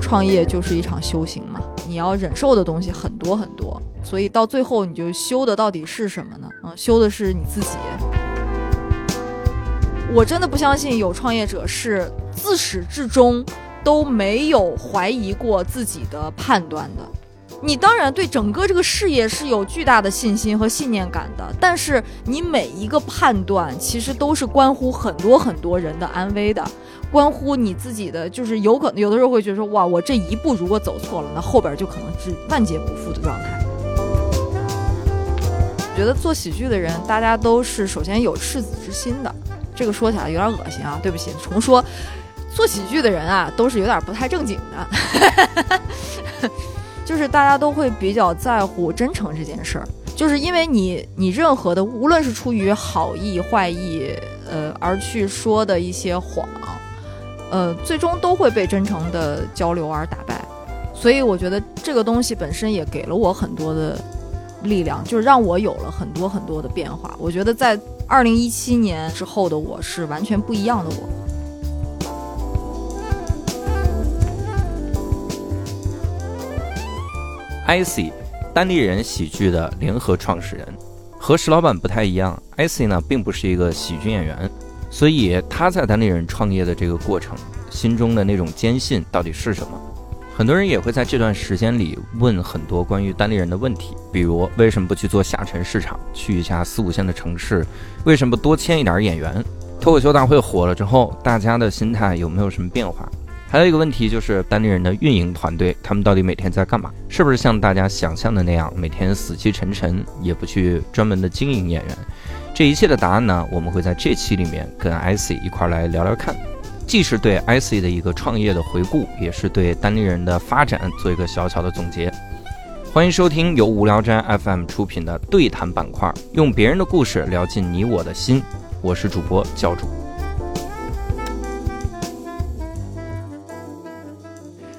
创业就是一场修行嘛，你要忍受的东西很多很多，所以到最后你就修的到底是什么呢？嗯，修的是你自己。我真的不相信有创业者是自始至终都没有怀疑过自己的判断的。你当然对整个这个事业是有巨大的信心和信念感的，但是你每一个判断其实都是关乎很多很多人的安危的，关乎你自己的，就是有可能有的时候会觉得说，哇，我这一步如果走错了，那后边就可能是万劫不复的状态。我觉得做喜剧的人，大家都是首先有赤子之心的，这个说起来有点恶心啊，对不起，重说，做喜剧的人啊，都是有点不太正经的。 就是大家都会比较在乎真诚这件事儿，就是因为你你任何的，无论是出于好意坏意，呃，而去说的一些谎，呃，最终都会被真诚的交流而打败。所以我觉得这个东西本身也给了我很多的力量，就是让我有了很多很多的变化。我觉得在二零一七年之后的我是完全不一样的我。 Icy，单立人喜剧的联合创始人，和石老板不太一样。Icy 呢，并不是一个喜剧演员，所以他在单立人创业的这个过程，心中的那种坚信到底是什么？很多人也会在这段时间里问很多关于单立人的问题，比如为什么不去做下沉市场，去一下四五线的城市？为什么不多签一点演员？脱口秀大会火了之后，大家的心态有没有什么变化？还有一个问题就是单立人的运营团队，他们到底每天在干嘛？是不是像大家想象的那样，每天死气沉沉，也不去专门的经营演员？这一切的答案呢，我们会在这期里面跟 IC 一块来聊聊看，既是对 IC 的一个创业的回顾，也是对单立人的发展做一个小小的总结。欢迎收听由无聊斋 FM 出品的对谈板块，用别人的故事聊进你我的心。我是主播教主。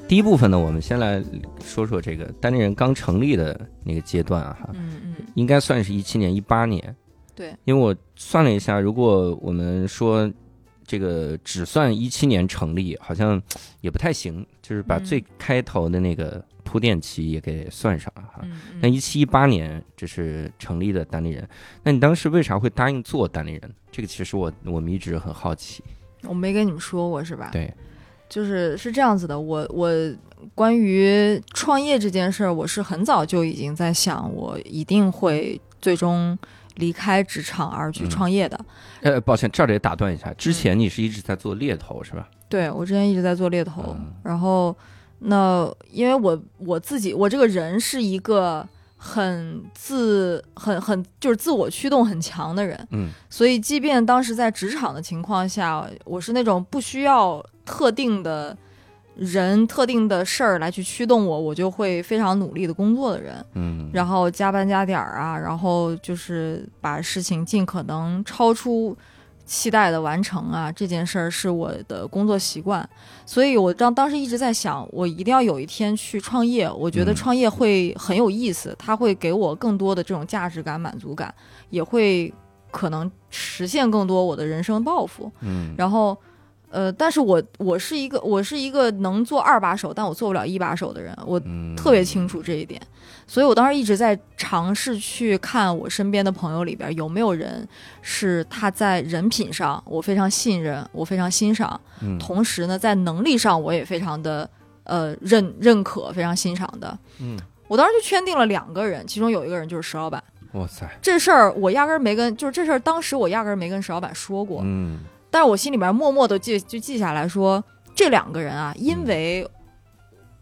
第一部分呢，我们先来说说这个单立人刚成立的那个阶段啊，哈，嗯嗯，应该算是一七年、一八年。对，因为我算了一下，如果我们说这个只算一七年成立，好像也不太行，就是把嗯最开头的那个铺垫期也给算上了哈。嗯那一七一八年这是成立的单立人，那你当时为啥会答应做单立人？这个其实我我们一直很好奇。我没跟你们说过是吧？对，就是是这样子的，我我关于创业这件事儿，我是很早就已经在想，我一定会最终离开职场而去嗯创业的。呃，抱歉，这儿得打断一下，之前你是一直在做猎头是吧？对我之前一直在做猎头，嗯然后那因为我我自己我这个人是一个很自很很就是自我驱动很强的人，嗯所以即便当时在职场的情况下，我是那种不需要特定的人、特定的事儿来去驱动我，我就会非常努力的工作的人，嗯，然后加班加点儿啊，然后就是把事情尽可能超出。期待的完成啊，这件事儿是我的工作习惯，所以我当当时一直在想，我一定要有一天去创业。我觉得嗯创业会很有意思，它会给我更多的这种价值感、满足感，也会可能实现更多我的人生抱负。嗯然后，呃，但是我我是一个我是一个能做二把手，但我做不了一把手的人，我嗯特别清楚这一点，所以我当时一直在尝试去看我身边的朋友里边有没有人是他在人品上我非常信任，我非常欣赏，嗯同时呢，在能力上我也非常的呃认认可，非常欣赏的。嗯，我当时就圈定了两个人，其中有一个人就是石老板。哇塞，这事儿我压根儿没跟，就是这事儿当时我压根儿没跟石老板说过，嗯但是我心里边默默的记就记下来说，这两个人啊，因嗯为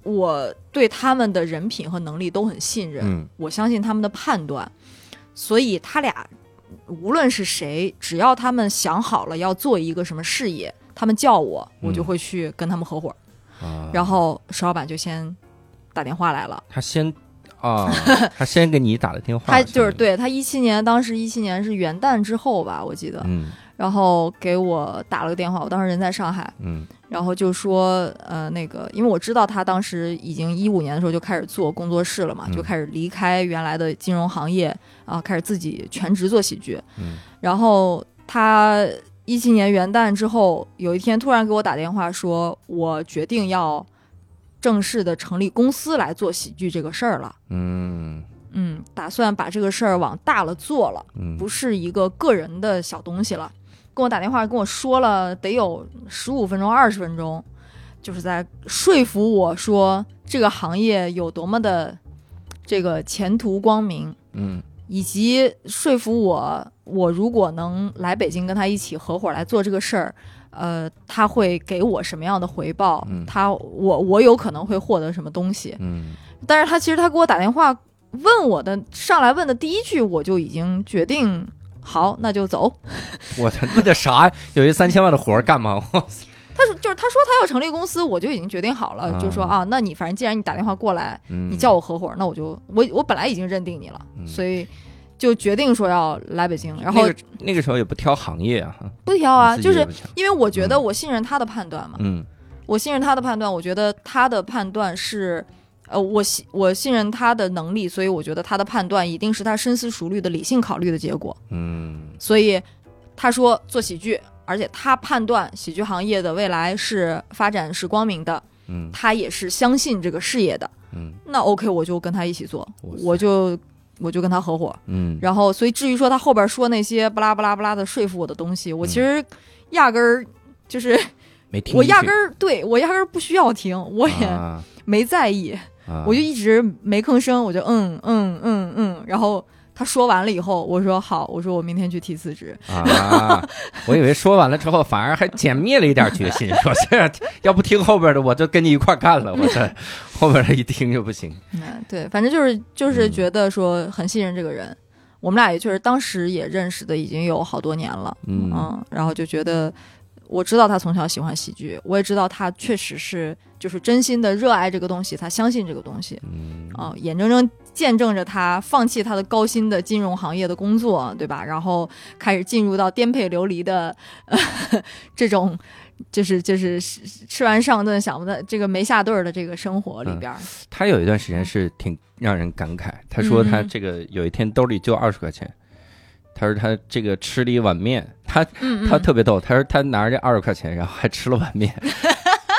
我对他们的人品和能力都很信任，嗯我相信他们的判断，所以他俩无论是谁，只要他们想好了要做一个什么事业，他们叫我，我就嗯会去跟他们合伙。啊，然后石老板就先打电话来了。他先 啊，他先给你打了电话，他就是相当于，对他一七年，当时一七年是元旦之后吧，我记得，嗯然后给我打了个电话，我当时人在上海，嗯然后就说，呃，那个，因为我知道他当时已经一五年的时候就开始做工作室了嘛，嗯就开始离开原来的金融行业啊，开始自己全职做喜剧。嗯然后他一七年元旦之后，有一天突然给我打电话说，我决定要正式的成立公司来做喜剧这个事儿了。嗯嗯，打算把这个事儿往大了做了，嗯，不是一个个人的小东西了。跟我打电话跟我说了得有十五分钟、二十分钟，就是在说服我说这个行业有多么的这个前途光明，嗯以及说服我，我如果能来北京跟他一起合伙来做这个事儿，呃，他会给我什么样的回报？嗯他我我有可能会获得什么东西？嗯但是他其实他给我打电话问我的上来问的第一句，我就已经决定好，那就走。我操，那叫啥呀？有一三千万的活儿干吗？ 我操他说就是他说他要成立公司，我就已经决定好了，啊就说啊，那你反正既然你打电话过来，你叫我合伙，那我就我我本来已经认定你了，嗯所以就决定说要来北京，然后那个那个时候也不挑行业啊，哈不挑啊，你就自己嗯是也不挑因为我觉得我信任他的判断嘛，嗯我信任他的判断，我觉得他的判断是。呃，我信我信任他的能力，所以我觉得他的判断一定是他深思熟虑的理性考虑的结果。嗯所以他说做喜剧，而且他判断喜剧行业的未来是发展是光明的，嗯他也是相信这个事业的。嗯那 OK，我就跟他一起做，哇塞我就我就跟他合伙。嗯，然后，所以至于说他后边说那些不拉不拉不拉的说服我的东西，我其实压根儿就是没嗯听进去，我压根儿对我压根儿不需要听，我也啊没在意，啊我就一直没吭声，我就嗯嗯嗯嗯，然后。他说完了以后，我说好，我说我明天去提辞职。啊，我以为说完了之后反而还减灭了一点决心，说这要不听后边的，我就跟你一块干了，我这后边的一听就不行。嗯，对，反正就是就是嗯觉得说很信任这个人，我们俩也确实当时也认识的已经有好多年了，嗯嗯，然后就觉得我知道他从小喜欢喜剧，我也知道他确实是就是真心的热爱这个东西，他相信这个东西，嗯啊、眼睁睁见证着他放弃他的高薪的金融行业的工作，对吧？然后开始进入到颠沛流离的、 呃、这种，就是就是吃吃完上顿想不到这个没下顿儿的这个生活嗯里边儿，他有一段时间是挺让人感慨，他说他这个有一天兜里就二十块钱，他说他这个吃了一碗面，他嗯，嗯他特别逗，他说他拿着这二十块钱，然后还吃了碗 面。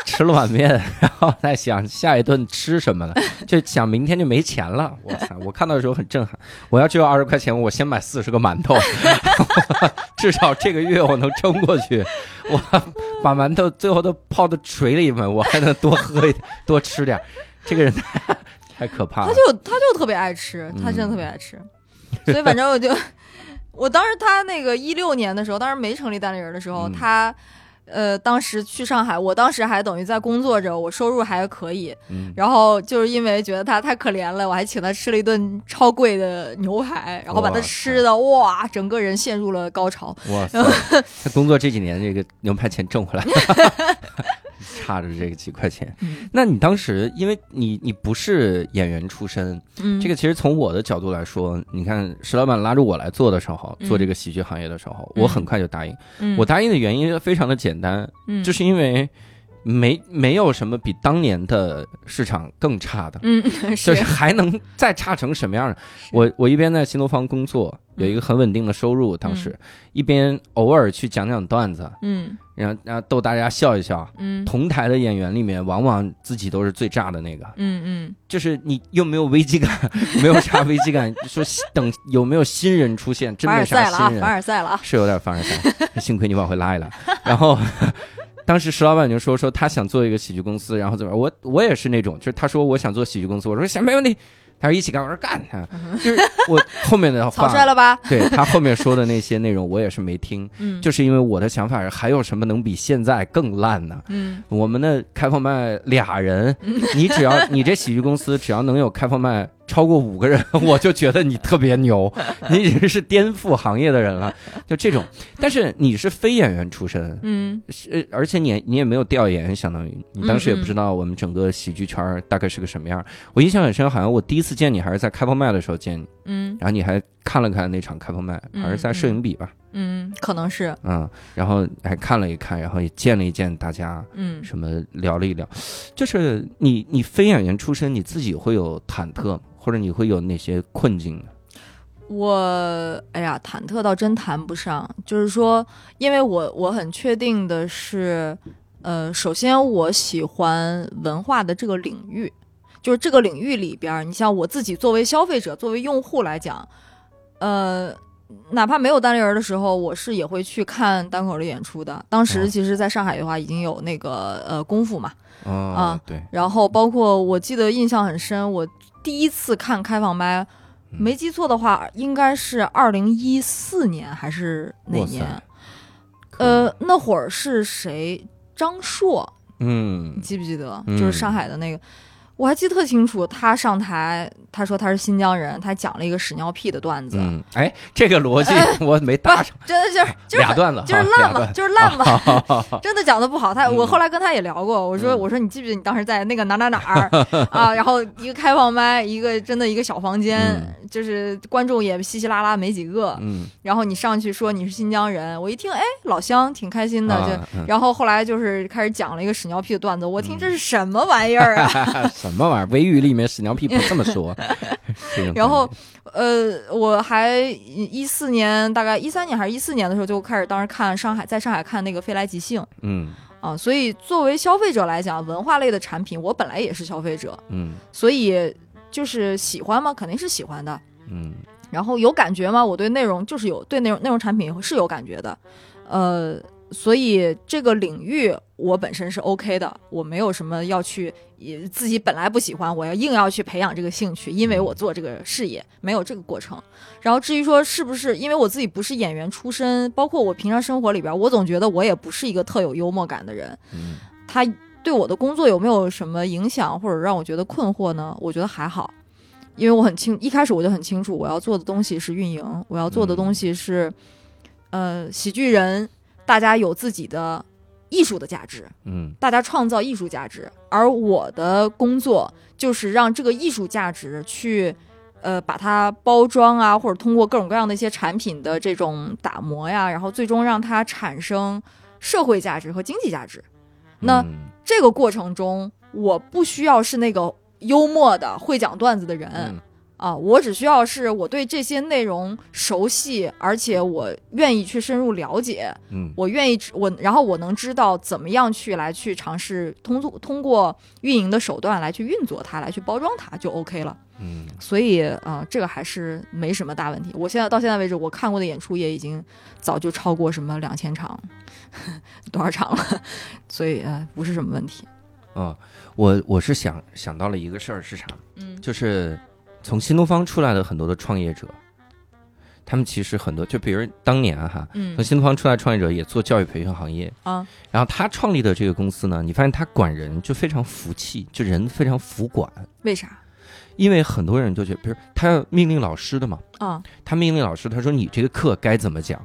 吃了碗面，然后在想下一顿吃 什么了，就想明天就没钱了。我操！我看到的时候很震撼。我要只有二十块钱，我先买四十个馒头， 至少这个月我能撑过去。我把馒头最后都泡的垂了一盆，我还能多喝一点，多吃点儿。这个人太太可怕他了。就他就特别爱吃，他嗯真的特别爱吃，所以反正我就， 我当时他那个一六年的时候，当时没成立单立人的时候，嗯他。呃，当时去上海，我当时还等于在工作着，我收入还可以。嗯然后就是因为觉得他太可怜了，我还请他吃了一顿超贵的牛排，然后把他哇吃的哇，整个人陷入了高潮。哇塞！他工作这几年，这个牛排钱 挣回来了，差着这个几块钱。嗯那你当时，因为你你不是演员出身，嗯，这个其实从我的角度来说，你看石老板拉着我来做的时候，嗯做这个喜剧行业的时候，嗯我很快就答应。嗯我答应的原因非常的简单，嗯就是因为没没有什么比当年的市场更差的，嗯 就是是还能再差成什么样呢？我我一边在新东方工作，有一嗯个很稳定的收入，当时一边偶尔去讲讲段子，嗯然后然后逗大家笑一笑。嗯同台的演员里面，往往自己都是最炸的那个，嗯就是你又没有危机感， 没有啥危机感，说等有没有新人出现，嗯，真凡没尔啥赛了啊新，人，凡尔赛了啊，是有点凡尔赛， 幸亏你往回拉一拉。然后 当时石老板就说说他想做一个喜剧公司，然后怎么样我我也是那种，就是他说我想做喜剧公司，我说行，没问题。他说一起干，我说干他， 就是我后面的嗯草话，率了吧？ 对他后面说的那些内容我也是没听，嗯，就是因为我的想法是还有什么能比现在更烂呢？嗯我们的开放麦俩人，你只要 你这喜剧公司只要能有开放麦超过五个人， 我就觉得你特 别牛，你已经是颠覆行业的人了，就这种。但是你是非演员出身，嗯是而且你你也没有调研，相当于你当时也嗯嗯不知道我们整个喜剧圈儿大概是个什么样儿。我印象很深，好像我第一次见你还是在开放麦的时候见你，嗯然后你还看了看那场开放麦，好像是在摄影笔吧，嗯，可能是嗯，然后还看了一看，然后也见了一见大家，嗯什么聊了一聊，就是你你非演员出身，你自己会有忐忑吗，或者你会有哪些困境呢？我哎呀，忐忑倒真谈不上，就是说，因为我我很确定的是，呃，首先我喜欢文化的这个领域，就是这个领域里边儿，你像我自己作为消费者、作为用户来讲，呃，哪怕没有单立人的时候，我是也会去看单口的演出的。当时哦其实在上海的话，已经有那个呃功夫嘛，啊，对，然后包括我记得印象很深，我第一次看开放麦，嗯没记错的话，应该是二零一四年还是哪哇年塞？，可以，呃，那会儿是谁？张硕，你嗯记不记得？嗯就是上海的那个，我还记得特清楚。他上台，他说他是新疆人，他讲了一个屎尿屁的段子，嗯，哎，这个逻辑我没呃不搭上，真的就是就是俩很段了哈，就是俩烂嘛，段，就是烂嘛。嘛，真的讲的不好，他我啊嗯后来跟他也聊过，我说嗯我说你记不记得你当时在那个哪哪哪儿 啊？然后一个开放麦，一个真的一个小房间，就是观众也稀稀拉拉没几个， 嗯，然后你上去说你是新疆人，我一听哎老乡挺开心的，就啊嗯然后后来就是开始讲了一个屎尿屁的段子，我听这是什么玩意 儿啊？什么玩意儿？维语里面屎尿屁不这么说。这种然后感觉，呃，我还一四年大概一三年还是一四年的时候就开始当时看上海，在上海看那个《飞来即兴》。嗯啊，所以作为消费者来讲，文化类的产品，我本来也是消费者，嗯所以就是喜欢吗？肯定是喜欢的。嗯然后有感觉吗？我对内容就是有对内容内容产品是有感觉的，呃，所以这个领域我本身是 OK 的，我没有什么要去也自己本来不喜欢，我要硬要去培养这个兴趣，因为我做这个事业没有这个过程。然后至于说是不是因为我自己不是演员出身，包括我平常生活里边，我总觉得我也不是一个特有幽默感的人，嗯它对我的工作有没有什么影响，或者让我觉得困惑呢？我觉得还好，因为我很清，一开始我就很清楚我要做的东西是运营，我要做的东西是，呃，喜剧人，大家有自己的艺术的价值，嗯大家创造艺术价值，而我的工作就是让这个艺术价值去。呃，把它包装啊，或者通过各种各样的一些产品的这种打磨呀，然后最终让它产生社会价值和经济价值。那嗯这个过程中，我不需要是那个幽默的、会讲段子的人、嗯啊，我只需要是我对这些内容熟悉，而且我愿意去深入了解，嗯我愿意知我，然后我能知道怎么样去来去尝试通过通过运营的手段来去运作它，来去包装它就 OK 了。嗯所以啊、呃这个还是没什么大问题。我现在到现在为止，我看过的演出也已经早就超过什么两千场， 多少场了，所以呃不是什么问题。啊，我我是想想到了一个事儿是啥？嗯就是从新东方出来的很多的创业者，他们其实很多，就比如当年啊哈，嗯从新东方出来的创业者也做教育培训行业，啊，然后他创立的这个公司呢，你发现他管人就非常服气，就人非常服管，为啥因为很多人都觉得，比如他要命令老师的嘛，啊？他命令老师，他说你这个课该怎么讲，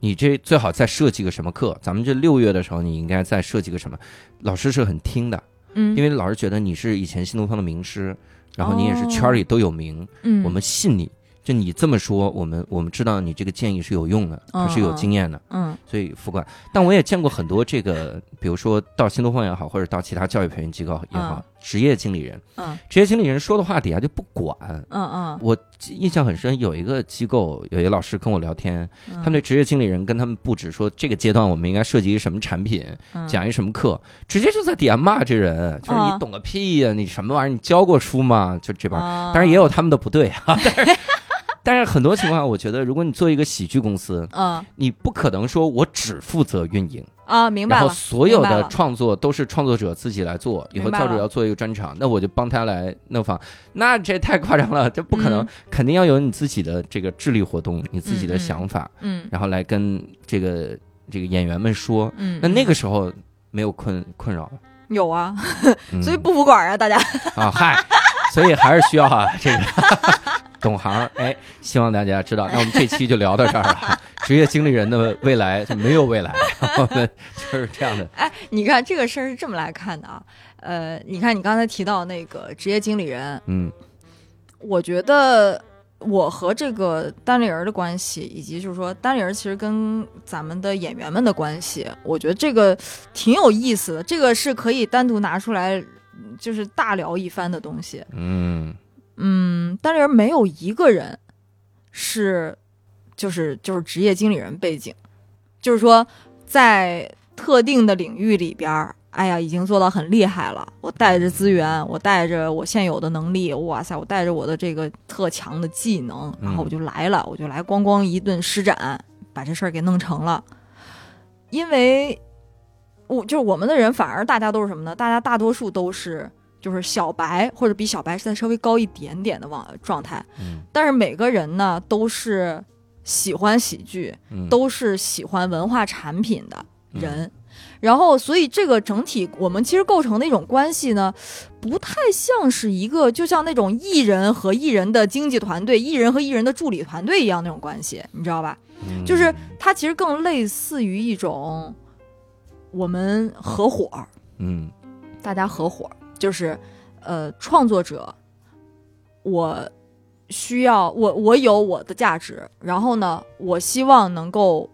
你这最好再设计个什么课，咱们这六月的时候你应该再设计个什么。老师是很听的，嗯，因为为老师觉得你是以前新东方的名师，然后你也是哦圈里都有名，嗯，我们信你。就你这么说，我们我们知道你这个建议是有用的，它是有嗯嗯经验的。嗯所以服管。但我也见过很多这个，比如说到新东方也好，或者到其他教育培训机构也好，嗯职业经理人，嗯职业经理人说的话底下就不管。嗯我印象很深，有一个机构有一个老师跟我聊天，嗯，他们对职业经理人跟他们布置说，这个阶段我们应该设计一个什么产品，嗯讲一什么课，直接就在底下骂这人，就是你嗯懂个屁呀、你什么玩意儿？你教过书吗？就这帮人啊，当然也有他们的不对啊，哦但是 但是很多情况，我觉得如果你做一个喜剧公司，嗯你不可能说我只负责运营，啊，明然白后了，所有明白的了创作都是创作者自己来做。以后明白教主了要做一个专场，那我就帮他来弄房，那这太夸张了，这不可嗯能，肯定要有你自己的这个智力活动，你自己嗯的嗯想法，嗯然后来跟这个这个演员们说。嗯，那嗯那个时候没有困困扰了，有啊，嗯所以不服管啊，大家，啊，嗨，所以还是需要啊这个懂行。哎，希望大家知道，那我们这期就聊到这儿了。职业经理人的未来就没有未来，我们就是这样的。哎，你看这个事儿是这么来看的啊，呃，你看你刚才提到那个职业经理人，嗯我觉得我和这个单立人的关系，以及就是说单立人其实跟咱们的演员们的关系，我觉得这个挺有意思的，这个是可以单独拿出来，就是大聊一番的东西。嗯嗯，单立人没有一个人是就是就是职业经理人背景，就是说在特定的领域里边儿，哎呀，已经做到很厉害了。我带着资源，我带着我现有的能力，哇塞，我带着我的这个特强的技能，然后我就来了，我就来咣咣一顿施展，把这事儿给弄成了。因为我就是我们的人，反而大家都是什么呢？大家大多数都是就是小白或者比小白再稍微高一点点的往状态，嗯但是每个人呢都是喜欢喜剧，嗯，都是喜欢文化产品的人。然后，所以这个整体我们其实构成的一种关系呢，不太像是一个就像那种艺人和艺人的经纪团队、艺人和艺人的助理团队一样那种关系，你知道吧？嗯就是它其实更类似于一种我们合伙儿，嗯大家合伙儿，就是呃，创作者，我需要我我有我的价值，然后呢，我希望能够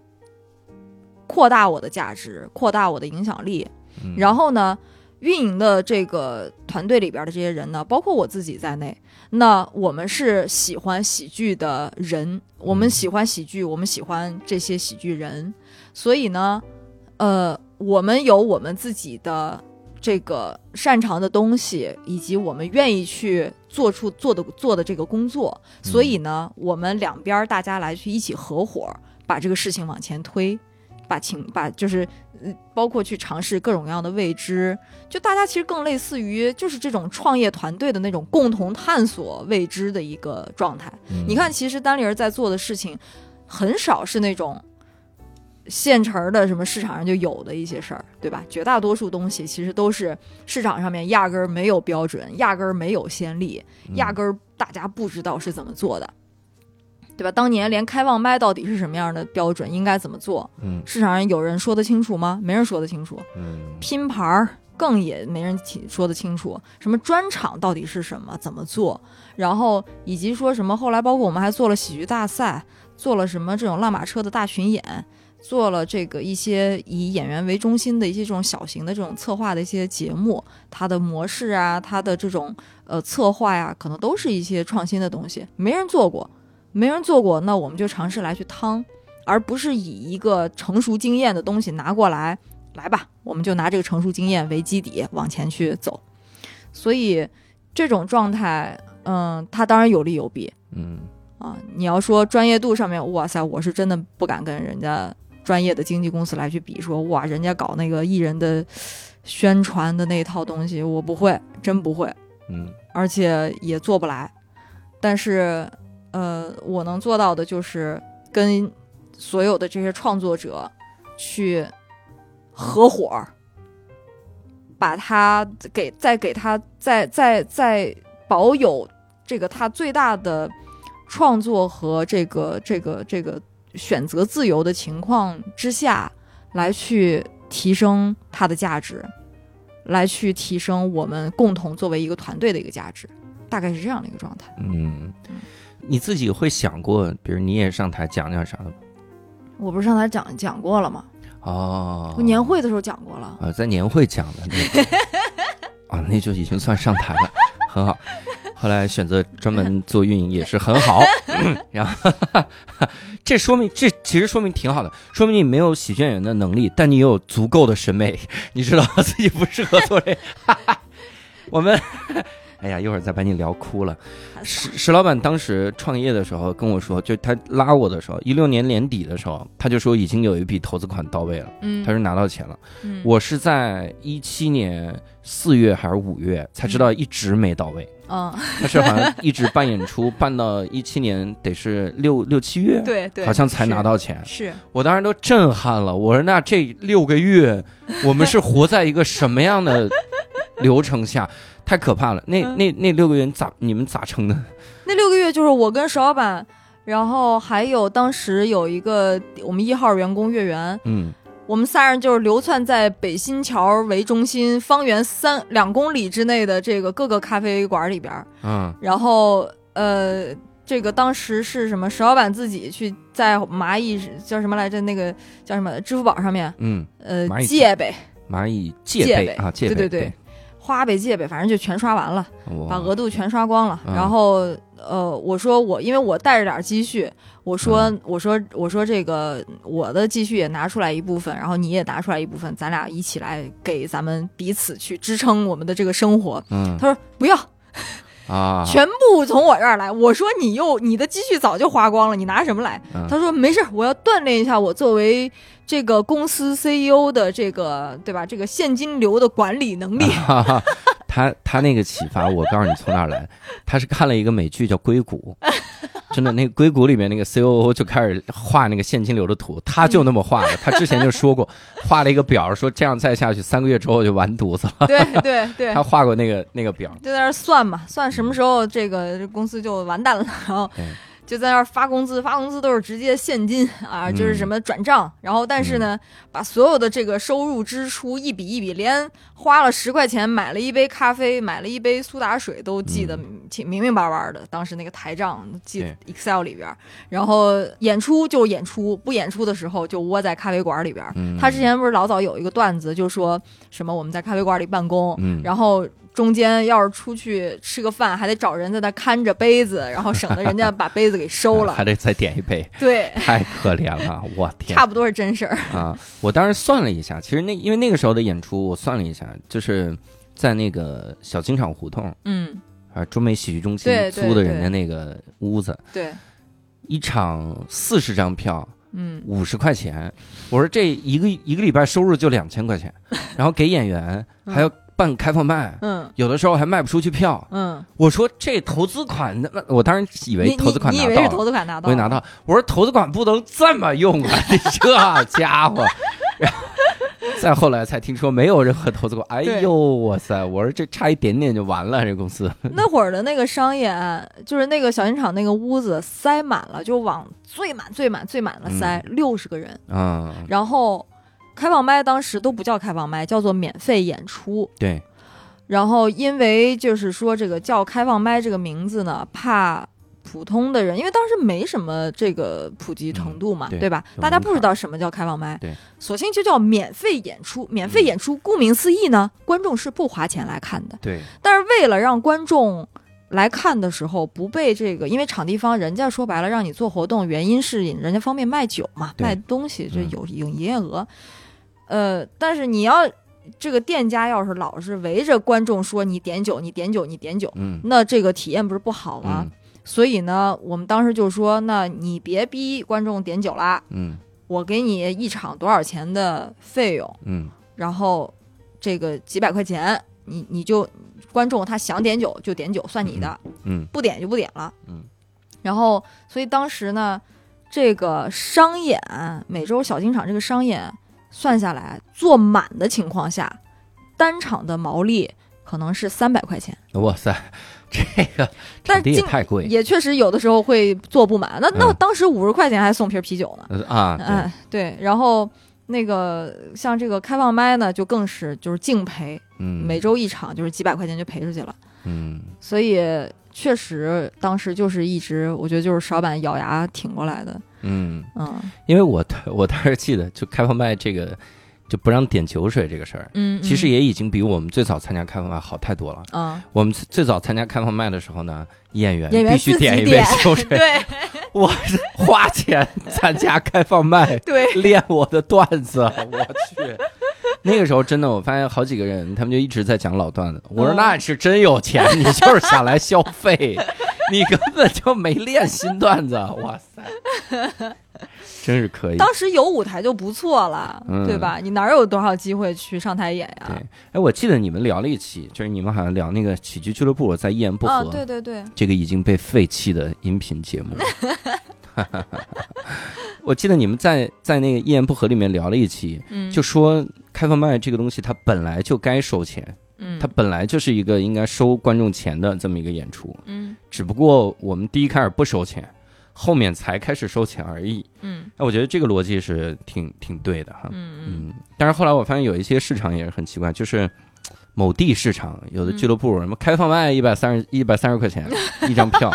扩大我的价值，扩大我的影响力，嗯然后呢，运营的这个团队里边的这些人呢，包括我自己在内，那我们是喜欢喜剧的人，我们喜欢喜剧，我们喜欢这些喜剧人，所以呢，呃，我们有我们自己的这个擅长的东西，以及我们愿意去做出做的做的这个工作，所以呢，我们两边儿大家来去一起合伙，把这个事情往前推，把情把就是呃包括去尝试各种各样的未知，就大家其实更类似于就是这种创业团队的那种共同探索未知的一个状态。嗯你看，其实单立人在做的事情，很少是那种现成儿的什么市场上就有的一些事儿，对吧？绝大多数东西其实都是市场上面压根儿没有标准，压根儿没有先例，嗯压根儿大家不知道是怎么做的，对吧？当年连开放麦到底是什么样的标准，应该怎么做，嗯市场上有人说得清楚吗？没人说得清楚。嗯拼盘儿更也没人清说得清楚，什么专场到底是什么，怎么做，然后以及说什么后来包括我们还做了喜剧大赛，做了什么这种拉马车的大巡演，做了这个一些以演员为中心的一些这种小型的这种策划的一些节目，它的模式啊，它的这种呃策划呀、可能都是一些创新的东西，没人做过，没人做过，那我们就尝试来去趟。而不是以一个成熟经验的东西拿过来，来吧，我们就拿这个成熟经验为基底往前去走。所以这种状态，嗯，它当然有利有弊嗯啊。你要说专业度上面，哇塞，我是真的不敢跟人家专业的经纪公司来去比说，哇，人家搞那个艺人的宣传的那一套东西，我不会，真不会。嗯而且也做不来。但是，呃，我能做到的就是跟所有的这些创作者去合伙儿，把他给再给他再再再保有这个他最大的创作和这个这个这个选择自由的情况之下，来去提升它的价值。来去提升我们共同作为一个团队的一个价值，大概是这样的一个状态。嗯，你自己会想过，比如你也上台讲讲啥的吗？我不是上台讲讲过了吗？哦我，年会的时候讲过了。啊，在年会讲的那个啊，那就已经算上台了，很好。后来选择专门做运营也是很好，嗯然后这说明这其实说明挺好的，说明你没有喜剧演员的能力，但你有足够的审美，你知道 自己不适合做这。哈哈 我们哎呀，一会儿再把你聊哭了。石石老板当时创业的时候跟我说，就他拉我的时候，一六年年底的时候，他就说已经有一笔投资款到位了，嗯他说拿到钱了。嗯我是在一七年四月还是五月才知道一直没到 位，嗯，他是好像一直办演出，办到一七年得是六六七月，对对好像才拿到钱。是我当时都震撼了，我说那这六个月我们是活在一个什么样的流程下？太可怕了！那嗯那那六个月你咋你们咋撑的？那六个月就是我跟石老板，然后还有当时有一个我们一号员工月圆，嗯我们仨人就是流窜在北新桥为中心方圆三两公里之内的这个各个咖啡馆里边儿，嗯然后呃，这个当时是什么？石老板自己去在蚂蚁叫什么来着？那个叫什么？支付宝上面嗯，呃蚂蚁借呗，蚂蚁戒戒备备啊，戒备对对对，花呗、借呗，反正就全刷完了，把我额度全刷光了。嗯然后呃，我说我因为我带着点积蓄，我说嗯我说我说这个我的积蓄也拿出来一部分，然后你也拿出来一部分，咱俩一起来给咱们彼此去支撑我们的这个生活。嗯他说不要，啊，全部从我这儿来。我说你又你的积蓄早就花光了，你拿什么来？嗯他说没事儿，我要锻炼一下我作为这个公司 CEO 的这个对吧？这个现金流的管理能力。哈哈， 他他那个启发，我告诉你从哪儿来，他是看了一个美剧叫《硅谷》，真的，那个《硅谷》里面那个 COO 就开始画那个现金流的图，他就那么画的，他之前就说过，画了一个表，说这样再下去三个月之后就完犊子了，对对 对，他画过那个那个表，就在那儿算嘛，算什么时候这个这公司就完蛋了，然后嗯就在那儿发工资，发工资都是直接现金啊，嗯就是什么转账，然后但是呢，把所有的这个收入支出一笔一笔，连花了十块钱买了一杯咖啡，买了一杯苏打水都记得嗯挺明明白白的，当时那个台账记得 Excel 里边儿，然后演出就演出，不演出的时候就窝在咖啡馆里边儿。嗯他之前不是老早有一个段子，就说什么我们在咖啡馆里办公，嗯然后中间要是出去吃个饭，还得找人在那看着杯子，然后省得人家把杯子给收了 还。得再点一杯，对，太可怜了，我天差不多是真事儿。啊！我当时算了一下，其实那因为那个时候的演出，我算了一下，就是在那个小金厂胡同。嗯，啊，中美喜剧中心对对租的人家那个屋子，对，一场四十张票，嗯，五十块钱。我说这一个一个礼拜收入就两千 块钱，然后给演员还要办开放麦，嗯有的时候还卖不出去票。嗯，我说这投资款，那我当然以你为投资款你拿你以为到是投了，资款拿我到？也拿。到。我说投资款不能这么 用啊，你这家伙。 然后再后来才听说没有任何投资款，哎对呦哇塞！我说这差一点点就完了，这公司。那会儿的那个商演，就是那个小剧场那个屋子塞满了，就往最满最满最满了塞六十、60个人，嗯，然后。开放麦当时都不叫开放麦，叫做免费演出。对，然后因为就是说这个叫开放麦这个名字呢，怕普通的人，因为当时没什么这个普及程度嘛，嗯对吧？有门槛大家不知道什么叫开放麦，对，嗯索性就叫免费演出。免费演出，顾名思义呢，观众是不花钱来看的，对，但是为了让观众。来看的时候不被这个，因为场地方人家说白了让你做活动，原因是人家方便卖酒嘛，对卖东西这嗯有有营业额，呃，但是你要这个店家要是老是围着观众说你点酒，你点酒，你点酒，嗯那这个体验不是不好吗？嗯所以呢，我们当时就说，那你别逼观众点酒啦，嗯我给你一场多少钱的费用，嗯然后这个几百块钱，你你就观众他想点酒就点酒，算你的，嗯不点就不点了。嗯，然后所以当时呢，这个商演每周小金场这个商演算下来，坐满的情况下，单场的毛利可能是三百块钱，哇塞，这个但是场地也进太贵也确实有的时候会坐不满。那那嗯当时五十块钱还送瓶啤酒呢，呃啊！对哎，对，然后。那个像这个开放麦呢，就更是就是净赔，嗯，每周一场，就是几百块钱就赔出去了。嗯所以确实当时就是一直，我觉得就是少板咬牙挺过来的。嗯，嗯因为我我当时记得，就开放麦这个就不让点酒水这个事儿，嗯，其实也已经比我们最早参加开放麦好太多了。啊，我们最最早参加开放麦的时候呢，演员演员必须自己点一杯点酒 水，对，我是花钱参加开放麦对， 练我的段子，我去。那个时候真的，我发现好几个人，他们就一直在讲老段子。我说嗯那是真 有钱，你就是想来消费，你根本就没练新段子。哇塞， 真是可以。当时有舞台就不错了，嗯对吧？你哪有多少机会去上台演呀？对，哎，我记得你们聊了一期，就是你们好像聊那个喜剧俱乐部，在一言不合、啊，对对对，这个已经被废弃的音频节目。 我记得你们在在那个一言不合里面聊了一期，嗯，就说开放麦这个东西，它本来就该收钱，嗯，它本来就是一个应该收观众钱的这么一个演出，嗯只不过我们第一开始不收钱，后面才开始收钱而已。嗯哎，我觉得这个逻辑是挺挺对的哈。嗯嗯嗯，但是后来我发现有一些市场也是很奇怪，就是某地市场有的俱乐部什么开放麦一百三十一百三十 块钱一张票，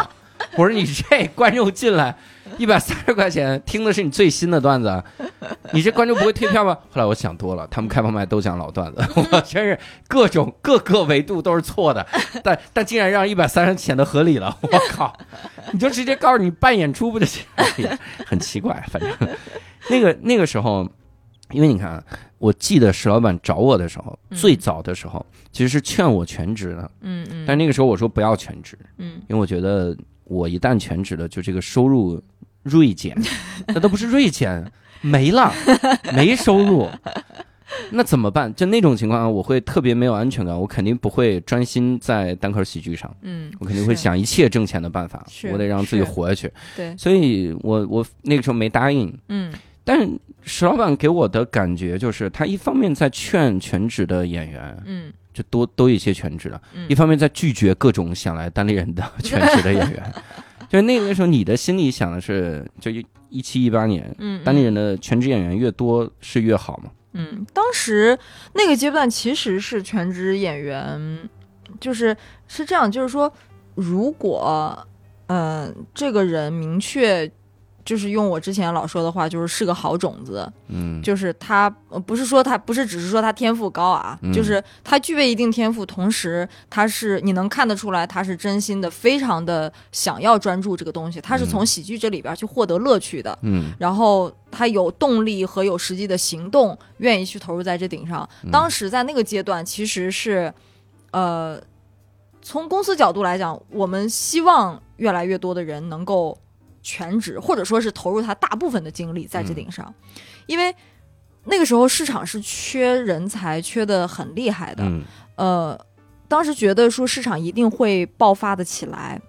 我说你这观众进来一百三十块钱听的是你最新的段子，你这观众不会退票吧？后来我想多了，他们开放麦都讲老段子，我真是各种各个维度都是 错的，但但竟然让一百三十显得合理了，我靠！你就直接告诉你办演出不就行？ 很奇怪，反正那个那个时候，因为你看啊，我记得石老板找我的时候，嗯最早的时候其实是劝我全职的，嗯嗯，但那个时候我说不要全职，嗯因为我觉得我一旦全职了，就这个收入锐减，那都不是锐减，没了，没收入，那怎么办？就那种情况，下，啊我会特别没有安全感，我肯定不会专心在单口喜剧上，嗯，我肯定会是想一切挣钱的办法是，我得让自己是活下去。对，所以我我那个时候没答应，嗯但是石老板给我的感觉就是，他一方面在劝全职的演员，嗯就多多一些全职的，嗯一方面在拒绝各种想来单立人的 全职的演 员，就那个时候你的心里想的是，就一一七一八年嗯，单立嗯人的全职演员越多是越好嘛，嗯，当时那个阶段其实是全职演员，就是是这样，就是说，如果嗯、呃这个人明确。就是用我之前老说的话，就是是个好种子，嗯，就是他呃不是说他不是只是说他天赋高啊，嗯就是他具备一定天赋，同时他是你能看得出来他是真心的，非常的想要专注这个东西，他是从嗯喜剧这里边去获得乐趣的，嗯，然后他有动力和有实际的行动，愿意去投入在这顶上。当时时在那个阶段，其实是，呃，从公司角度来讲，我们希望越来越多的人能够全职，或者说是投入他大部分的精力在这顶上，因为那个时候市场是缺人才，缺的很厉害的。嗯呃，当时觉得说市场一定会爆发的起来，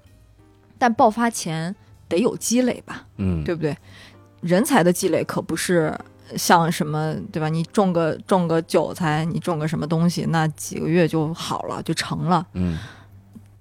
但爆发前得有积累吧。嗯对不对？人才的积累可不是像什么对吧？你种个种个韭菜，你种个什么东西，那几个月就好了，就成了。嗯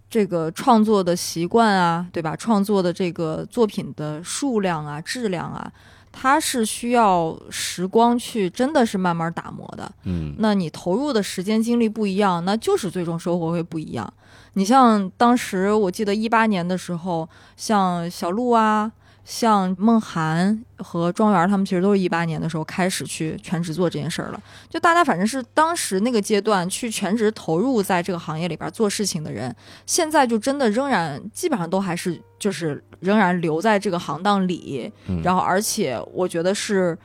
这个创作的习惯啊，对吧？创作的这个作品的数量啊、质量啊，它是需要时光去真的是慢慢打磨的。嗯那你投入的时间精力不一样，那就是最终收获会不一样。你像当时我记得一八年的时候，像小鹿啊，像梦涵和庄园他们，其实都是一八年的时候开始去全职做这件事儿了。就大家反正是当时那个阶段去全职投入在这个行业里边做事情的人，现在就真的仍然基本上都还是就是仍然留在这个行当里，嗯，然后后而且我觉得是，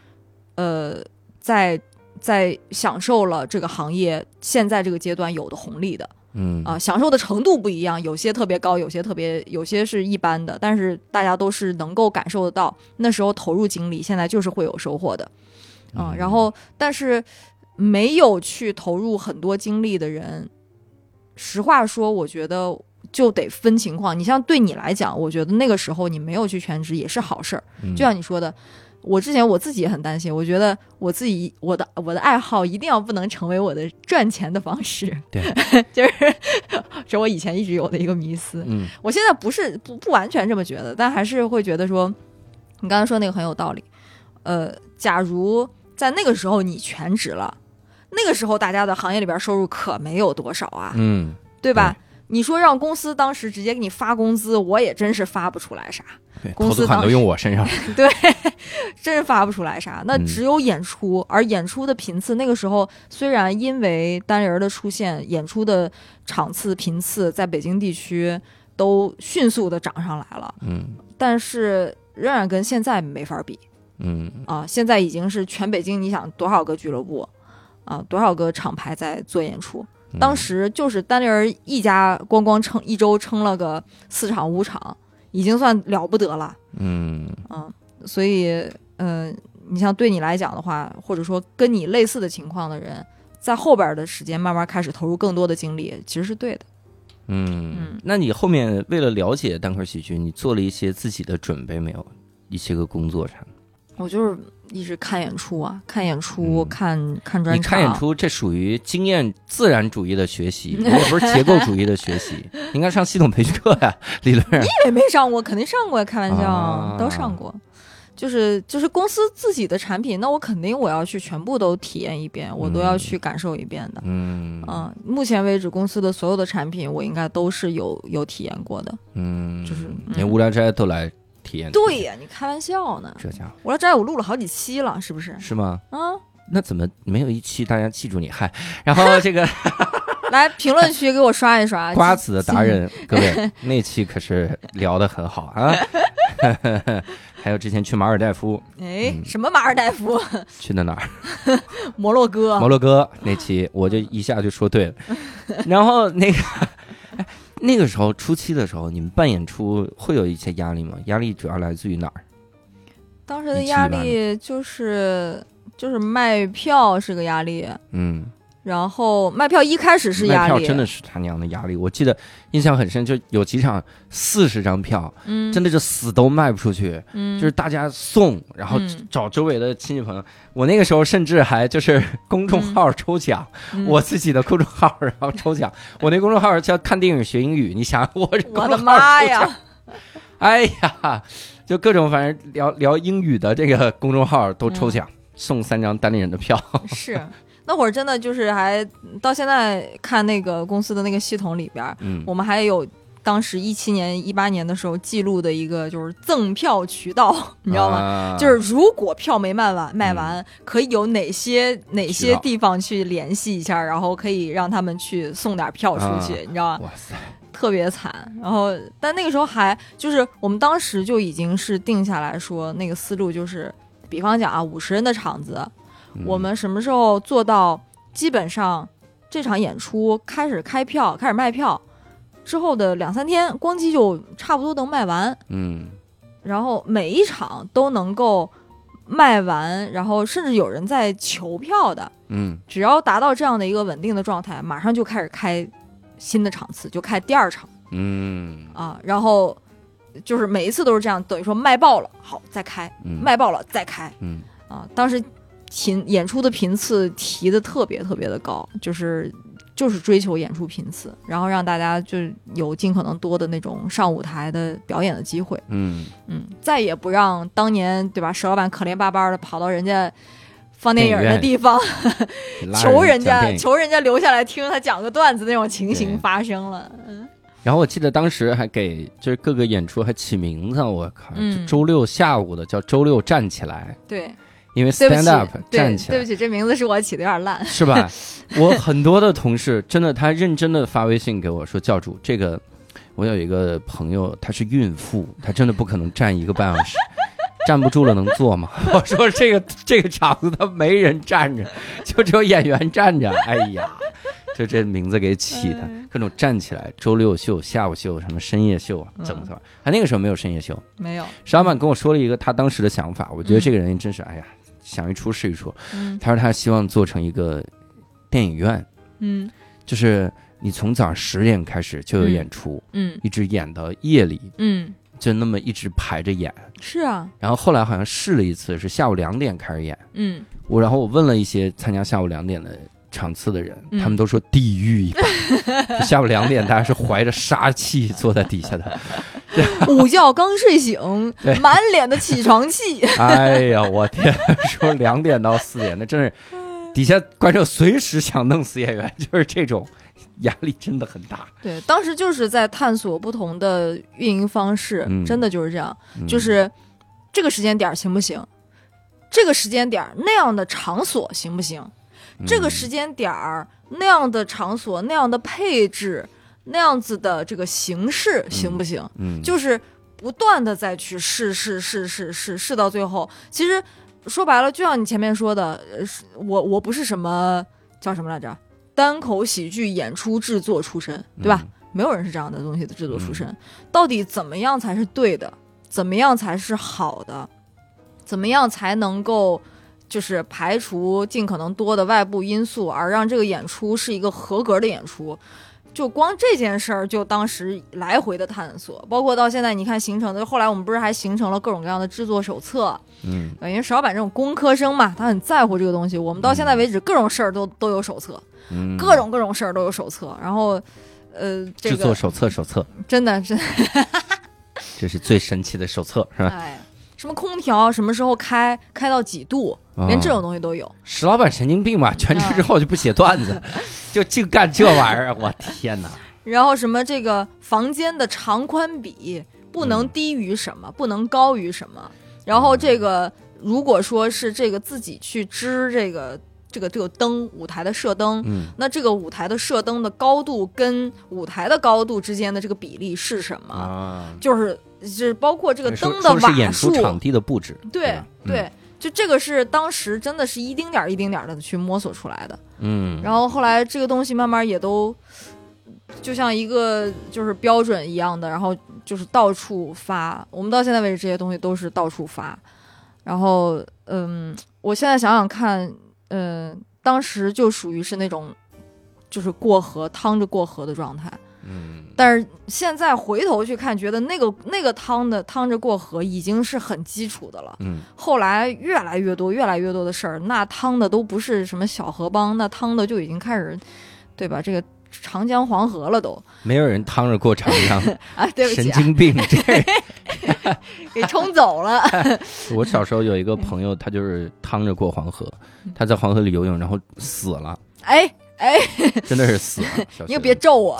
呃，在在享受了这个行业现在这个阶段有的红利的嗯啊、享受的程度不一样，有些特别高，有些特别，有些是一般的，但是大家都是能够感受得到，那时候投入精力，现在就是会有收获的啊、然后，但是没有去投入很多精力的人，实话说，我觉得。就得分情况，你像对你来讲，我觉得那个时候你没有去全职也是好事儿，嗯就像你说的，我之前我自己也很担心，我觉得我自己我的我的爱好一定要不能成为我的赚钱的方式，对， 就是这我以前一直有的一个迷思。嗯我现在不是不不完全这么觉得，但还是会觉得说，你刚才说那个很有道理。呃，假如在那个时候你全职了，那个时候大家的行业里边收入可没有多少啊，嗯对吧？你说让公司当时直接给你发工资，我也真是发不出来啥。对公投司资款当都用我 身上了，对，真是发不出来啥。那嗯只有演出，而演出的频次，那个时候虽然因为单人儿的出现，演出的场次频次在北京地区都迅速的涨上来了，嗯但是仍然跟现在没法比嗯啊！现在已经是全北京，你想多少个俱乐部啊，多少个厂牌在做演出？嗯当时就是单立人一家，光光撑一周撑了个四场五场，已经算了不得了。嗯嗯，所以，嗯、你像对你来讲的话，或者说跟你类似的情况的人，在后边的时间慢慢开始投入更多的精力，其实是对的。嗯嗯，那你后面为了了解单口喜剧，你做了一些自己的准备没有？一些个工作上，我就是一直看演出啊，看演出，嗯看看啊专你场，看演出，这属于经验自然主义的 学习，你也不是结构主义的学习，你应该上系统培训课呀、 理论上。也没上过，肯定上过呀，开玩笑，啊都上过。就是就是公司自己的产品，那我肯定我要去全部都体验一遍，我都要嗯去感受一遍的。嗯嗯，目前为止公司的所有的产品，我应该都是有有体验过的。嗯，就是嗯连无聊斋都来体体验。对呀，你开玩笑呢？这家伙我说这我录了好几期了，是不是？ 是吗？啊，那怎么没有一期大家记住你？嗨， 然后这个来评论区给我刷一刷。瓜子的达人，各 位那期可是聊得很好啊。 还有之前去马尔代夫，哎，嗯什么马尔代夫、去的哪儿？摩洛哥摩？洛哥那期，我就一下就说对 了。然后那个， 哎那个时候初期的时候，你们办演出会有一些压力吗？压力主要来自于哪儿？当时的压一力就是就是卖票是个压力，嗯，然后卖票一开始是卖压票力，真的是他娘的压力。我记得印象很深，就有几场四十张票，嗯，真的就死都卖不出去，嗯就是大家送，然后嗯找周围的亲戚朋友。我那个时候甚至还就是 公众号抽奖，嗯我自己的公众号，然后抽奖。我那公众号叫看电影学英语，你想我我公的众号妈抽奖呀！哎呀，就各种反正聊聊英语的这个公众号都抽奖，送三张单立人的票。是，那会儿真的就是还到现在看那个公司的那个系统里边儿，嗯，我们还有当时一七年、一八年的时候记录的一个就是赠票渠道，你知道吗？吗就是如果票没卖完，卖完、可以有哪些哪些嗯道地方去联系一下，然后可以让他们去送点票出去，啊你知道吗？哇塞，特别惨。然后，但那个时候还就是我们当时就已经是定下来说，那个思路就是，比方讲啊，五十人的场子，嗯我们什么时候做到基本上这场演出开始开票、开始卖票之后的两三天，光机就差不多能卖完，嗯然后每一场都能够卖完，然后甚至有人在求票的，嗯只要达到这样的一个稳定的状态，马上就开始开新的场次，就开第二场嗯啊，然后。就是每一次都是这样，等于说卖爆了，好再开，嗯，卖爆了再开，嗯啊，当时频演出的频次提的特别特别的高，就是就是追求演出频次，然后让大家就有尽可能多的那种上舞台的表演的机会，嗯，嗯，再也不让当年对吧，石老板可怜巴巴的跑到人家。放电影电影的院地方，拉求人讲家电影求人家留下来听他讲个段子那种情形对发生了，然后我记得当时还给就是各个演出还起名字，我靠，嗯就周六下午的叫周六站起来，对，因为对不起 stand up，对站，起对来不起，这名字是我起的有点烂，是吧？我很多的同事真的，他认真的发微信给我说，教主，这个我有一个朋友，她是孕妇，她真的不可能站一个半小时。站不住了能坐吗？ 我说这个这个场子他没人站着，就只有演员站着。哎呀，就这名字给起的，各种站起来，周六秀、下午秀、什么深夜秀啊，怎么怎么？他那个时候没有深夜秀，没 有，石老板跟我说了一个他当时的想法，我觉得这个人真是，哎呀，想一出是一出。嗯他说他希望做成一个电影院，嗯就是你从早上十点开始就有演出，嗯一直演到夜里，嗯，就那么一直排着演。是啊，然后后来好像试了一次，是下午两点开始演。嗯，我然后我问了一些参加下午两点的场次的人，嗯他们都说地狱一般。 就下午两点，大家是怀着杀气坐在底下的。午觉刚睡醒 对，满脸的起床气。哎呀，我天！说两点到四点，那真是底下观众随时想弄死演员，就是这种压力真的很大。 对，当时就是在探索不同的运营方式，嗯真的就是这样，嗯就是这个时间点儿行不行？这个时间点儿那样的场所行不行？嗯这个时间点儿那样的场所那样的配置那样子的这个形式行不行？嗯，就是不断的再去试试试试试试到最后，其实说白了，就像你前面说的，呃是我我不是什么叫什么来着，单口喜剧演出制作出身，嗯对吧？没有人是这样的东西的制作出身。到底怎么样才是对的？怎么样才是好的？怎么样才能够就是排除尽可能多的外部因素，而让这个演出是一个合格的演出？就光这件事儿，就当时来回的探索，包括到现在，你看形成的，后来我们不是还形成了各种各样的制作手册，嗯。对因为石老板这种工科生嘛，他很在乎这个东西。我们到现在为止，各种事儿都都有手册，嗯各种各种事儿都有手册。然后，呃，这制作个手册，手册，真 的真的，这是最神奇的手册，是吧？哎，什么空调什么时候开，开到几度，啊啊连这种啊哦东西都有。石老板神经病吧？全职之后就不写段 子，就净干这玩意儿，我天哪！然后什么这个房间的长宽比、不能低于什么，不能高于什么。然后这个如果说是这个自己去支这个这个这个灯舞台的射灯，嗯，那这个舞台的射灯的高度跟舞台的高度之间的这个比例是什么？啊，就是就是包 括这个哎说灯说的是瓦演出数，场地的布置，对吧嗯对，就这个是当时真的是一丁点儿一丁点儿的去摸索出来的。嗯，然后后来这个东西慢慢也都，就像一个就是标准一样的，然后就是到处发。我们到现在为止，这些东西都是到处发。然后，嗯，我现在想想看，嗯，当时就属于是那种，就是过河趟着过河的状态。嗯，但是现在回头去看，觉得那个那个趟的趟着过河已经是很基础的了。嗯后来越来越多、越来越多的事儿，那趟的都不是什么小河帮，那趟的就已经开始，对吧？这个长江黄河了都 没有人趟着过长江，啊， 对不神起、啊，经病！ 这给冲走 了。我小时候有一个朋友，他就是趟着过黄河，他在黄河里游泳，然后死了，哎，真的是死了。小你学也别咒我，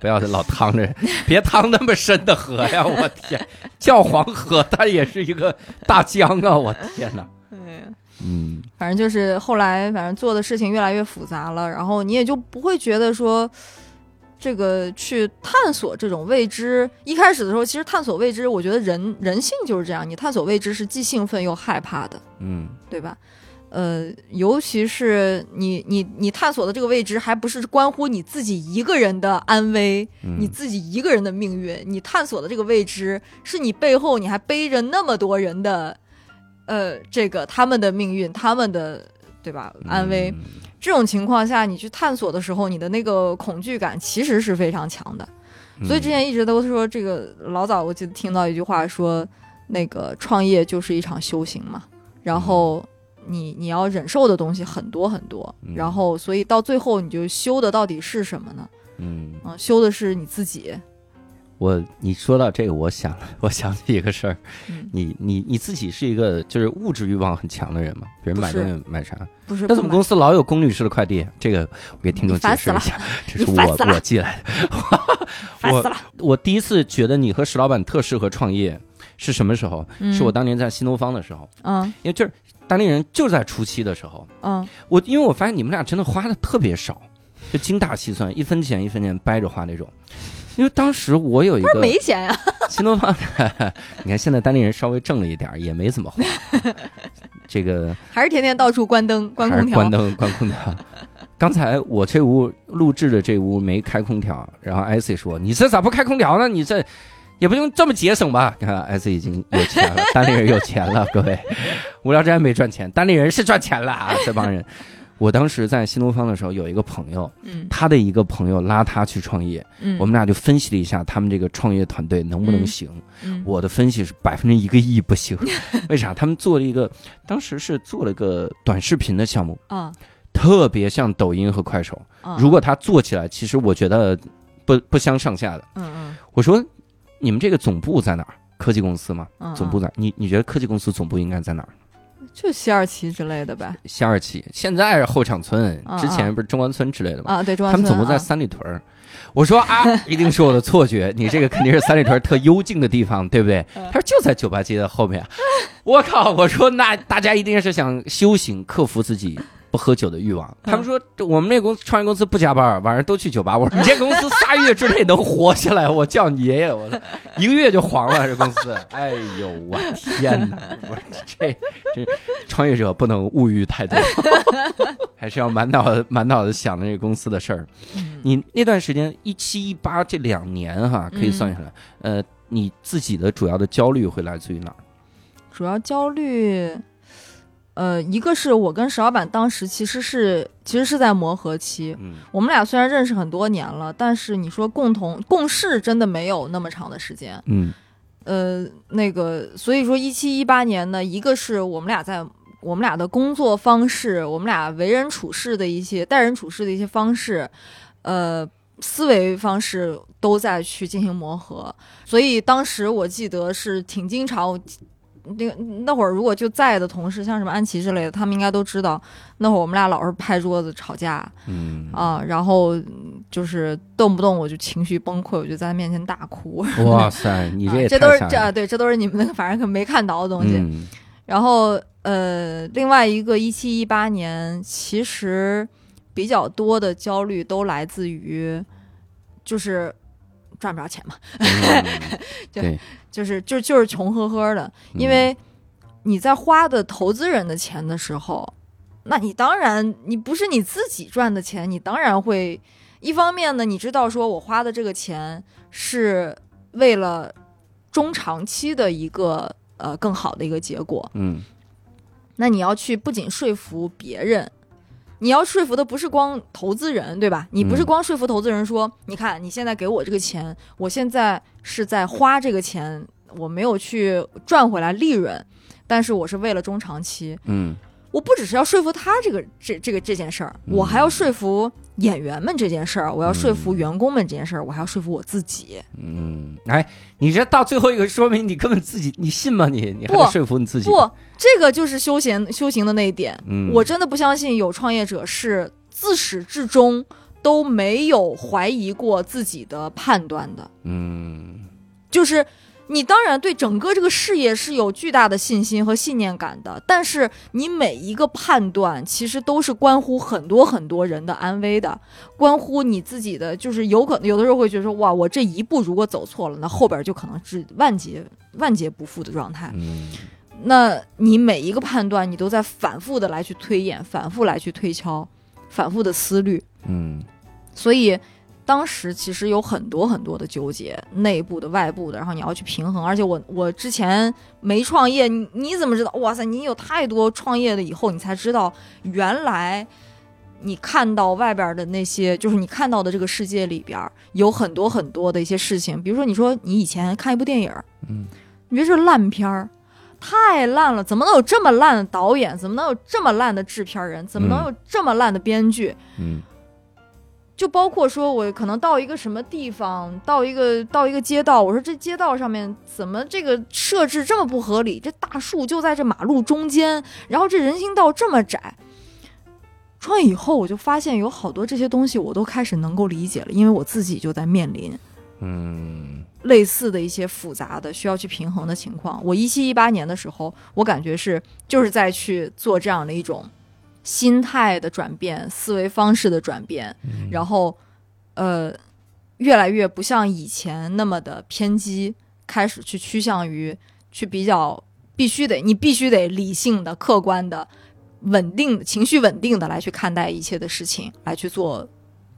不要老趟着，别趟那么深的河呀！我天，叫黄河，它也是一个大江啊！我天哪，嗯反正就是后来，反正做的事情越来越复杂了，然后你也就不会觉得说。这个去探索这种未知，一开始的时候，其实探索未知，我觉得人人性就是这样，你探索未知是既兴奋又害怕的。嗯对吧？呃，尤其是你你你探索的这个位置，还不是关乎你自己一个人的安危，嗯，你自己一个人的命运。你探索的这个位置，是你背后你还背着那么多人的，呃，这个他们的命运，他们的对吧安危。嗯这种情况下，你去探索的时候，你的那个恐惧感其实是非常强的。嗯所以之前一直都说这个，老早我记得听到一句话说，那个创业就是一场修行嘛，然后你你要忍受的东西很多很多嗯，然后所以到最后你就修的到底是什么呢？嗯，嗯嗯，修的是你自己，我你说到这个，我想了，我想起一个事儿，嗯，你你你自己是一个就是物质欲望很强的人嘛？比如买不东是西买啥？不是但是我们公司司老有龚律师的快递，这个我给听众解释一 下，这是你烦我死了我寄来的。烦死我了，我第一次觉得你和石老板特适合创业是什么时候？嗯是我当年在新东方的时候，嗯因为就是单立人就在初期的时候，嗯我因为我发现你们俩真的花的特别少，就精打细算，一分钱一分钱掰着花那种。因为当时我有一不是个没钱呀、新东方， 你看现在单立人稍微挣了一点儿，也没怎 么花。这个还是天天到处关灯关还空是调关，灯、关空调。 刚才我这屋录制的这屋没开空调，然后艾 C 说：“你这咋不开空调呢？你这也不用这么节省吧？”看艾 C 已经有钱了，单立人有钱了，各位，无聊斋没赚钱，单立人是赚钱了啊！这帮人，我当时在新东方的时候有一个朋友，嗯他的一个朋友拉他去创业，嗯，我们俩就分析了一下他们这个创业团队能不能嗯行。嗯我的分析是百分之一个亿 不行，为啥？他们做了一个，当时是做了个短视频的项目。啊特别像抖音和快手。啊，如果它做起来，其实我觉得不不相上下的。嗯嗯我说，你们这个总部在哪儿？科技公司吗？嗯，总部在你你觉得科技公司总部应该在哪儿？就西二旗之类的呗，西二旗，现在是后场村嗯，之前不是中关村之类的吗？啊对，中他关们村总部在啊三里屯儿。我说啊，一定是我的错觉，你这个肯定是三里屯儿特幽静的地方，对不对？嗯他说就在酒吧街的后面。我靠！我说那大家一定是想修行，克服自己不喝酒的欲望。嗯他们说这我们那公司创业公司不加班，晚上都去酒吧。我说你这公司仨月之内能活下来，我叫你爷爷！我说一个月就黄了这 公司。哎呦我天哪！我说这这创业者不能物欲 太多，还是要满脑子满脑子想着这公司的事儿。嗯你那段时间一七一八这两年哈，可以算下来，呃，你自己的主要的焦虑会来自于哪儿？主要焦虑，呃，一个是我跟石老板当时其实是其实是在磨合期，嗯我们俩虽然认识很多年了，但是你说共同共事真的没有那么长的时间。嗯呃，那个，所以说一七一八年呢，一个是我们俩在我们俩的工作方式，我们俩为人处事的一些待人处事的一些方式，呃，思维方式都在去进行磨合。所以当时我记得是挺经常，那个那会儿如果就在的同事，像什么安琪之类的，他们应该都知道，那会儿我们俩老是拍桌子吵架 嗯，啊、然后嗯就是动不动我就情绪崩溃，我就在他面前大哭。哇塞，你这啊也这太都是吓人这了啊对，这都是你们那个反正可没看到的东西。嗯然后呃，另外一个一七一八年，其实比较多的焦虑都来自于就是赚不着钱嘛，嗯就是就就是穷呵呵的，因为你在花的投资人的钱的时候，那你当然你不是你自己赚的钱，你当然会一方面呢，你知道说我花的这个钱是为了中长期的一个呃更好的一个结果，嗯那你要去不仅说服别人，你要说服的不是光投资人，对吧？你不是嗯光说服投资人说，你看你现在给我这个钱，我现在是在花这个钱，我没有去赚回来利润，但是我是为了中长期。嗯我不只是要说服他这个这这个这件事儿，嗯我还要说服演员们这件事儿，我要说嗯服员工们这件事儿，我还要说服我自己。嗯，哎，你这到最后一个说明你根本自己，你信吗你？你还不得说服你自己？不，这个就是修行修行的那一点。嗯，我真的不相信有创业者是自始至终都没有怀疑过自己的判断的。嗯就是你当然对整个这个事业是有巨大的信心和信念感的，但是你每一个判断其实都是关乎很多很多人的安危的，关乎你自己的，就是有可能有的时候会觉得说，哇，我这一步如果走错了，那后边就可能是万劫万劫不复的状态。嗯那你每一个判断，你都在反复的来去推演，反复来去推敲，反复的思虑。嗯所以当时其实有很多很多的纠结，内部的、外部的，然后你要去平衡。而且我我之前没创业，你你怎么知道？哇塞，你有太多创业的以后，你才知道原来。你看到外边的那些，就是你看到的这个世界里边有很多很多的一些事情，比如说你说你以前看一部电影，嗯，你觉得这是烂片儿，太烂了，怎么能有这么烂的导演？怎么能有这么烂的制片人？怎么能有这么烂的编剧？嗯就包括说我可能到一个什么地方，到一个到一个街道，我说这街道上面怎么这个设置这么不合理？这大树就在这马路中间，然后这人行道这么窄。创业以后，我就发现有好多这些东西我都开始能够理解了，因为我自己就在面临嗯类似的一些复杂的需要去平衡的情况。我一七一八年的时候，我感觉是就是在去做这样的一种心态的转变、思维方式的转变，然后呃，越来越不像以前那么的偏激，开始去趋向于去比较必须得你必须得理性的、客观的、稳定的情绪稳定的来去看待一切的事情，来去做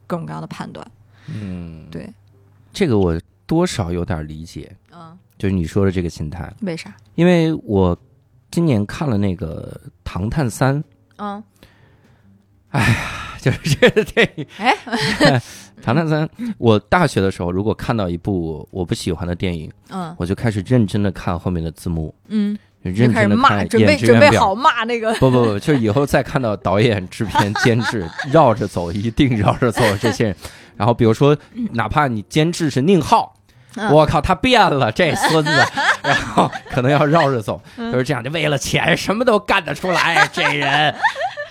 各种各样的判断。嗯，对，这个我多少有点理解，嗯，就是你说的这个心态，为啥？因为我今年看了那个《唐探三》。嗯，就是这个电影。哎， 《唐探三》，我大学的时候如果看到一部我不喜欢的电影，嗯我就开始认真的看后面的字幕，嗯。就就认开始真的骂，看准备演职准备员表好。骂那个，不不不，就以后再看到导演、制 片、监制绕着走，一定绕着走这些人。然后比如说，哪怕你监制是宁浩，嗯我靠，他变了这 孙子，然后可能要绕着走，嗯就是这样，就为了钱什么都干得 出来，这人。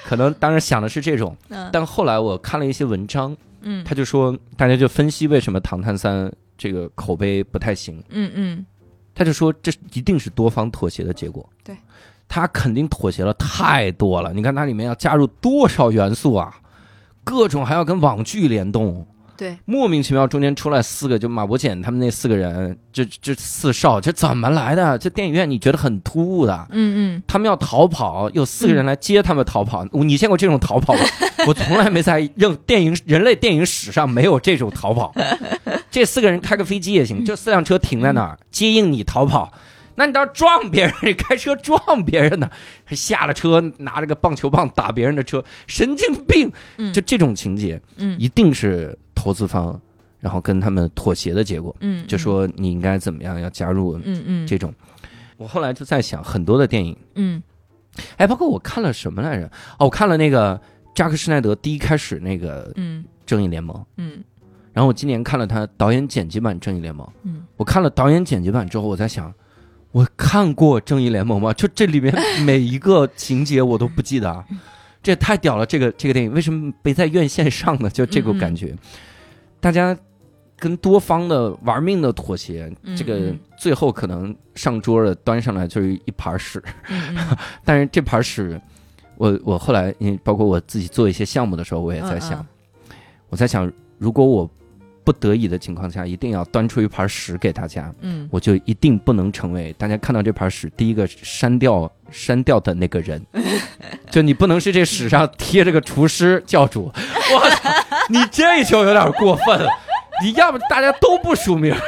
可能当时想的是这种，嗯但后来我看了一些文章，嗯他就说，大家就分析为什么《唐探三》这个口碑不太行，嗯嗯，他就说这一定是多方妥协的结果。对，他肯定妥协了太多了。你看它里面要加入多少元素啊，各种还要跟网剧联动，对，莫名其妙中间出来四个，就马伯简他们那四个人，这这四少，这怎么来的？这电影院你觉得很突兀的？嗯他们要逃跑，有四个人来接他们逃跑。你见过这种逃跑 吗？我从来没在任电影人类电影史上没有这种 逃跑。这四个人开个飞机也嗯行，就四辆车停在那儿接应你逃跑。那你倒是撞别人，你开车撞别人呢？还下了车拿着个棒球棒打别人的车，神经病！嗯就这种情节，嗯一定是投资方然后跟他们妥协的结果，嗯，就说你应该怎么样，要加入嗯嗯这种。我后来就在想，很多的电影。嗯哎，包括我看了什么来着？哦，我看了那个扎克施奈德第一开始那个《嗯正义联盟》，嗯然后我今年看了他导演剪辑版《正义联盟》。嗯我看了导演剪辑版之后，我在想，我看过《正义联盟》吗？就这里 面每一个情节我都不记得啊，嗯这也太屌了！这个这个电影为什么没在院线上呢？就这个嗯嗯感觉，大家跟多方的玩命的妥协，这嗯个嗯最后可能上桌了，端上来就是一盘屎。嗯 嗯但是这盘屎，我我后来，因为包括我自己做一些项目的时候，我也在嗯想，嗯我在想，如果我不得已的情况下，一定要端出一盘屎给大家，嗯，我就一定不能成为大家看到这盘屎第一个删掉删掉的那个人，就你不能是这屎上贴着个厨师教主，我操，你这就有点过分了，你要不大家都不署名啊。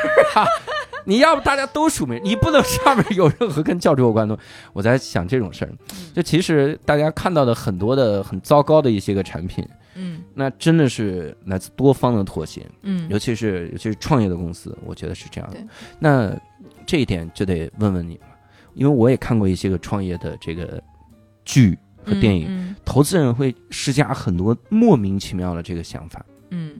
你要不大家都署名，你不能上面有任何跟教主有关的东西。我在想这种事儿，就其实大家看到的很多的很糟糕的一些个产品，嗯那真的是来自多方的妥协。嗯尤其是尤其是创业的公司，我觉得是这样的对。那这一点就得问问你了，因为我也看过一些个创业的这个剧和电影，嗯投资人会施加很多莫名其妙的这个想法，嗯，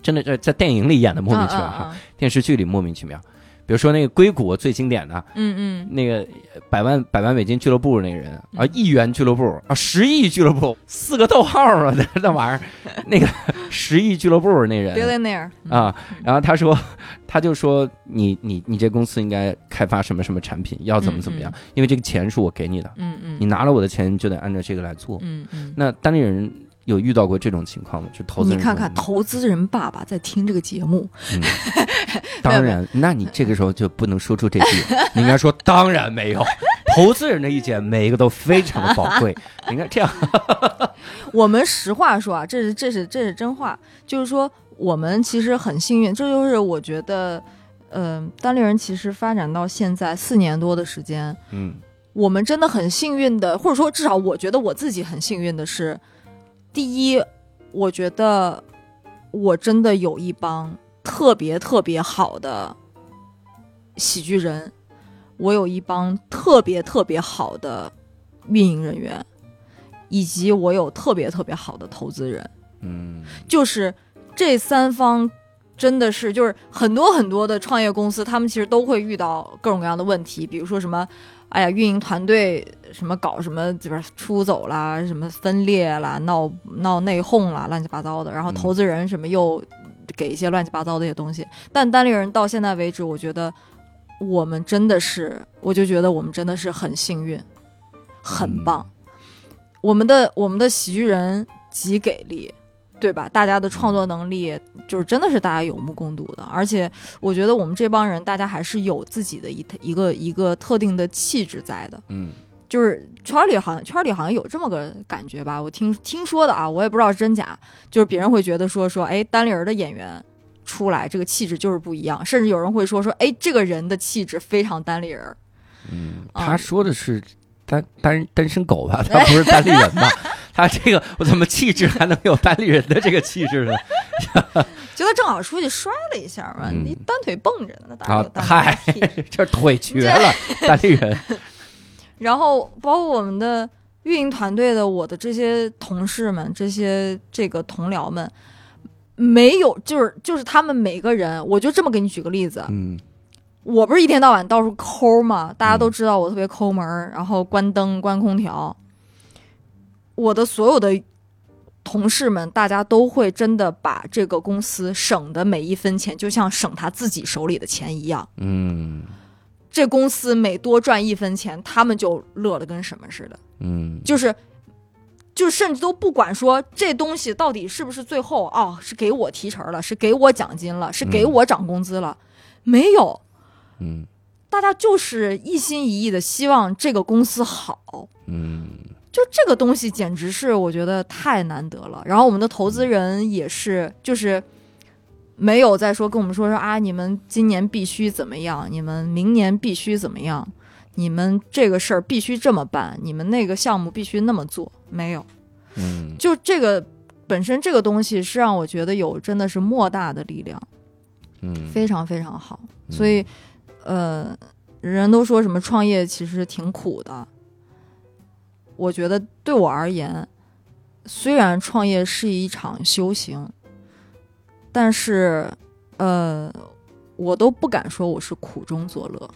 真的在在电影里演的莫名其妙哈，啊，电视剧里莫名其妙。比如说那个硅谷最经典的嗯嗯那个百万百万美金俱乐部那个人啊，嗯亿元俱乐部啊，十亿俱乐部，四个逗号啊，那那玩意儿，那个十亿俱乐部那 人，，billionaire 啊，然后他说， 他就说你你你这公司应该开发什么什么产品，要怎么怎么样，因为这个钱是我给你的，嗯嗯，你拿了我的钱就得按照这个来做。嗯嗯。那当地人有遇到过这种情况吗？就投资你人看看，说投资人爸爸在听这个节目，嗯当然，那你这个时候就不能说出这句， 你应该说当然 没有。投资人的意见每一个都非常的宝贵，你看这样，我们实话说啊，这是这是这是真话，就是说我们其实很幸运，这就是我觉得，嗯、单立人其实发展到现在四年多的时间，嗯我们真的很幸运的，或者说至少我觉得我自己很幸运的是，第一，我觉得我真的有一帮特别特别好的喜剧人，我有一帮特别特别好的运营人员，以及我有特别特别好的投资人。嗯就是这三方真的是就是很多很多的创业公司，他们其实都会遇到各种各样的问题，比如说什么。哎呀，运营团队什么搞什么这边出走啦，什么分裂啦，闹闹内讧啦，乱七八糟的。然后嗯投资人什么又给一些乱七八糟的一些东西。但单立人到现在为止，我觉得我们真的是，我就觉得我们真的是很幸运，很棒。我们的我们的喜剧人极给力，对吧？大家的创作能力就是真的是大家有目共睹的，而且我觉得我们这帮人大家还是有自己的一一个一个特定的气质在的，嗯，就是圈儿里好像圈儿里好像有这么个感觉吧，我听听说的啊，我也不知道真假，就是别人会觉得说说哎单立人的演员。出来这个气质就是不一样，甚至有人会说说，哎，这个人的气质非常单立人儿，嗯，啊他说的是单单单身狗吧，他不是单立人 吧？他这个我怎么气质还能有单立人的这个气质呢？觉得正好出去摔了一下嘛，嗯你单腿蹦着呢，那啊大大嗨 这腿瘸了，单立人。然后包括我们的运营团队的我的这些同事们，这些这个同僚们，没有就是就是他们每个人，我就这么给你举个例子， 嗯我不是一天到晚到处抠吗？大家都知道我特别抠门儿，然后关灯、关空调。我的所有的同事们，大家都会真的把这个公司省的每一分钱，就像省他自己手里的钱一样。嗯这公司每多赚一分钱，他们就乐得跟什么似的。嗯，就是就甚至都不管说这东西到底是不是最后哦是给我提成了，是给我奖金了，是给嗯我涨工资了，没有，嗯大家就是一心一意的希望这个公司好。嗯就这个东西，简直是我觉得太难得了。然后我们的投资人也是，就是没有再说跟我们说说啊，你们今年必须怎么样，你们明年必须怎么样，你们这个事儿必须这么办，你们那个项目必须那么做，没有。嗯，就这个本身这个东西是让我觉得有真的是莫大的力量，嗯，非常非常好。所以，呃，人都说什么创业其实挺苦的，我觉得对我而言，虽然创业是一场修行，但是，呃，我都不敢说我是苦中作乐。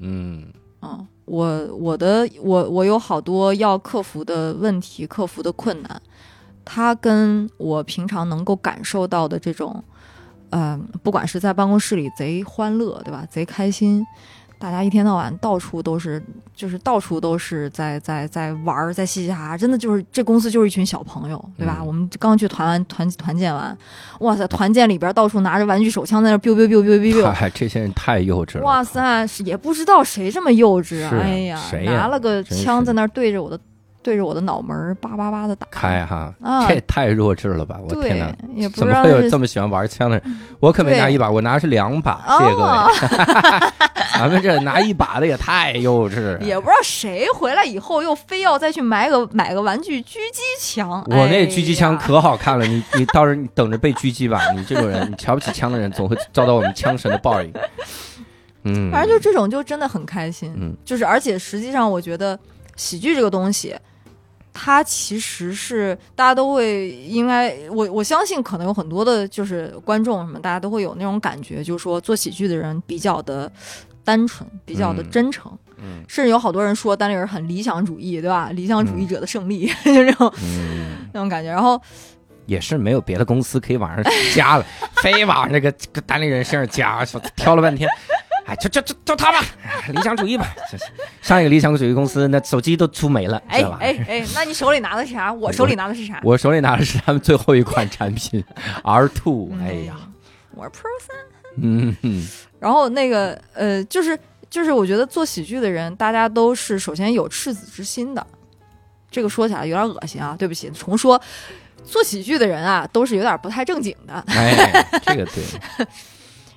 嗯，嗯，我我的我我有好多要克服的问题，克服的困难，它跟我平常能够感受到的这种，嗯、不管是在办公室里贼欢乐，对吧？贼开心，大家一天到晚到处都是，就是到处都是在在在玩儿，在嘻嘻哈哈，真的就是这公司就是一群小朋友，对吧？嗯我们刚去团完团团建完，哇塞，团建里边到处拿着玩具手枪在那 biu biu biu biu biu biu。嗨，这些人太幼稚了。哎哇塞，是也不知道谁这么幼稚啊！是啊哎呀，谁呀拿了个真是枪在那儿对着我的，对着我的脑门儿叭叭叭的打。开哈，啊，这太弱智了吧！我天对哪，，也不怎知么道会有是嗯这么喜欢玩枪的人？我可没拿一把，我拿的是两把。谢谢各哦位，，咱们这拿一把的也太幼稚了。也不知道谁回来以后又非要再去买个买个玩具狙击枪。我哎那呀狙击枪可好看了，你你到时候你等着被狙击吧！你这种人，你瞧不起枪的人，总会遭到我们枪神的报应。嗯，反正就这种就真的很开心，嗯就是而且实际上我觉得喜剧这个东西，它其实是大家都会应该我我相信可能有很多的就是观众什么，大家都会有那种感觉，就是说做喜剧的人比较的单纯，比较的嗯真诚。嗯甚至有好多人说单立人很理想主义，对吧？理想主义者的胜利， 就这种嗯，那种感觉。然后也是没有别的公司可以往上 加了，非往那个这个单立人身上加，说挑了半天。哎，就就就就他吧，哎理想主义吧。这是上一个理想主义公司，那手机都出没了，哎知道吧？哎哎，那你手里拿的是啥？我手里拿的是啥？我手里拿的是他们最后一款产品 R Two，嗯哎呀，，我是 Pro 嗯，哼然后那个呃，就是就是，我觉得做喜剧的人，大家都是首先有赤子之心的。这个说起来有点恶心啊，对不起，重说。做喜剧的人啊，都是有点不太正经的，哎，这个对，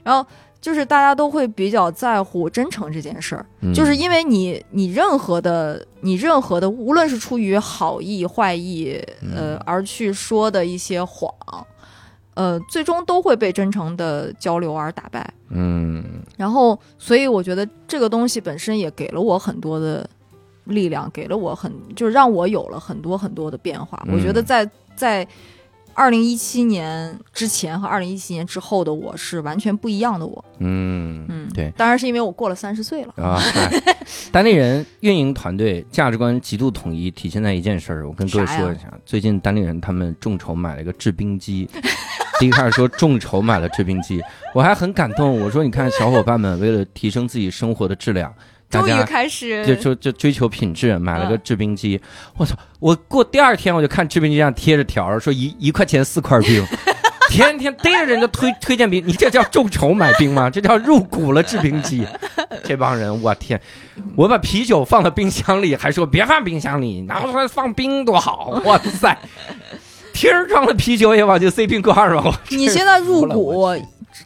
然后就是大家都会比较在乎真诚这件事儿，嗯就是因为你你任何的你任何的，无论是出于好意坏意，呃，而去说的一些谎，呃，最终都会被真诚的交流而打败。嗯然后，所以我觉得这个东西本身也给了我很多的力量，给了我很就是让我有了很多很多的变化。嗯我觉得在在二零一七年之前和二零一七年之后的我是完全不一样的我。嗯嗯，对当然是因为我过了三十岁了。啊，嗨单立人运营团队价值观极度统一，体现在一件事儿。我跟各位啥呀说一下，最近单立人他们众筹买了个制冰机。第一开始说众筹买了制冰机，我还很感动。我说你看，小伙伴们为了提升自己生活的质量，大终家于开就始，就就追求品质，买了个嗯制冰机。我操！我过第二天我就看制冰机上贴着条儿说一一块钱四块冰，天天逮着人就推推荐冰，你这叫众筹买冰吗？这叫入股了制冰机。这帮人，我天！我把啤酒放到冰箱里，还说别放冰箱里，拿出来放冰多好。哇塞！瓶儿装了啤酒也往进塞冰块儿吧，我你现在入服了股 我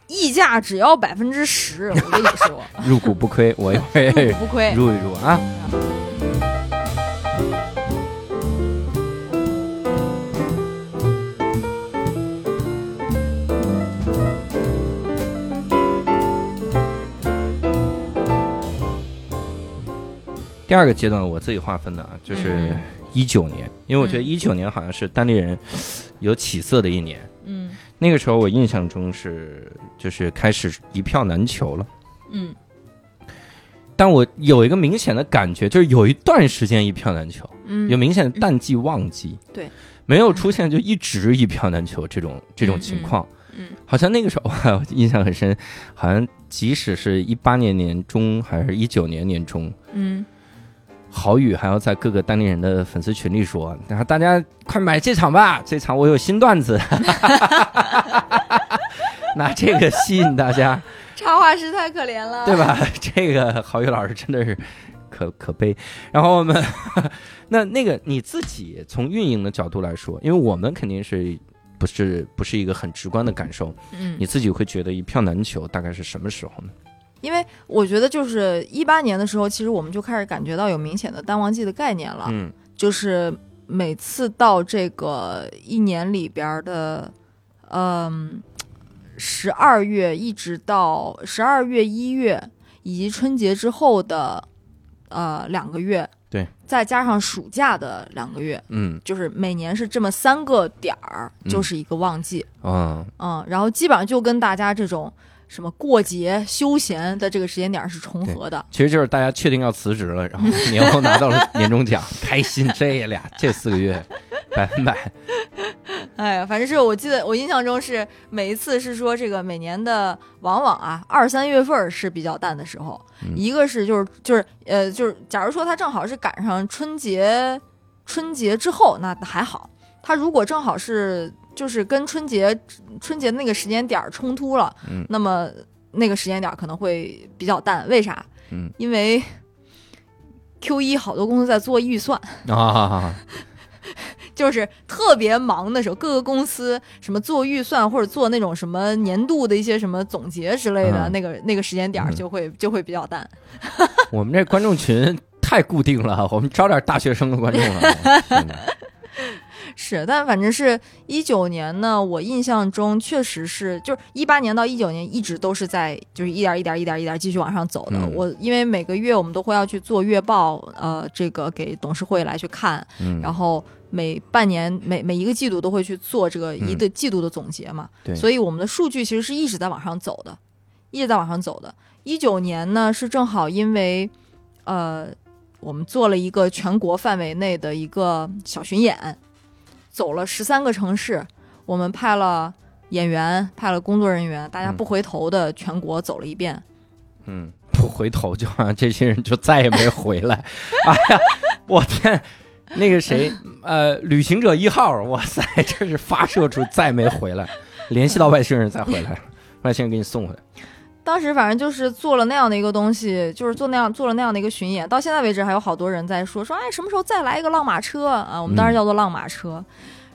溢价只要百分之十，我跟你 说入股不亏，我也 会不亏。入一入啊。第二个阶段我自己划分的啊，就是嗯一九年，因为我觉得嗯一九年好像是单立人有起色的一年。嗯那个时候我印象中是就是开始一票难求了，嗯但我有一个明显的感觉，就是有一段时间一票难求，有嗯，明显的淡季旺季，对，没有出现就一直一票难求这种这种情况。嗯嗯嗯好像那个时候我印象很深，好像即使是一八年年中还是一九年年中，嗯郝宇还要在各个单立人的粉丝群里说，然后大家快买这场吧，这场我有新段子， 拿这个吸引大家。插画师太可怜 了，对？吧？ 这个郝宇老师真的是可可悲。然后我们 那那个你自己从运营的角度来说，因为我们肯定是不是不是一个很直观的感受，嗯你，自己会觉得一票难求，大概是什么时候呢？因为我觉得就是一八年的时候，其实我们就开始感觉到有明显的淡旺季的概念了，嗯就是每次到这个一年里边儿的，嗯，十二月一直到十二月、一月以及春节之后的，呃，两个月，对，再加上暑假的两个月，嗯就是每年是这么三个点儿，嗯就是一个旺季。嗯啊嗯，然后基本上就跟大家这种什么过节、休闲的这个时间点儿是重合的。其实就是大家确定要辞职了，然后年后拿到了年终奖， 开心这俩这四个月百分百。哎呀，反正是我记得我印象中是每一次是说这个每年的往往啊二三月份儿是比较淡的时候，嗯一个是就是就是呃就是假如说它正好是赶上春节春节之后，那还好；它如果正好是就是跟春节春节那个时间点儿冲突了，嗯那么那个时间点儿可能会比较淡。为啥？嗯因为 Q 一好多公司在做预算。啊，就是特别忙的时候，各个公司什么做预算或者做那种什么年度的一些什么总结之类的，嗯那个那个时间点儿嗯就会、就会比较淡。我们这观众群太固定了，我们招点大学生的观众了。真的是，但反正是一九年呢，我印象中确实是，就是一八年到一九年一直都是在就是一点儿一点儿一点儿一点儿继续往上走的。嗯我因为每个月我们都会要去做月报，呃，这个给董事会来去看，嗯，然后每半年每每一个季度都会去做这个一嗯个季度的总结嘛，对所以我们的数据其实是一直在往上走的，一直在往上走的。一九年呢是正好因为，呃，我们做了一个全国范围内的一个小巡演，走了十三个城市，我们派了演员，派了工作人员，大家嗯不回头的全国走了一遍。嗯，不回头，就好像这些人就再也没回来。哎呀，我天！那个谁，呃，旅行者一号，哇塞，这是发射出再没回来，联系到外星人再回来，外星人给你送回来。当时反正就是做了那样的一个东西，就是做那样做了那样的一个巡演，到现在为止还有好多人在说说，哎，什么时候再来一个浪马车啊？我们当时叫做浪马车，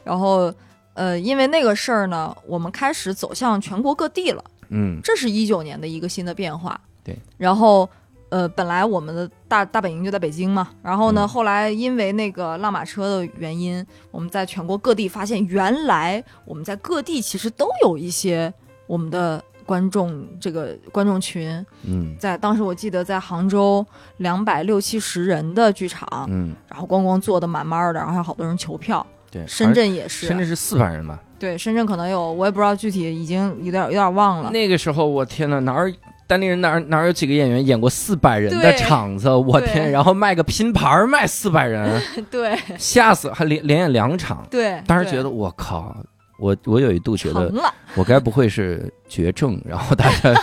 然后呃，因为那个事儿呢，我们开始走向全国各地了，嗯这是一九年的一个新的变化。对，然后呃，本来我们的大大本营就在北京嘛，然后呢，嗯后来因为那个浪马车的原因，我们在全国各地发现，原来我们在各地其实都有一些我们的观众这个观众群，嗯在当时我记得在杭州两百六七十人的剧场，嗯，然后光光坐的满满的，然后还有好多人求票，对，深圳也是，啊嗯深圳是四百人吧？对深圳可能有，我也不知道具体，已经有点有点忘了。那个时候，我天呐，哪儿单立人哪儿哪儿有几个演员演过四百人的对场子？我对天！然后卖个拼盘儿卖四 百人，对吓死！还连连演两场，对，当时觉对得我靠，我我有一度觉得成了。我该不会是绝症，然后大家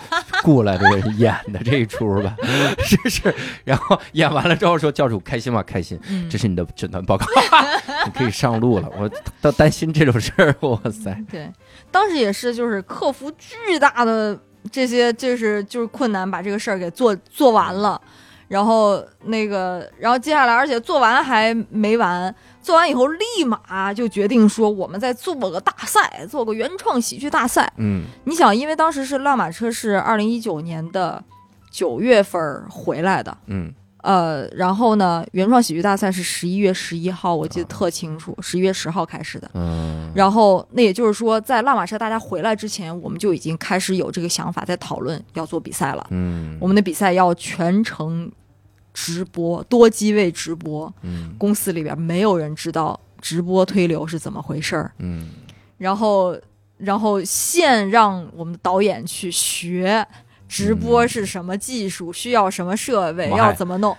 雇来的人演的这一出吧？ 是是。然后演完了之后说教主开心吗？开心。嗯这是你的诊断报告， 你可以上路了。我倒担心这种事儿， 哇塞！嗯对，当时也是就是克服巨大的这些就是就是困难，把这个事儿给做做完了。然后那个，然后接下来，而且做完还没完，做完以后立马就决定说，我们再做个大赛，做个原创喜剧大赛。嗯你想，因为当时是浪马车是二零一九年的九月份儿回来的，嗯，呃，然后呢，原创喜剧大赛是十一月十一号，我记得啊特清楚，十一月十号开始的。嗯，然后，那也就是说，在拉马车大家回来之前，我们就已经开始有这个想法，在讨论要做比赛了。嗯我们的比赛要全程直播，多机位直播。嗯公司里边没有人知道直播推流是怎么回事儿，嗯然后，然后现让我们的导演去学直播是什么技术，需要什么设备，妈呀要怎么弄。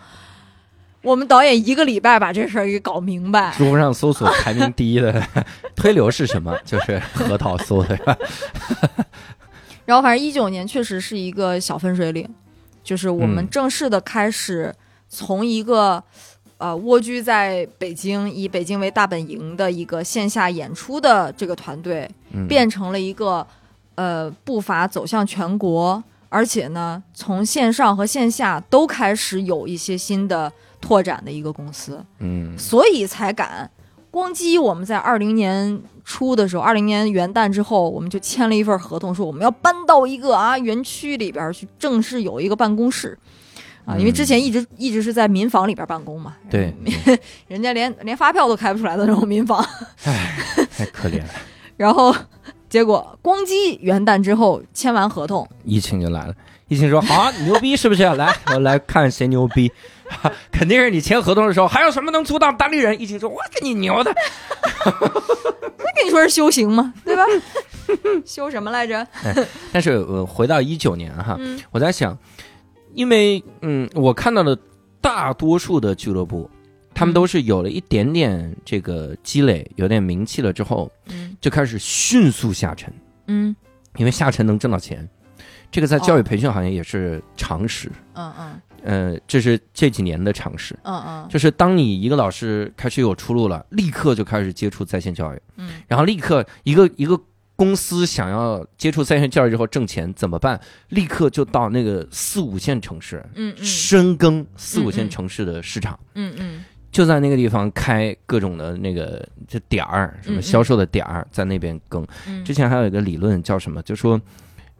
我们导演一个礼拜把这事儿给搞明白，知乎上搜索排名第一的推流是什么？就是核桃搜的，然后反正一九年确实是一个小分水岭，就是我们嗯正式的开始从一个、呃蜗居在北京，以北京为大本营的一个线下演出的这个团队，嗯变成了一个呃步伐走向全国，而且呢从线上和线下都开始有一些新的拓展的一个公司。嗯所以才敢。光基我们在二零年初的时候，二零年元旦之后，我们就签了一份合同，说我们要搬到一个啊园区里边儿去，正式有一个办公室。啊，嗯因为之前一直一直是在民房里边儿办公嘛，对，嗯人家连连发票都开不出来的那种民房。太可怜了，然后结果光基元旦之后签完合同，疫情就来了。疫情说好，你 牛逼是不是？来，我来看谁牛逼， 哈肯定是你签合同的时候，还有什么能阻挡单立人？疫情说，我跟你牛的，那跟你说是修行吗？对吧？修什么来着？但是呃，回到一九年哈，嗯我在想，因为嗯，我看到的大多数的俱乐部，他们都是有了一点点这个积累，有点名气了之后，嗯就开始迅速下沉，嗯因为下沉能挣到钱，这个在教育培训行业也是常识，嗯嗯呃，这是这几年的常识。嗯就是当你一个老师开始有出路了，立刻就开始接触在线教育，嗯然后立刻一个一个公司想要接触在线教育之后挣钱怎么办？立刻就到那个四五线城市，嗯深耕四五嗯嗯线城市的市场，嗯嗯就在那个地方开各种的那个这点儿，什嗯嗯么销售的点儿，在那边耕。嗯，之前还有一个理论叫什么，就说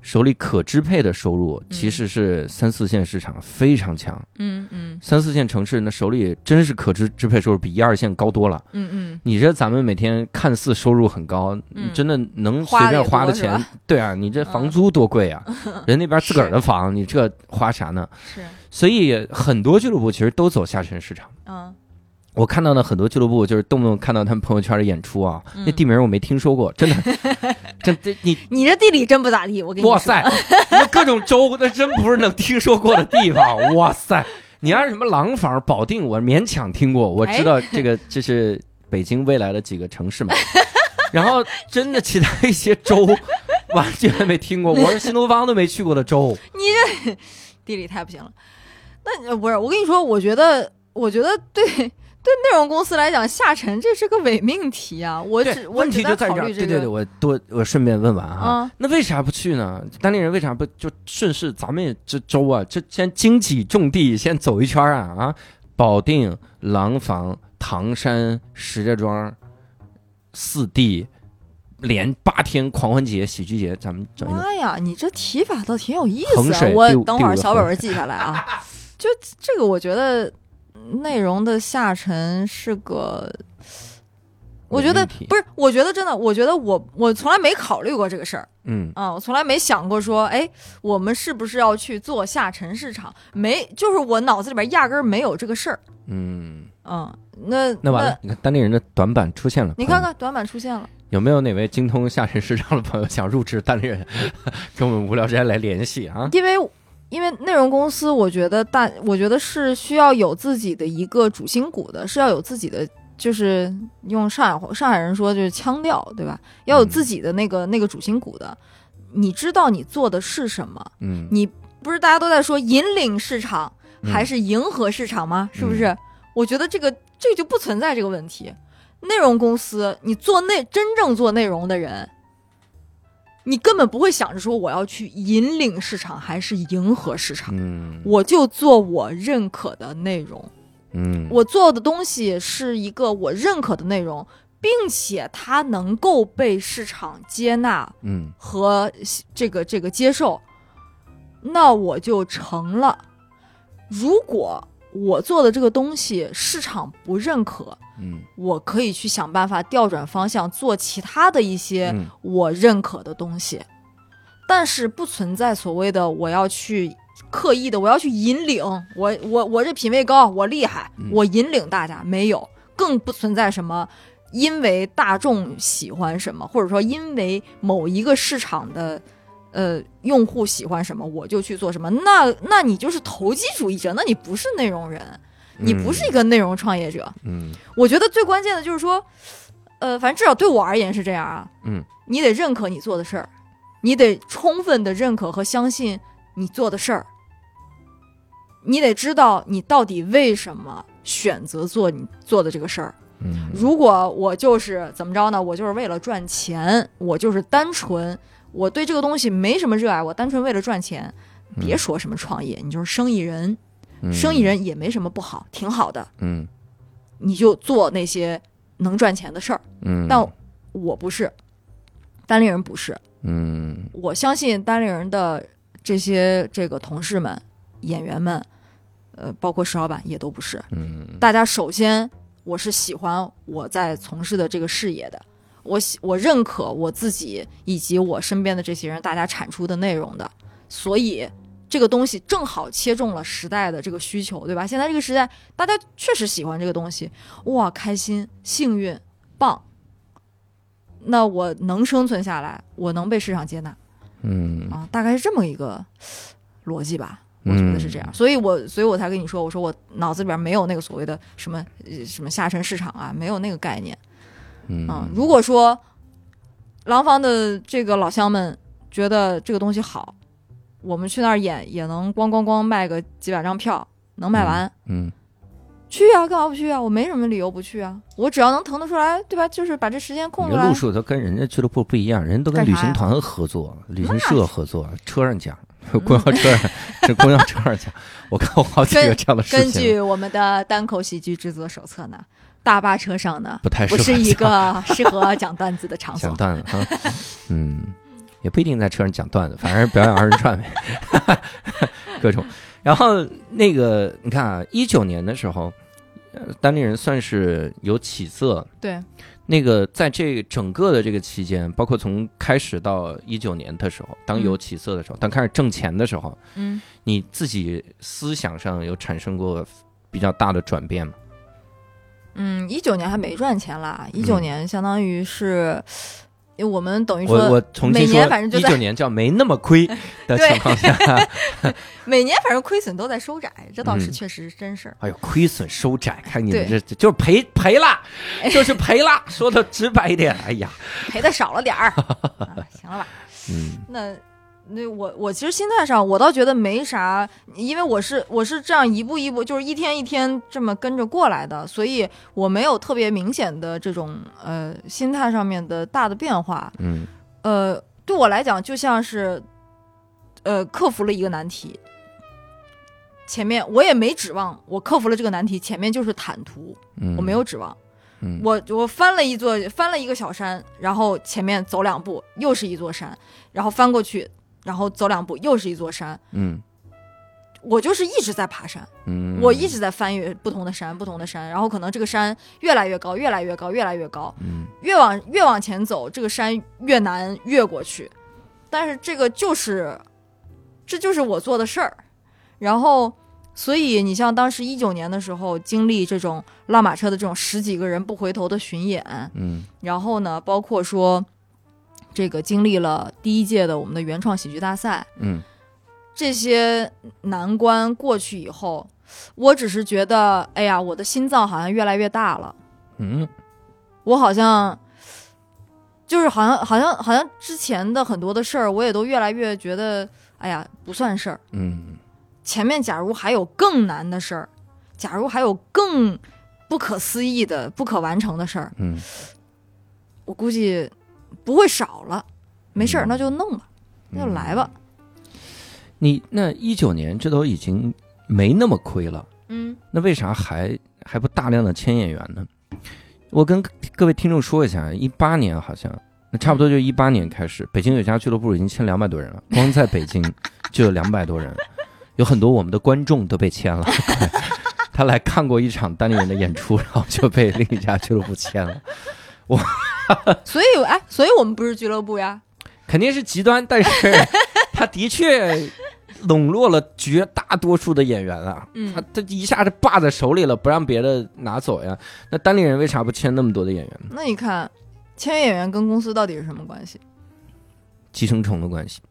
手里可支配的收入其实是三四线市场非常强，嗯嗯三四线城市那手里真是可支支配收入比一二线高多了。嗯嗯你这咱们每天看似收入很高，嗯你真的能随便花的花的也多钱是，对啊，你这房租多贵啊！人那边自个儿的房，你这花啥呢？是所以很多俱乐部其实都走下沉市场。嗯我看到的很多俱乐部就是动不动看到他们朋友圈的演出啊，嗯那地名我没听说过，真 的，真这你你这地理真不咋地，我跟你哇说，塞，那各种州那真不是能听说过的地方，哇塞！ 你要是什么廊坊、保定，我勉强听过，我知哎道 这个这是北京未来的几个城市嘛。然后真的其他一些州完全没听过，我是新东方都没去过的州。地理太不行了。那呃不是我跟你说，我觉得我觉得对对内容公司来讲，下沉这是个伪命题啊。我只对，我问只题就在考这儿。虑这对个，对对，我多我顺便问完哈，嗯那为啥不去呢？当地人为啥不就顺势咱们也这州啊，这先经济重地先走一圈啊啊，保定、廊坊、唐山、石家庄、四地，连八天狂欢节、喜剧节，咱们整一整。妈呀，你这提法倒挺有意衡思、啊水，我第五等会儿第五个小衡本本记下来啊。就这个，我觉得内容的下沉是个，我觉得伪命题不是，我觉得真的，我觉得我我从来没考虑过这个事儿嗯，啊，我从来没想过说，哎，我们是不是要去做下沉市场？没，就是我脑子里边压根儿没有这个事儿。嗯，嗯，那那完了，你嗯看当地人的短板出现了。你朋友看们看短板出现了，有没有哪位精通下沉市场的朋友想入职当地人， 跟我们无聊斋来联系啊？因为因为内容公司，我觉得大，我觉得是需要有自己的一个主心骨的，是要有自己的，就是用上海话上海人说就是腔调，对吧？要嗯有自己的那个、那个主心骨的，你知道你做的是什么，嗯，你不是大家都在说引领市场嗯还是迎合市场吗？是不嗯是？我觉得这个这就不存在这个问题。内容公司，你做内真正做内容的人，你根本不会想着说我要去引领市场还是迎合市场，嗯我就做我认可的内容。嗯，我做的东西是一个我认可的内容，并且它能够被市场接纳嗯和这个这个接受，那我就成了。如果我做的这个东西市场不认可，嗯我可以去想办法调转方向，做其他的一些嗯我认可的东西。但是不存在所谓的我要去刻意的，我要去引领，我我我这品味高，我厉害嗯，我引领大家，没有，更不存在什么。因为大众喜欢什么，或者说因为某一个市场的呃用户喜欢什么，我就去做什么，那那你就是投机主义者，那你不是内容人，你不是一个内容创业者。嗯我觉得最关键的就是说，呃，反正至少对我而言是这样啊。嗯，你得认可你做的事儿，你得充分的认可和相信你做的事儿，你得知道你到底为什么选择做你做的这个事儿。嗯如果我就是怎么着呢？我就是为了赚钱，我就是单纯，我对这个东西没什么热爱，我单纯为了赚钱，嗯别说什么创业，你就是生意人，生意人也没什么不好，挺好的。嗯你就做那些能赚钱的事儿。嗯，但我不是，单立人不是。嗯我相信单立人的这些这个同事们、演员们，呃，包括石老板也都不是。嗯大家首先，我是喜欢我在从事的这个事业的，我喜我认可我自己以及我身边的这些人大家产出的内容的，所以这个东西正好切中了时代的这个需求，对吧？现在这个时代，大家确实喜欢这个东西，哇，开心、幸运、棒。那我能生存下来，我能被市场接纳嗯啊，大概是这么一个逻辑吧。我觉得是嗯这样，所以我所以我才跟你说，我说我脑子里边没有那个所谓的什么呃什么下沉市场啊，没有那个概念。嗯嗯，如果说廊坊的这个老乡们觉得这个东西好，我们去那儿演也能咣咣咣卖个几百张票，能卖完，嗯去啊，干嘛不去啊？我没什么理由不去啊，我只要能腾得出来，对吧？就是把这时间空你出的来路，数都跟人家俱乐部不一样，人家都跟干啥旅呀行团合作、旅行社合作，车上讲，公交车上，这公交车上讲，我看过好几个根这样的事根情，据我们的单口喜剧制作手册呢，大巴车上呢不太适不合是一 讲个适合讲段子的场所讲。段子啊，嗯，也不一定在车上讲段子，反正表演二人转呗， 各种。然后那个你看啊，一九年的时候，呃当地人算是有起色，对，那个在这整个的这个期间，包括从开始到一九年的时候，当有起色的时候，当开始挣钱的时候，嗯，你自己思想上有产生过比较大的转变吗？嗯，一九年还没赚钱啦，一九嗯年相当于是，因为我们等于说我我重新每说年反，正就一在九年叫没那么亏的情况下，每年反正亏损都在收窄，这倒是嗯确实是真事儿。哎呦，亏损收窄，看你们这对就是赔 赔了，就是赔了，说的直白一点，哎呀，赔的少了点 儿、啊行了吧？嗯那那我我其实心态上我倒觉得没啥，因为我是我是这样一步一步，就是一天一天这么跟着过来的，所以我没有特别明显的这种呃心态上面的大的变化。嗯呃，对我来讲就像是呃克服了一个难题。前面我也没指望我克服了这个难题，前面就是坦途，嗯，我没有指望。嗯，我我翻了一座翻了一个小山，然后前面走两步又是一座山，然后翻过去，然后走两步又是一座山。嗯我就是一直在爬山，嗯，我一直在翻越不同的山，不同的山，然后可能这个山越来越高，越来越高，越来越高，嗯越往越往前走，这个山越难越过去。但是这个就是，这就是我做的事儿。然后，所以你像当时一九年的时候，经历这种拉马车的这种十几个人不回头的巡演，嗯然后呢，包括说这个经历了第一届的我们的原创喜剧大赛，嗯这些难关过去以后，我只是觉得，哎呀，我的心脏好像越来越大了，嗯我好像。就是好像好像好像之前的很多的事儿，我也都越来越觉得，哎呀，不算事儿。嗯前面假如还有更难的事儿，假如还有更不可思议的、不可完成的事儿，嗯，我估计不会少了。没事儿，嗯那就弄吧，那就来吧。你那一九年这都已经没那么亏了，嗯那为啥还还不大量的签演员呢？我跟各位听众说一下，一八年好像，那差不多就一八年开始，北京有家俱乐部已经签两百多人了，光在北京就有两百多人，有很多我们的观众都被签了。 他来看过一场单立人的演出，然后就被另一家俱乐部签了，所以哎，所以我们不是俱乐部呀。肯定是极端，但是他的确笼络了绝大多数的演员啊。他嗯，他一下子霸在手里了，不让别的拿走呀。那单立人为啥不签那么多的演员呢？那你看，签约演员跟公司到底是什么关系？寄生虫的 关系，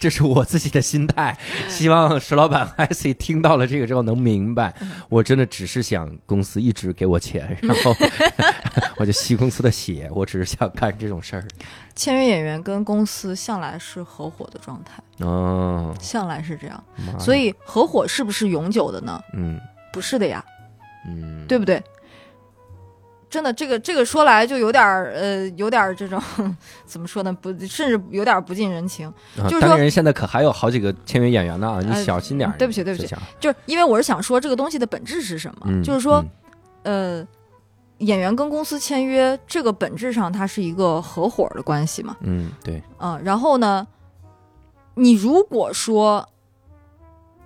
这是我自己的心态。希望石老板 IC 听到了这个之后能明白，嗯我真的只是想公司一直给 我钱，然后我就吸公司的血，我只是想干这种事儿。签约演员跟公司向来是合伙的状态，哦，向来是这样。妈呀所，以合伙是不是永久的呢？嗯不是的呀，嗯，对不对？真的，这个这个说来就有点儿呃，有点儿这种 怎么说呢？不，甚至有点儿不近人情。啊就是说单立人现在可还有好几个签约演员呢，啊你呃小心点儿。对不起对不起这小孩，就是因为我是想说这个东西的本质是什么，嗯就是说，呃，演员跟公司签约，这个本质上它是一个合伙的关系嘛，嗯，嗯对，嗯、然后呢，你如果说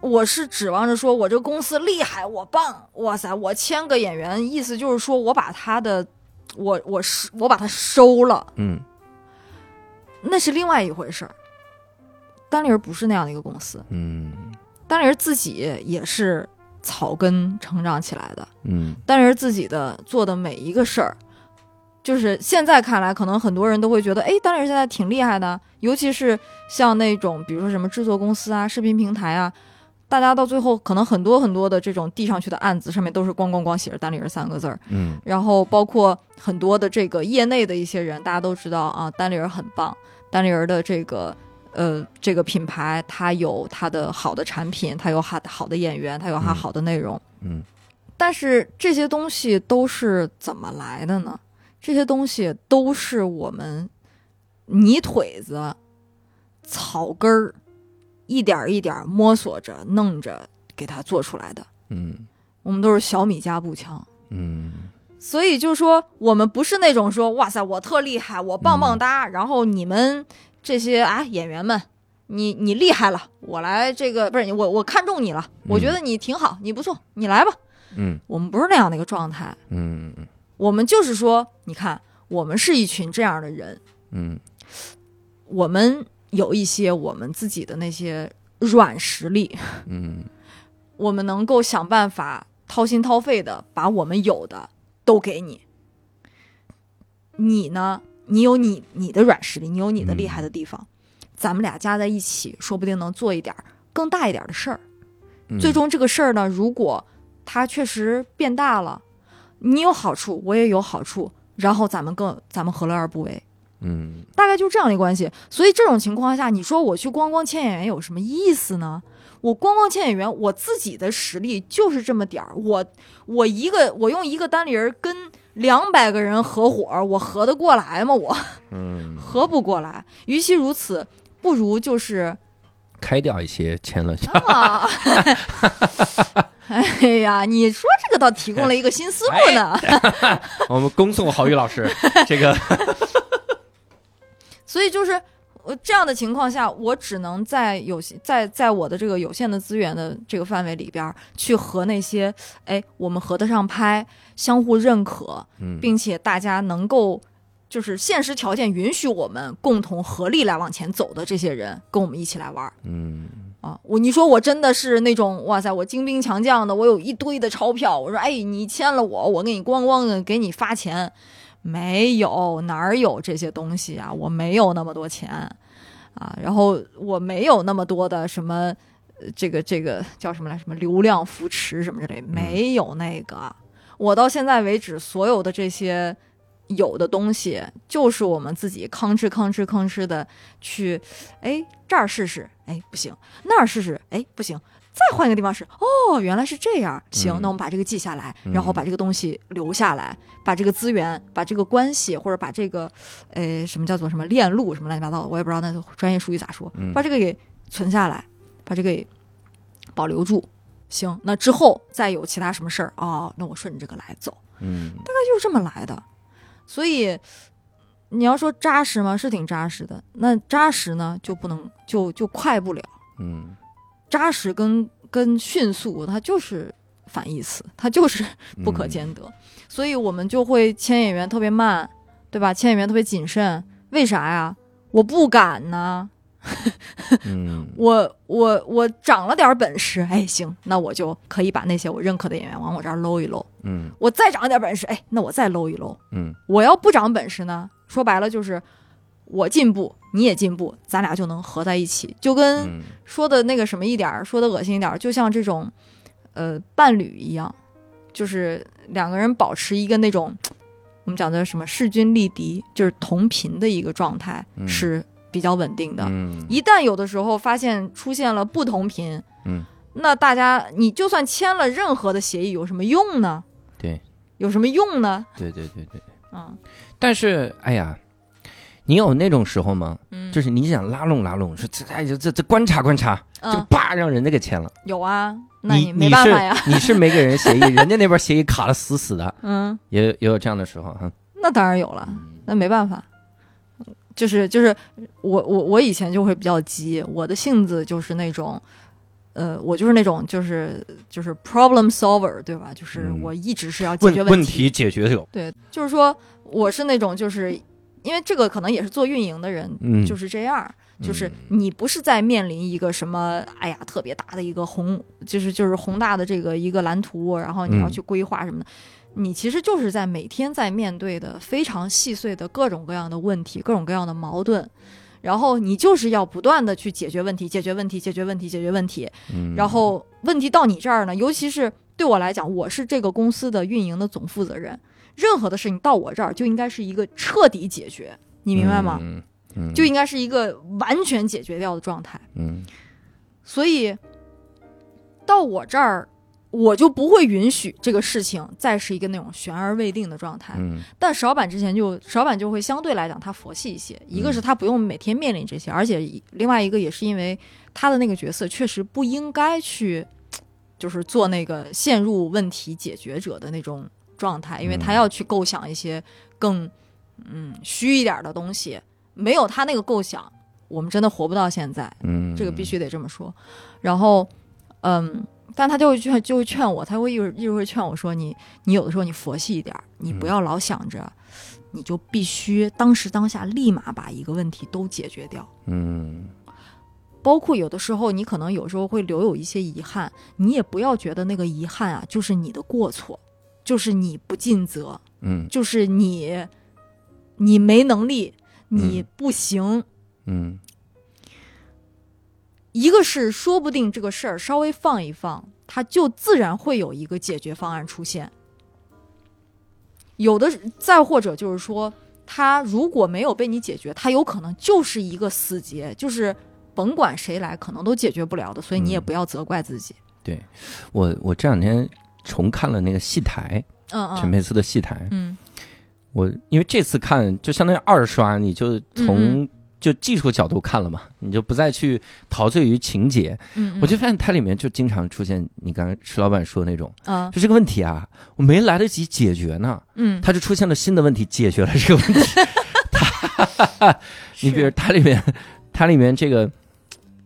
我是指望着说我这个公司厉害，我棒，哇塞，我签个演员，意思就是说我把他的，我我是我把他收了，嗯那是另外一回事儿。单立人不是那样的一个公司，嗯单立人自己也是草根成长起来的。嗯但是自己的做的每一个事儿，就是现在看来，可能很多人都会觉得，哎，单立人现在挺厉害的，尤其是像那种比如说什么制作公司啊、视频平台啊，大家到最后可能很多很多的这种递上去的案子上面都是咣咣咣写着“单立人”三个字儿，嗯，然后包括很多的这个业内的一些人，大家都知道啊，单立人很棒，单立人的这个呃这个品牌，它有它的好的产品，它有它好的演员，它有它嗯好的内容。嗯，但是这些东西都是怎么来的呢？这些东西都是我们泥腿子、草根儿，一点儿一点儿摸索着、弄着给它做出来的。嗯，我们都是小米加步枪。嗯，所以就说我们不是那种说哇塞我特厉害我棒棒哒，然后你们这些啊演员们，你你厉害了，我来这个不是我我看中你了，我觉得你挺好，你不错，你来吧。嗯，我们不是那样的一个状态，嗯，我们就是说，你看我们是一群这样的人，嗯，我们有一些我们自己的那些软实力，嗯，我们能够想办法掏心掏肺的把我们有的都给你。你呢？你有你你的软实力，你有你的厉害的地方，咱们俩加在一起，说不定能做一点儿更大一点儿的事儿。嗯最，终这个事儿呢，如果它确实变大了，你有好处，我也有好处，然后咱们更咱们何乐而不为？嗯，大概就这样的一个关系。所以这种情况下，你说我去光光签演员有什么意思呢？我光光签演员，我自己的实力就是这么点儿。我我一个我用一个单立人跟两百个人合伙儿，我合得过来吗？我 嗯，合不过来。与其如此，不如就是开掉一些签了，啊。哎呀，你说这个倒提供了一个新思路呢。 我们恭送郝宇 老师这个，所以就是我这样的情况下，我只能在有限在在我的这个有限的资源的这个范围里边儿，去和那些哎我们合得上拍、相互认可，嗯，并且大家能够就是现实条件允许我们共同合力来往前走的这些人，跟我们一起来玩儿嗯，啊！我你说我真的是那种哇塞，我精兵强将的，我有一堆的钞票，我说哎你签了我，我给你咣咣的给你发钱。没有，哪儿有这些东西啊？我没有那么多钱啊，然后我没有那么多的什么，呃这个这个叫什么来？什么流量扶持什么之类，没有那个。我到现在为止，所有的这些有的东西，就是我们自己吭哧吭哧吭哧的去，哎，这儿试试，哎，不行，那儿试试，哎，不行。再换一个地方试，哦，原来是这样。行，嗯那我们把这个记下来，嗯然后把这个东西留下来，把这个资源、把这个关系，或者把这个，呃，什么叫做什么链路什么乱七八糟的，我也不知道那个专业术语咋说，嗯把这个给存下来，把这个给保留住。行，那之后再有其他什么事儿哦，那我顺着这个来走，嗯，那就是这么来的。所以你要说扎实吗？是挺扎实的。那扎实呢，就不能就就快不了。嗯，扎实跟跟迅速，它就是反义词，它就是嗯不可兼得。所以我们就会签演员特别慢，对吧？签演员特别谨慎，为啥呀？我不敢呐，嗯，我我我长了点本事，哎，行，那我就可以把那些我认可的演员往我这儿搂一搂。嗯，我再长一点本事，哎，那我再搂一搂。嗯，我要不长本事呢，说白了就是我进步，你也进步，咱俩就能合在一起，就跟嗯，说的那个什么一点儿，说的恶心一点儿，就像这种，呃，伴侣一样，就是两个人保持一个那种，我们讲的什么势均力敌，就是同频的一个状态嗯是比较稳定的。嗯，一旦有的时候发现出现了不同频，嗯，那大家你就算签了任何的协议，有什么用呢？对，有什么用呢？对对对对，嗯但是，哎呀，你有那种时候吗？嗯，就是你想拉拢拉拢，说这哎这这这观察观察，就嗯叭让人家给签了。有啊，那你没你办是法呀， 你是没给人协议，人家那边协议卡的死死的，嗯，也也有这样的时候哈。啊那当然有了。嗯那没办法，就是就是我我我以前就会比较急，我的性子就是那种，呃，我就是那种就是就是 problem solver，对吧？就是嗯我一直是要解决问问问题解决有，对，就是说我是那种就是因为这个可能也是做运营的人、嗯，就是这样儿。就是嗯你不是在面临一个什么，哎呀，特别大的一个宏，就是就是宏大的这个一个蓝图，然后你要嗯去规划什么的，你其实就是在每天在面对的非常细碎的各种各样的问题、各种各样的矛盾，然后你就是要不断的去解决问题、解决问题、解决问题、解决问题，嗯然后问题到你这儿呢，尤其是对我来讲，我是这个公司的运营的总负责人，任何的事情到我这儿就应该是一个彻底解决，你明白吗？嗯，嗯就应该是一个完全解决掉的状态。嗯所以到我这儿，我就不会允许这个事情再是一个那种悬而未定的状态。嗯但石老板之前就石老板就会相对来讲他佛系一些，一个是他不用每天面临这些，而且另外一个也是因为他的那个角色确实不应该去，就是做那个陷入问题解决者的那种状态，因为他要去构想一些更嗯虚一点的东西，没有他那个构想，我们真的活不到现在。嗯，这个必须得这么说。然后，嗯，但他就会劝，就会劝我，他会一直一直会劝我说你，你有的时候你佛系一点儿，你不要老想着，你就必须当时当下立马把一个问题都解决掉。嗯包括有的时候，你可能有时候会留有一些遗憾，你也不要觉得那个遗憾啊，就是你的过错，就是你不尽责，嗯就是你，你没能力，你嗯不行，嗯一个是说不定这个事儿稍微放一放，它就自然会有一个解决方案出现。有的，再或者就是说，它如果没有被你解决，它有可能就是一个死结，就是甭管谁来，可能都解决不了的。所以你也嗯不要责怪自己。我我这两天重看了那个戏台，嗯嗯陈佩斯的戏台，嗯我因为这次看就相当于二刷，你就嗯从就技术角度看了嘛，你就不再去陶醉于情节。嗯，我就发现它里面就经常出现你刚才石老板说的那种，嗯就这个问题啊，我没来得及解决呢，嗯，它就出现了新的问题，解决了这个问题。你比如它里面，它里面这个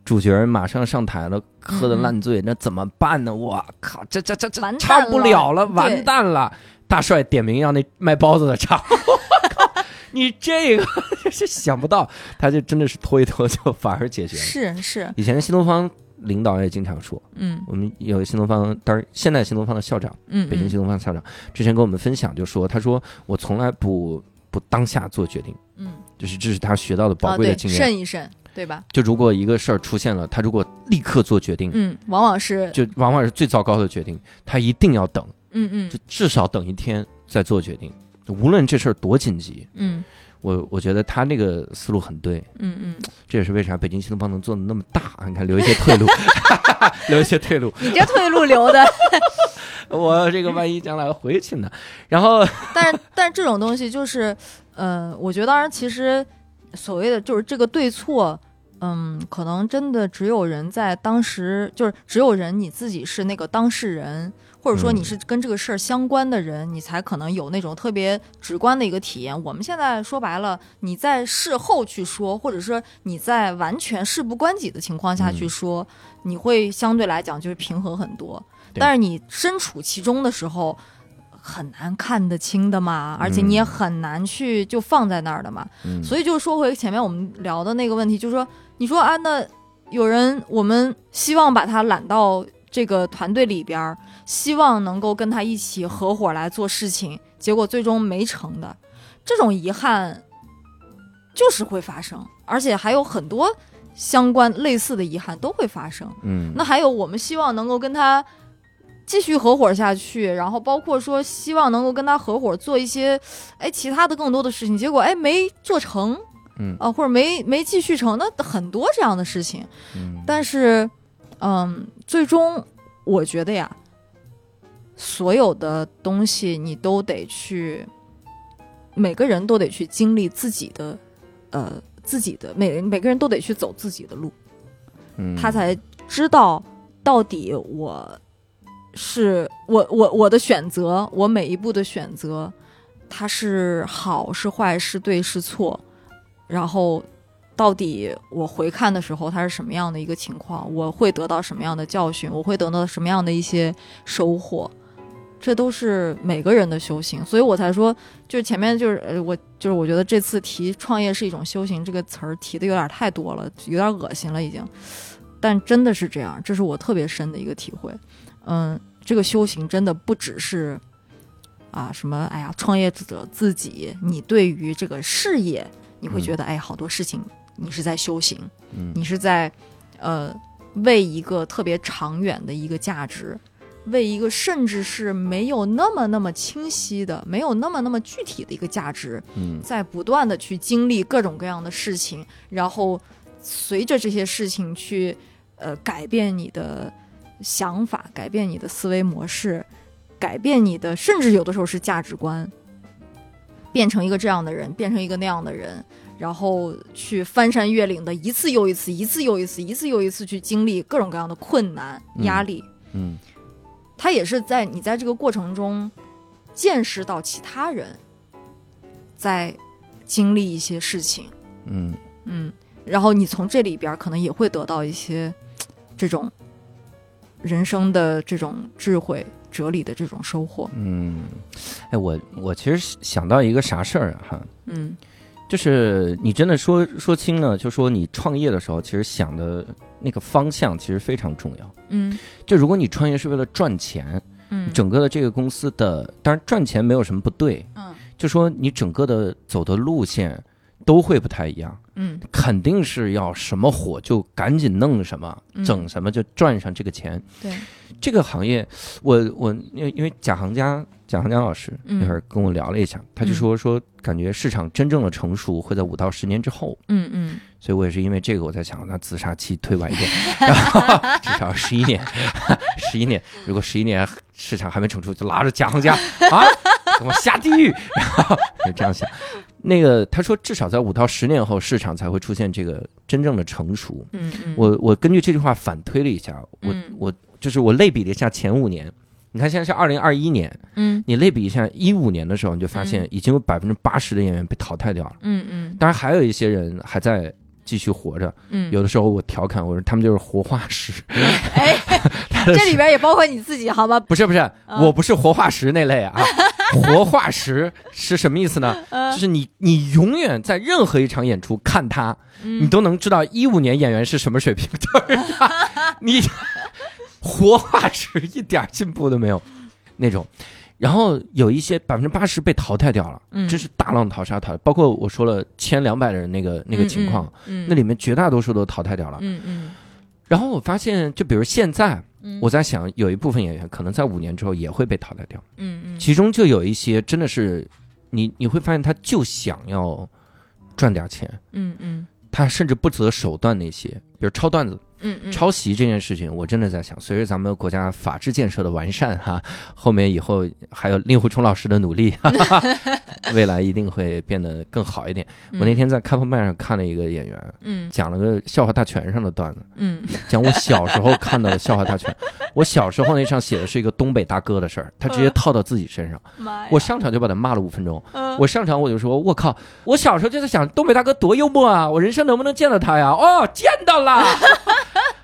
主角马上上台了，喝的烂醉，那怎么办呢？我靠，这这这这嗯完蛋唱不了了，了完蛋了！大帅点名让那卖包子的唱， 我靠，你这个 是想不到，他就真的是拖一拖就反而解决了。是是，以前新东方领导也经常说，嗯我们有新东方，当然现在新东方的校长。嗯，北京新东方校长之前跟我们分享，就说他说我从来不不当下做决定，嗯就是这是他学到的宝啊贵的对，经验。慎一慎，对吧？就如果一个事儿出现了，他如果立刻做决定，嗯，往往是就往往是最糟糕的决定。他一定要等，嗯嗯就至少等一天再做决定，无论这事儿多紧急。嗯我我觉得他那个思路很对，嗯嗯，这也是为啥北京新东方能做的那么大。你看，留一些退 路，留一些退路。你这退路留的。我这个万一将来回去呢？然后，但是但是这种东西就是，呃，我觉得当然其实所谓的就是这个对错，嗯，可能真的只有人在当时，就是只有人你自己是那个当事人，或者说嗯你是跟这个事儿相关的人，你才可能有那种特别直观的一个体验。我们现在说白了，你在事后去说，或者说你在完全事不关己的情况下去嗯说，你会相对来讲就是平和很多。对但是你身处其中的时候，很难看得清的嘛，而且你也很难去就放在那儿的嘛。嗯所以就说回前面我们聊的那个问题，就是说，你说啊，那有人我们希望把他揽到这个团队里边儿，希望能够跟他一起合伙来做事情，结果最终没成的，这种遗憾就是会发生，而且还有很多相关类似的遗憾都会发生。嗯，那还有，我们希望能够跟他继续合伙下去，然后包括说希望能够跟他合伙做一些哎其他的更多的事情，结果哎没做成，嗯啊、或者没没继续成，那很多这样的事情。嗯但是，嗯，最终我觉得呀，所有的东西你都得去，每个人都得去经历自己的，呃，自己的每每个人都得去走自己的路。嗯他才知道到底我是我我我的选择，我每一步的选择，它是好是坏，是对是错，然后到底我回看的时候，它是什么样的一个情况，我会得到什么样的教训，我会得到什么样的一些收获。这都是每个人的修行，所以我才说，就是前面就是呃，我就是我觉得这次提创业是一种修行这个词儿提的有点太多了，有点恶心了已经。但真的是这样，这是我特别深的一个体会。嗯，这个修行真的不只是啊，什么哎呀，创业者自己，你对于这个事业，你会觉得、哎，好多事情你是在修行，嗯你是在呃为一个特别长远的一个价值，为一个甚至是没有那么那么清晰的、没有那么那么具体的一个价值，嗯在不断的去经历各种各样的事情，然后随着这些事情去呃改变你的想法，改变你的思维模式，改变你的，甚至有的时候是价值观，变成一个这样的人，变成一个那样的人。然后去翻山越岭的一次又一次，一次又一次，一次又一次去经历各种各样的困难、嗯压力，嗯他也是在你在这个过程中见识到其他人在经历一些事情，嗯嗯，然后你从这里边儿可能也会得到一些嘖这种人生的这种智慧、哲理的这种收获，嗯，哎，我我其实想到一个啥事儿啊哈，嗯就是你真的说说清了，就说你创业的时候，其实想的那个方向其实非常重要。嗯就如果你创业是为了赚钱，嗯整个的这个公司的，当然赚钱没有什么不对，嗯就说你整个的走的路线都会不太一样，嗯肯定是要什么火就赶紧弄什么，嗯整什么就赚上这个钱。对，这个行业，我我因为因为贾行家贾行家老师嗯那会儿跟我聊了一下，他就说说感觉市场真正的成熟会在五到十年之后，嗯嗯所以我也是因为这个我在想，那自杀期推晚 一点，然后至少十一年， 十一年，如果十一年市场还没成熟，就拉着贾行家啊，跟我下地狱， 然后就这样想。那个他说，至少在五到十年后，市场才会出现这个真正的成熟。嗯嗯，我我根据这句话反推了一下，我、嗯我就是我类比了一下前五年，你看现在是二零二一年，嗯你类比一下一五年的时候，你就发现嗯已经有百分之八十的演员被淘汰掉了，嗯嗯当然还有一些人还在继续活着。嗯，有的时候我调侃我说他们就是活化石， 哎，这里边也包括你自己，好吗？不是不是，嗯我不是活化石那 类啊。活化石是什么意思呢？嗯就是你你永远在任何一场演出看他，你嗯都能知道一五年演员是什么水平，就是 他，你活化石一点儿进步都没有那种。然后有一些百分之八十被淘汰掉了，嗯这是大浪淘沙淘汰，包括我说了千两百人那个那个情况，，嗯那里面绝大多数都淘汰掉了。嗯嗯然后我发现，就比如现在嗯，我在想，有一部分演员可能在五年之后也会被淘汰掉，嗯嗯，其中就有一些真的是你你会发现他就想要赚点钱，嗯嗯他甚至不择手段那些，比如抄段子。嗯嗯，抄袭这件事情，我真的在想，随着咱们国家法治建设的完善哈、后面以后还有令狐冲老师的努力，哈哈哈，未来一定会变得更好一点。我那天在开放麦上看了一个演员，嗯讲了个笑话大全上的段子，嗯讲我小时候看到的笑话大全。我小时候那上写的是一个东北大哥的事儿，他直接套到自己身上，嗯哎妈呀，我上场就把他骂了五分钟。嗯我上场我就说，我靠！我小时候就在想，东北大哥多幽默啊，我人生能不能见到他呀？哦，见到了！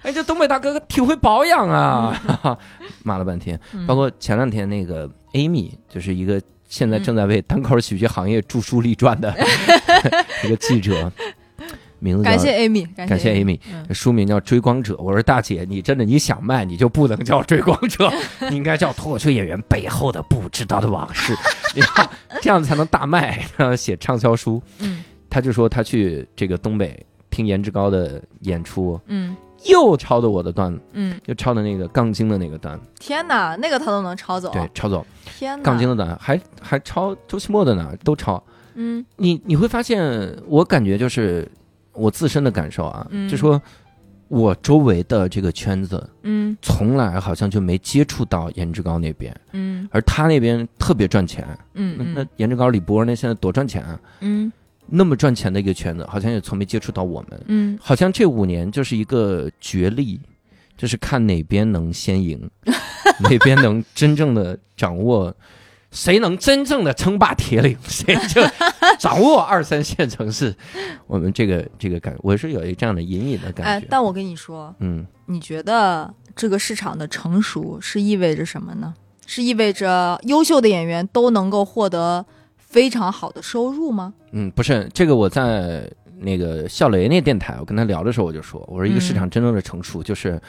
哎，这东北大哥挺会保养啊，哈嗯哈， 骂了半天。包括前两天那个 Amy，就是一个现在正在嗯为单口喜剧行业著书立传的 一个记者，名字叫感谢 Amy，感谢 Amy，书名叫《追光者》。我说大姐，你真的你想卖，你就不能叫《追光者》，你应该叫脱口秀演员背后的不知道的往事，你看这样才能大卖，然后写畅销书。嗯他就说他去这个东北听颜值高的演出，嗯又抄的我的段子，嗯，又抄的那个杠精的那个段子，天哪，那个他都能抄走，啊对，抄走天哪，杠精，的段子，还还抄周奇墨的呢，都抄。嗯你你会发现，我感觉就是我自身的感受啊，嗯就说我周围的这个圈子，嗯从来好像就没接触到颜值高那边，嗯而他那边特别赚钱。那嗯那颜值高李博那现在多赚钱啊？嗯那么赚钱的一个圈子，好像也从没接触到我们。嗯，好像这五年就是一个角力，就是看哪边能先赢，哪边能真正的掌握，谁能真正的称霸铁岭， 谁就掌握二三线城市。我们这个这个感，我是有一这样的隐隐的哎感觉。，但我跟你说，嗯，你觉得这个市场的成熟是意味着什么呢？是意味着优秀的演员都能够获得非常好的收入吗？嗯，不是这个，我在那个笑雷那电台，我跟他嗯聊的时候，我就说，我说一个市场真正的成熟，就是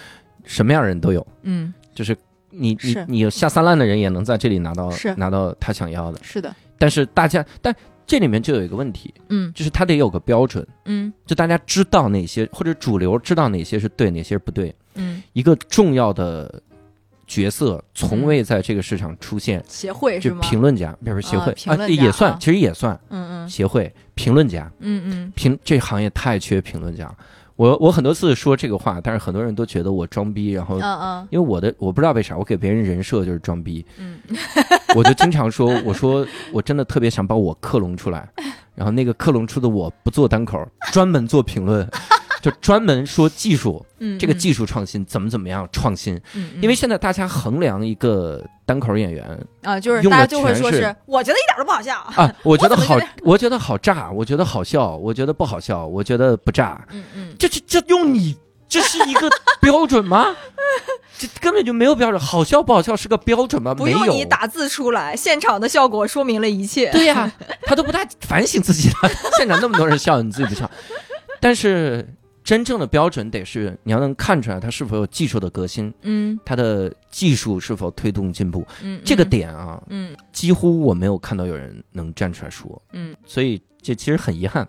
什么样人都有，嗯就是你你是你下三滥的人也能在这里拿到是拿到他想要的，是的，但是大家但这里面就有一个问题，嗯就是他得有个标准，嗯就大家知道哪些或者主流知道哪些是对，哪些是不对。嗯，一个重要的角色从未在这个市场出现，协会嗯是就吗？评论家，不是协会啊评论家也算啊，其实也算嗯嗯协会评论家，嗯评这行业太缺评论家了。我我很多次说这个话，但是很多人都觉得我装逼，然后嗯嗯因为我的我不知道为啥，我给别人人设就是装逼，嗯 我就经常说，我说我真的特别想把我克隆出来，然后那个克隆出的我不做单口，专门做评 论，就专门说技术，嗯，这个技术创新怎么怎么样创新，嗯，嗯因为现在大家衡量一个单口演员啊，就是用大的家就会全说是是，我觉得一点都不好笑。啊，我觉得好我怎，我觉得好炸，我觉得好笑，我觉得不好笑，我觉得不炸，嗯嗯，这这这用你这是一个标准吗？ 这根本就没有标准，好笑不好笑是个标准吗？不没有用。你打字出来，现场的效果说明了一切。对呀、他都不大反省自己了。现场那么多人笑，你自己不笑。 但是真正的标准得是你要能看出来他是否有技术的革新，嗯他的技术是否推动进步，嗯，这个嗯，点啊，嗯几乎我没有看到有人能站出来说。嗯，所以这其实很遗憾。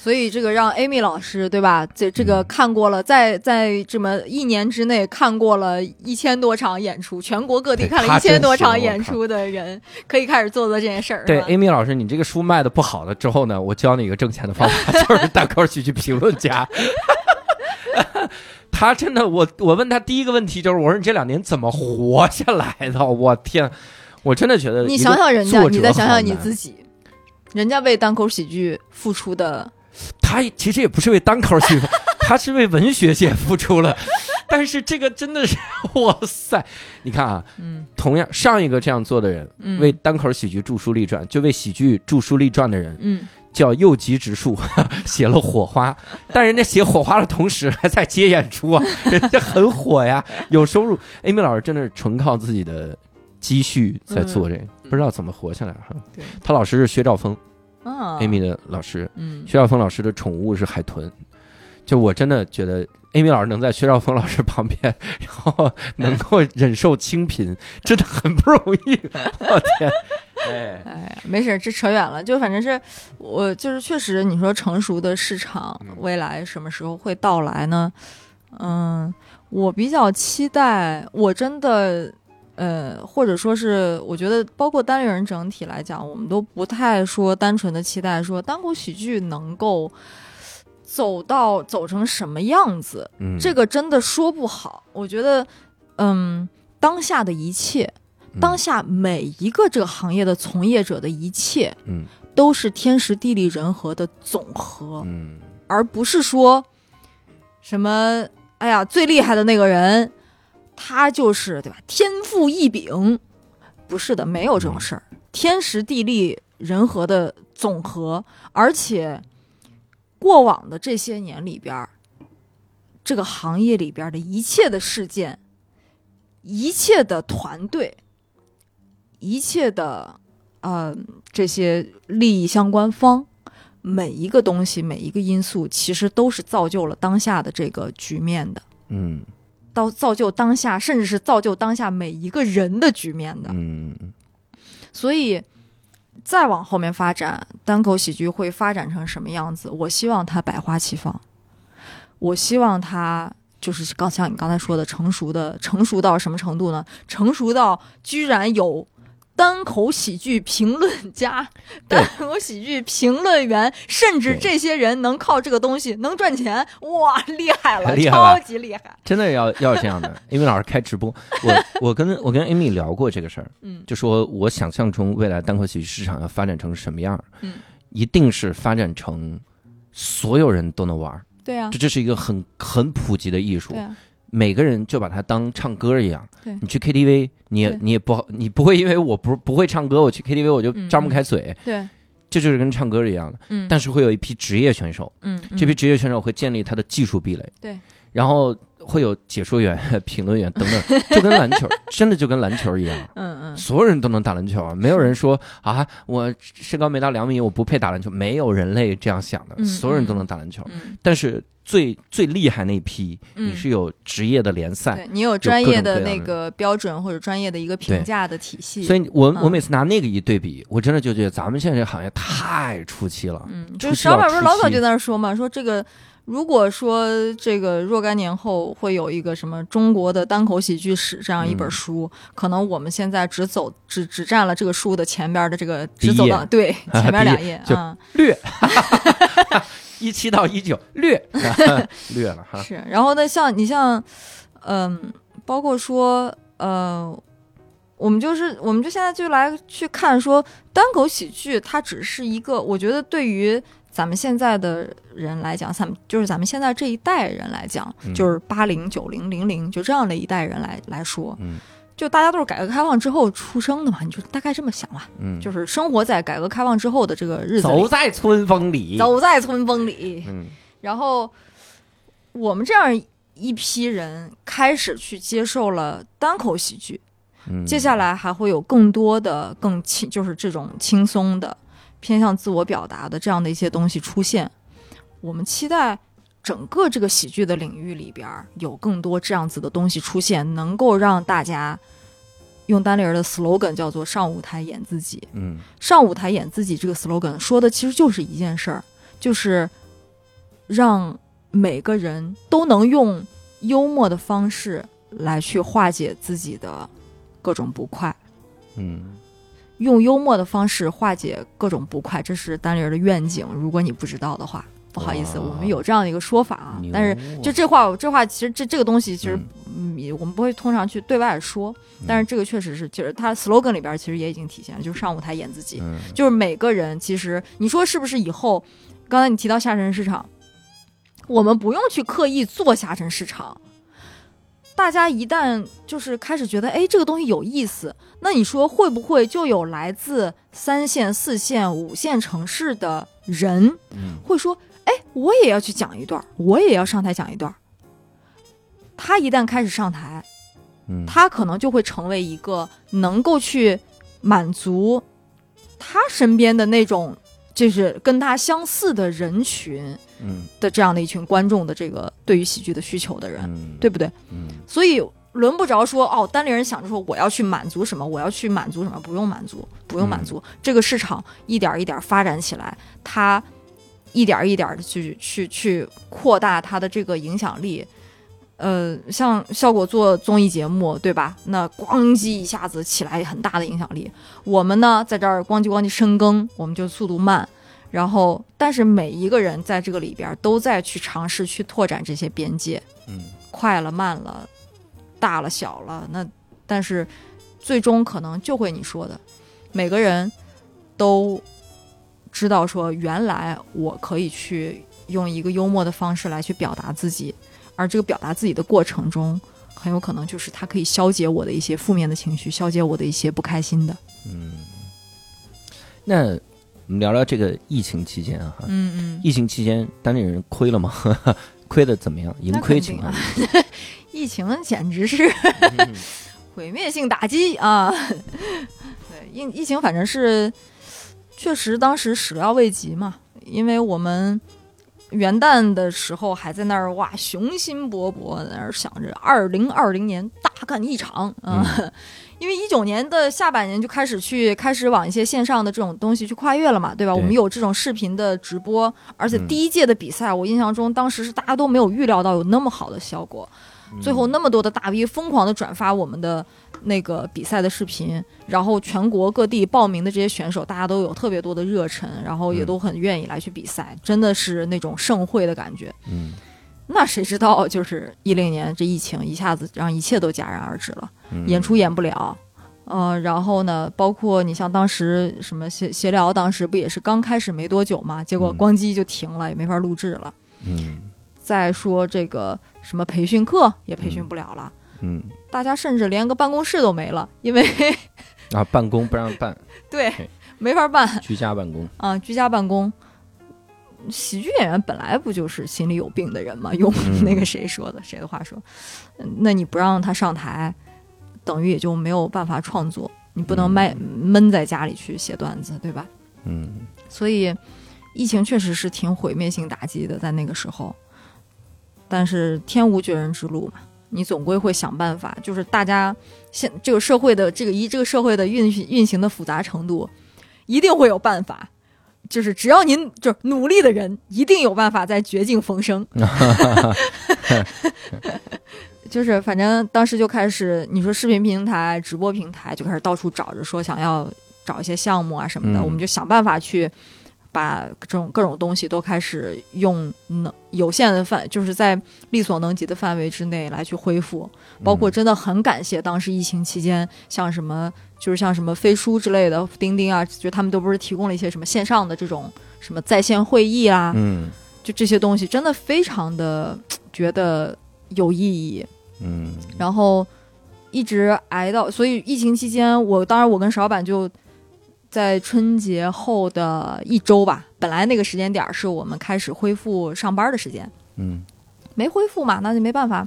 所以这个让 Amy 老师对吧？这这个嗯看过了，在在这么一年之内看过了一千多场演出，全国各地对看了他一真千多是我场演靠出的人，可以开始做做这件事儿。啊对是吧，Amy 老师，你这个书卖的不好了之后呢，我教你一个挣钱的方法， 就是单口喜剧评论家。 他真的，我我问他第一个问题就是，我说你这两年怎么活下来的？我天，我真的觉得你想想人家，你再想想你己。自己，人家为单口喜剧付出的，他其实也不是为单口喜剧， 他是为文学界付出了。但是这个真的是， 哇塞！你看啊，嗯同样上一个这样做的人，嗯，为单口喜剧著书立传，就为喜剧著书立传的人，嗯叫右吉直树， 写了《火花》，但人家写《火花》的同时还在接演出啊，人家很火呀，有收入。Amy 老师真的是纯靠自己的积蓄在做这个，不知道怎么活下来哈。嗯对他老师是薛兆丰、啊 a m y 的老师，嗯薛兆丰老师的宠物是海豚，就我真的觉得。Amy 老师能在薛兆丰老师旁边，然后能够忍受清贫，真的很不容易。 我天，哎， 哎呀，没事，这扯远了。就反正是我，就是确实，你说成熟的市场嗯未来什么时候会到来呢？嗯，我比较期待，我真的，呃，或者说是，我觉得包括单立人整体来讲，我们都不太说单纯的期待说单口喜剧能够走到走成什么样子，嗯，这个真的说不好。我觉得，嗯，当下的一切，当下每一个这个行业的从业者的一切，嗯都是天时地利人和的总和，嗯而不是说什么哎呀最厉害的那个人，他就是对吧？天赋异禀，不是的，没有这种事儿。天时地利人和的总和，而且过往的这些年里边儿，这个行业里边儿的一切的事件，一切的团队，一切的呃这些利益相关方。每一个东西，每一个因素，其实都是造就了当下的这个局面的，嗯到造就当下，甚至是造就当下每一个人的局面的。嗯所以，再往后面发展，单口喜剧会发展成什么样子？我希望它百花齐放，我希望它就是刚像你刚才说的，成熟的成熟到什么程度呢？成熟到居然有。单口喜剧评论家、对单口喜剧评论员，甚至对这些人能靠这个东西能赚钱，哇，厉害了，厉害吧超级厉害。真的要要这 样的。因为老师开直播，我我跟我跟 Amy 聊过这个事儿，嗯就说我想象中未来单口喜剧市场要发展成什么样儿，嗯一定是发展成所有人都能玩儿，对啊这，这是一个很很普及的艺术对，啊，每个人就把它当唱歌一样对。你去 KTV，你也对你也不好，你不会因为我不不会唱歌，我去 KTV 我就嗯张不开嘴，对，这就是跟唱歌一样的。嗯，但是会有一批职业选手，嗯，嗯这批职业选手会建立他的技术壁垒，对，然后会有解说员、 评论员等等，就跟篮球真的就跟篮球一样，嗯嗯，所有人都能打篮球啊，没有人说啊我身高没到两米，我不配打篮球，没有人类这样想的，嗯所有人都能打篮球。嗯但是最最厉害那一批，嗯你是有职业的联赛，对你有专业的那个标准或者专业的一个评对价的体系，所以以我、嗯我每次拿那个一对比，我真的就觉得咱们现在这行业太出奇了。嗯，出就是去石老要板不是出老早息就在那儿说嘛，说这个如果说这个若干年后会有一个什么中国的单口喜剧史这样一本嗯书，可能我们现在只走只只占了这个书的前边的这个，第只一走页到 对前边第一两页就啊，略， 一七到一九 略略了哈。是，然后呢，像你像，嗯、包括说，呃，我们就是，我们就现在就来去看说，单口喜剧它只是一个，我觉得对于咱们现在的人来讲，咱们就是咱们现在这一代人来讲，嗯就是八零、九零、零零，就这样的一代人来来说，嗯就大家都是改革开放之后出生的嘛，你就大概这么想吧，嗯，就是生活在改革开放之后的这个日子走里，在春风里。走在春风里， 嗯然后我们这样一批人开始去接受了单口喜剧，嗯，接下来还会有更多的更轻，就是这种轻松的、偏向自我表达的这样的一些东西出现。我们期待整个这个喜剧的领域里边儿有更多这样子的东西出现，能够让大家用单立人的 slogan 叫做“上舞台演自己”。嗯上舞台演自己这个 slogan 说的其实就是一件事儿，就是让每个人都能用幽默的方式来去化解自己的各种不快，嗯用幽默的方式化解各种不快，这是单立人的愿景。如果你不知道的话，不好意思，哇我们有这样的一个说法啊，牛但是。就这话，这话其实这这个东西，其实嗯，我们不会通常去对外说，嗯但是这个确实是，就是它 slogan 里边其实也已经体现了，就是上舞台演自己。嗯就是每个人其实你说是不是以后，刚才你提到下沉市场，我们不用去刻意做下沉市场。大家一旦就是开始觉得，哎，这个东西有意思，那你说会不会就有来自三线、四线、五线城市的人嗯会说，哎，我也要去讲一段儿，我也要上台讲一段儿。他一旦开始上台，嗯他可能就会成为一个能够去满足他身边的那种，就是跟他相似的人群嗯的这样的一群观众的这个对于喜剧的需求的人，嗯对不对？嗯所以轮不着说哦，单立人想着说我要去满足什么，我要去满足什么，不用满足，不用满足。这个市场一点儿一点儿发展起来，它一点儿一点的去去去扩大它的这个影响力。呃，像效果做综艺节目，对吧？那咣叽一下子起来很大的影响力。我们呢，在这儿咣叽咣叽深耕，我们就速度慢。然后，但是每一个人在这个里边儿都在去尝试去拓展这些边界。嗯快了、慢了、大了、小了，那但是最终可能就会你说的，每个人都知道说，原来我可以去用一个幽默的方式来去表达自己，而这个表达自己的过程中，很有可能就是它可以消解我的一些负面的情绪，消解我的一些不开心的。嗯。那我们聊聊这个疫情期间啊，哈嗯嗯，疫情期间单立人亏了吗？ 亏的怎么样？盈那亏肯情定况啊？ 疫情简直是嗯 毁灭性打击啊！ 对，疫疫情反正是确实当时始料未及嘛，因为我们元旦的时候还在那儿哇雄心勃勃，在那儿想着二零二零年大干一场啊，嗯 因为一九年的下半年就开始去开始往一些线上的这种东西去跨越了嘛，对吧？对我们有这种视频的直播，而且嗯第一届的比赛，我印象中当时是大家都没有预料到有那么好的效果。嗯最后那么多的大 V 疯狂的转发我们的那个比赛的视频，然后全国各地报名的这些选手，大家都有特别多的热忱，然后也嗯都很愿意来去比赛，真的是那种盛会的感觉。嗯那谁知道，就是一零年这疫情一下子让一切都戛然而止了，嗯演出演不了。呃，然后呢，包括你像当时什么协协聊，当时不也是刚开始没多久嘛，结果嗯咣叽就停了，也没法录制了。嗯再说这个什么培训课也培训嗯不了了，嗯大家甚至连个办公室都没了，因为 啊，办公不让办，对对没法办居家办公。啊，居家办公。喜剧演员本来不就是心里有病的人嘛，用嗯 那个谁说的谁的话说，嗯那你不让他上台，等于也就没有办法创作，你不能嗯卖闷在家里去写段子，对吧？嗯，所以疫情确实是挺毁灭性打击的，在那个时候。但是天无绝人之路嘛，你总归会想办法。就是大家现这个社会的这个一这个社会的运行运行的复杂程度，一定会有办法。就是只要您就是努力的人，一定有办法在绝境逢生。就是反正当时就开始，你说视频平台、直播平台就开始到处找着说想要找一些项目啊什么的，嗯我们就想办法去把这种各种东西都开始用能有限的范，就是在力所能及的范围之内来去恢复。包嗯括真的很感谢当时疫情期间，像什么就是像什么飞书之类的、钉钉啊，就他们都不是提供了一些什么线上的这种什么在线会议啊，嗯就这些东西真的非常的觉得有意义。嗯然后一直挨到，所以疫情期间，我当然我跟勺板就在春节后的一周吧，本来那个时间点儿是我们开始恢复上班的时间，嗯没恢复嘛，那就没办法。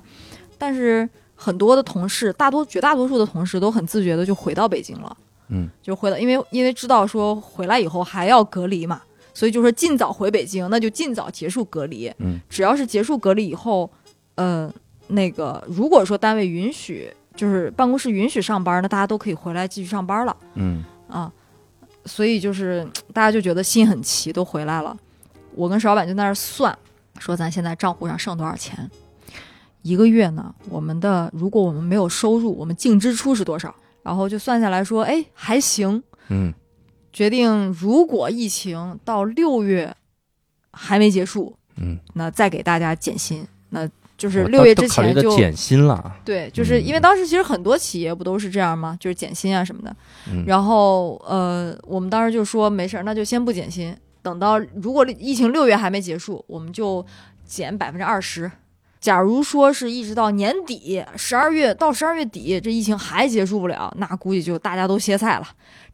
但是很多的同事，大多绝大多数的同事都很自觉的就回到北京了，嗯，就回到，因为因为知道说回来以后还要隔离嘛，所以就说尽早回北京，那就尽早结束隔离。嗯，只要是结束隔离以后，呃，那个如果说单位允许，就是办公室允许上班，那大家都可以回来继续上班了。嗯啊，所以就是大家就觉得心很齐，都回来了。我跟石老板就在那儿算，说咱现在账户上剩多少钱？一个月呢，我们的如果我们没有收入，我们净支出是多少？然后就算下来说，哎，还行。嗯决定如果疫情到六月还没结束，嗯，那再给大家减薪。那就是我六都月都之考虑前到就减薪了，对，就是因为嗯当时其实很多企业不都是这样吗？就是减薪啊什么的。嗯然后呃，我们当时就说没事儿，那就先不减薪，等到如果疫情六月还没结束，我们就减百分之二十。假如说是一直到年底十二月到十二月底，这疫情还结束不了，那估计就大家都歇菜嗯了，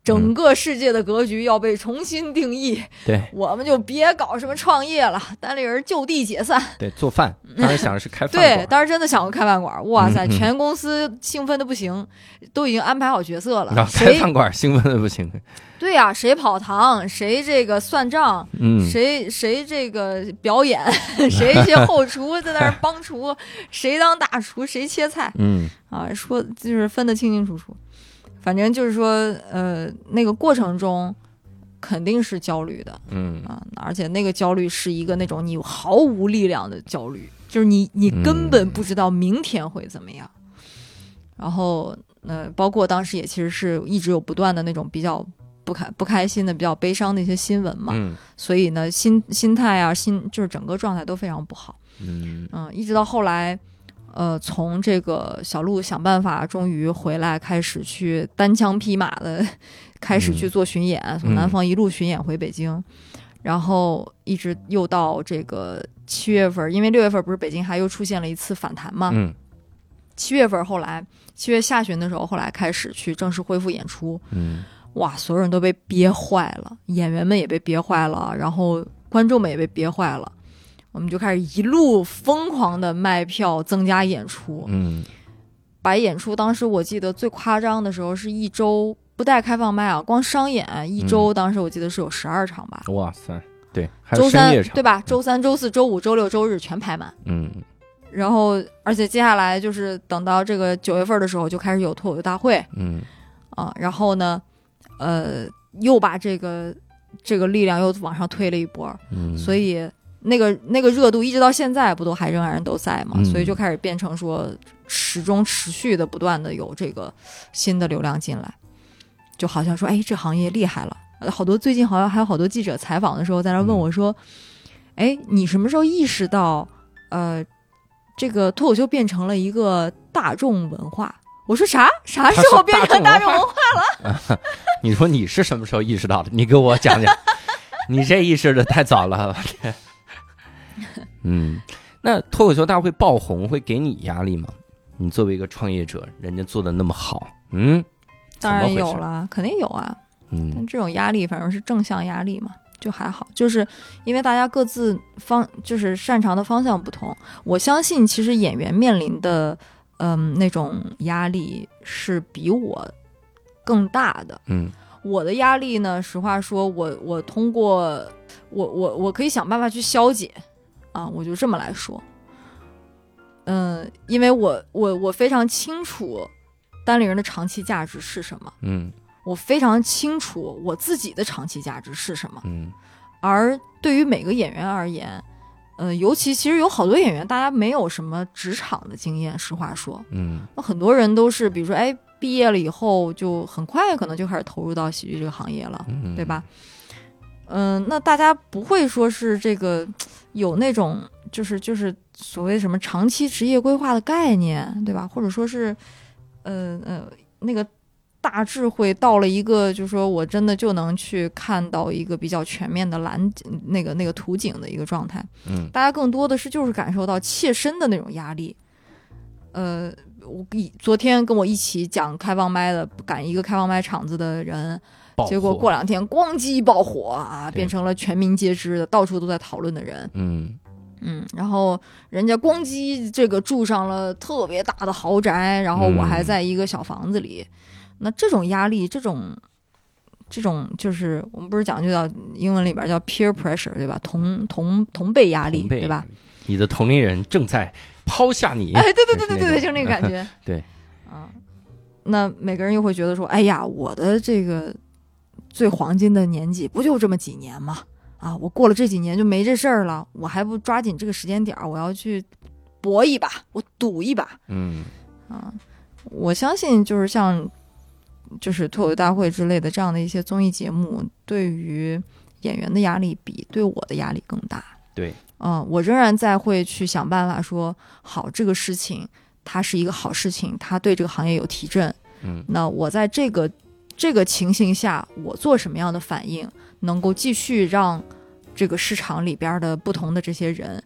整个世界的格局要被重新定义。对我们就别搞什么创业了，单立人就地解散。对，做饭，当时想的是开饭对，馆，当时真的想过开饭馆儿，哇塞，嗯嗯全公司兴奋的不行，都已经安排好角色了然，后啊开 谁饭馆兴奋的不行，对呀、谁跑堂，谁这个算账，嗯，谁谁这个表演，谁去后厨在那儿帮厨， 谁当大厨，谁切菜嗯，啊，说就是分得清清楚楚。反正就是说，呃，那个过程中肯定是焦虑的，嗯，啊，而且那个焦虑是一个那种你毫无力量的焦虑，就是你你根本不知道明天会怎么样。然后，呃，包括当时也其实是一直有不断的那种比较不开不开心的、比较悲伤的一些新闻嘛，嗯，所以呢，心心态啊，心就是整个状态都非常不好。嗯，嗯，一直到后来，呃，从这个小鹿想办法，终于回来，开始去单枪匹马的开始去做巡演，从南方一路巡演回北京，然后一直又到这个七月份儿，因为六月份儿不是北京还又出现了一次反弹嘛，嗯，七月份儿后来七月下旬的时候，后来开始去正式恢复演出，嗯，哇，所有人都被憋坏了，演员们也被憋坏了，然后观众们也被憋坏了，我们就开始一路疯狂的卖票，增加演出，嗯，把演出当时我记得最夸张的时候是一周不带开放麦啊，光商演一周，当时我记得是有十二场吧，嗯哇塞，对，嗯还有周深三夜场，对吧？周三、周四周五、周六、周日全排满。嗯，然后，而且接下来就是等到这个九月份的时候，就开始有脱口秀大会，嗯，啊，然后呢，呃，又把这个这个力量又往上推了一波，嗯，所以那个那个热度一直到现在不都还仍然都在嘛，嗯所以就开始变成说始终持续的不断的有这个新的流量进来，就好像说哎这行业厉害了，呃好多最近好像还有好多记者采访的时候在那问嗯我说，哎、你什么时候意识到呃这个脱口秀变成了一个大众文化？我说啥啥时候变成大众文化？你说你是什么时候意识到的？你给我 讲讲，你这意识的太早了。嗯，那脱口秀大会爆红会给你压力吗？你作为一个创业者，人家做的那么好，嗯，当然怎么回有事了，肯定有啊。嗯但这种压力反正是正向压力嘛，就还好，就是因为大家各自方就是擅长的方向不同。我相信，其实演员面临的嗯那种压力是比我更大的。嗯，我的压力呢，实话说，我我通过我我我可以想办法去消解啊，我就这么来说。嗯，因为我我我非常清楚单立人的长期价值是什么，嗯我非常清楚我自己的长期价值是什么。嗯而对于每个演员而言，呃，尤其其实有好多演员，大家没有什么职场的经验。实话说，嗯那很多人都是，比如说，哎，毕业了以后就很快可能就开始投入到喜剧这个行业了，嗯，对吧？嗯、那大家不会说是这个有那种就是就是所谓什么长期职业规划的概念，对吧？或者说是，呃呃，那个大智慧到了一个，就是说我真的就能去看到一个比较全面的蓝景那个那个图景的一个状态。嗯大家更多的是就是感受到切身的那种压力。呃，我以昨天跟我一起讲开放麦的，赶一个开放麦场子的人，爆结果火过两天咣叽爆火啊，对变成了全民皆知的，到处都在讨论的人。嗯嗯，然后人家咣叽这个住上了特别大的豪宅，然后我还嗯在一个小房子里，那这种压力，这种。这种就是我们不是讲究叫英文里边叫 peer pressure 对吧？同同同辈压力同辈对吧？你的同龄人正在抛下 你，哎，对对对就是对那对 对，种。就是那个感觉对，嗯，那每个人又会觉得说，哎呀，我的这个最黄金的年纪不就这么几年吗？啊，我过了这几年就没这事儿了，我还不抓紧这个时间点儿，我要去搏一把，我赌一把嗯啊！我相信，就是像就是脱口秀大会之类的这样的一些综艺节目，对于演员的压力比对我的压力更大。对，嗯，我仍然在会去想办法说，好这个事情，它是一个好事情，它对这个行业有提振。嗯那我在这个这个情形下，我做什么样的反应，能够继续让这个市场里边的不同的这些人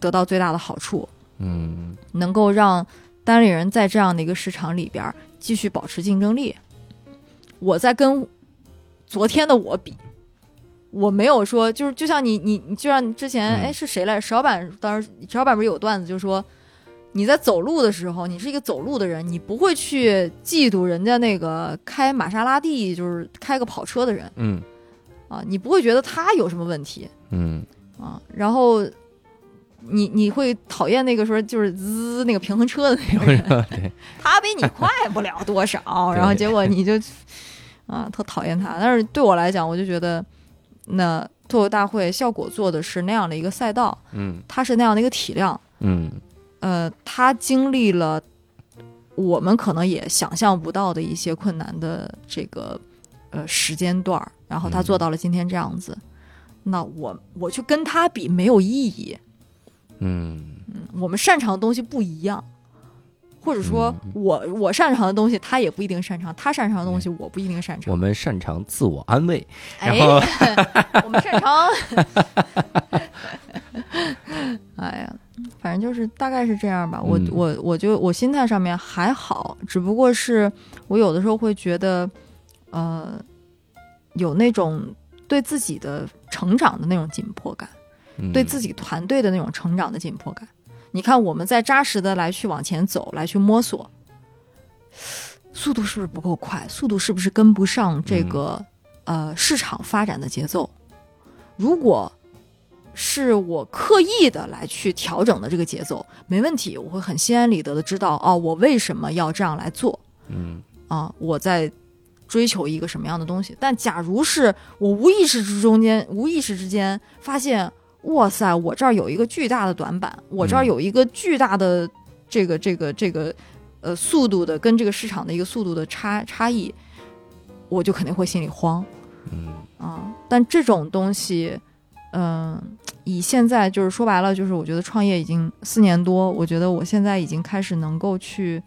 得到最大的好处，嗯能够让单立人在这样的一个市场里边继续保持竞争力。我在跟昨天的我比，我没有说就是就像你你你就像之前嗯哎、是谁来着？石老板当时石老板不是有段子就说。你在走路的时候，你是一个走路的人，你不会去嫉妒人家那个开玛莎拉蒂，就是开个跑车的人嗯啊，你不会觉得他有什么问题，嗯啊，然后你你会讨厌那个说就是滋那个平衡车的那种人，对，他比你快不了多少，然后结果你就啊特讨厌他。但是对我来讲，我就觉得那脱口大会效果做的是那样的一个赛道，嗯它是那样的一个体量，嗯呃，它经历了我们可能也想象不到的一些困难的这个呃时间段儿，然后他嗯做到了今天这样子。那我我去跟他比没有意义，嗯我们擅长的东西不一样，或者说嗯我、我擅长的东西他也不一定擅长，他擅长的东西我不一定擅我长。们擅长自我安慰，嗯然嗯哎，后我们擅长。 哎呀，反正就是大概是这样吧。我、嗯我我就我心态上面还好，只不过是我有的时候会觉得，呃，有那种对自己的成长的那种紧迫感。对自己，己团队的那种成长的紧迫感。你看，我们在扎实的来去往前走，来去摸索，速度是不是不够快？速度是不是跟不上这个、呃市场发展的节奏？如果是我刻意的来去调整的这个节奏，没问题，我会很心安理得的知道哦，我为什么要这样来做嗯啊？我在追求一个什么样的东西？但假如是我无意识之中间，无意识之间发现，哇塞，我这儿有一个巨大的短板，我这儿嗯有一个巨大的这个这个这个呃速度的跟这个市场的一个速度的差差异，我就肯定会心里慌嗯啊。但这种东西，嗯、以现在就是说白了，就是我觉得创业已经四年多，我觉得我现在已经开始能够去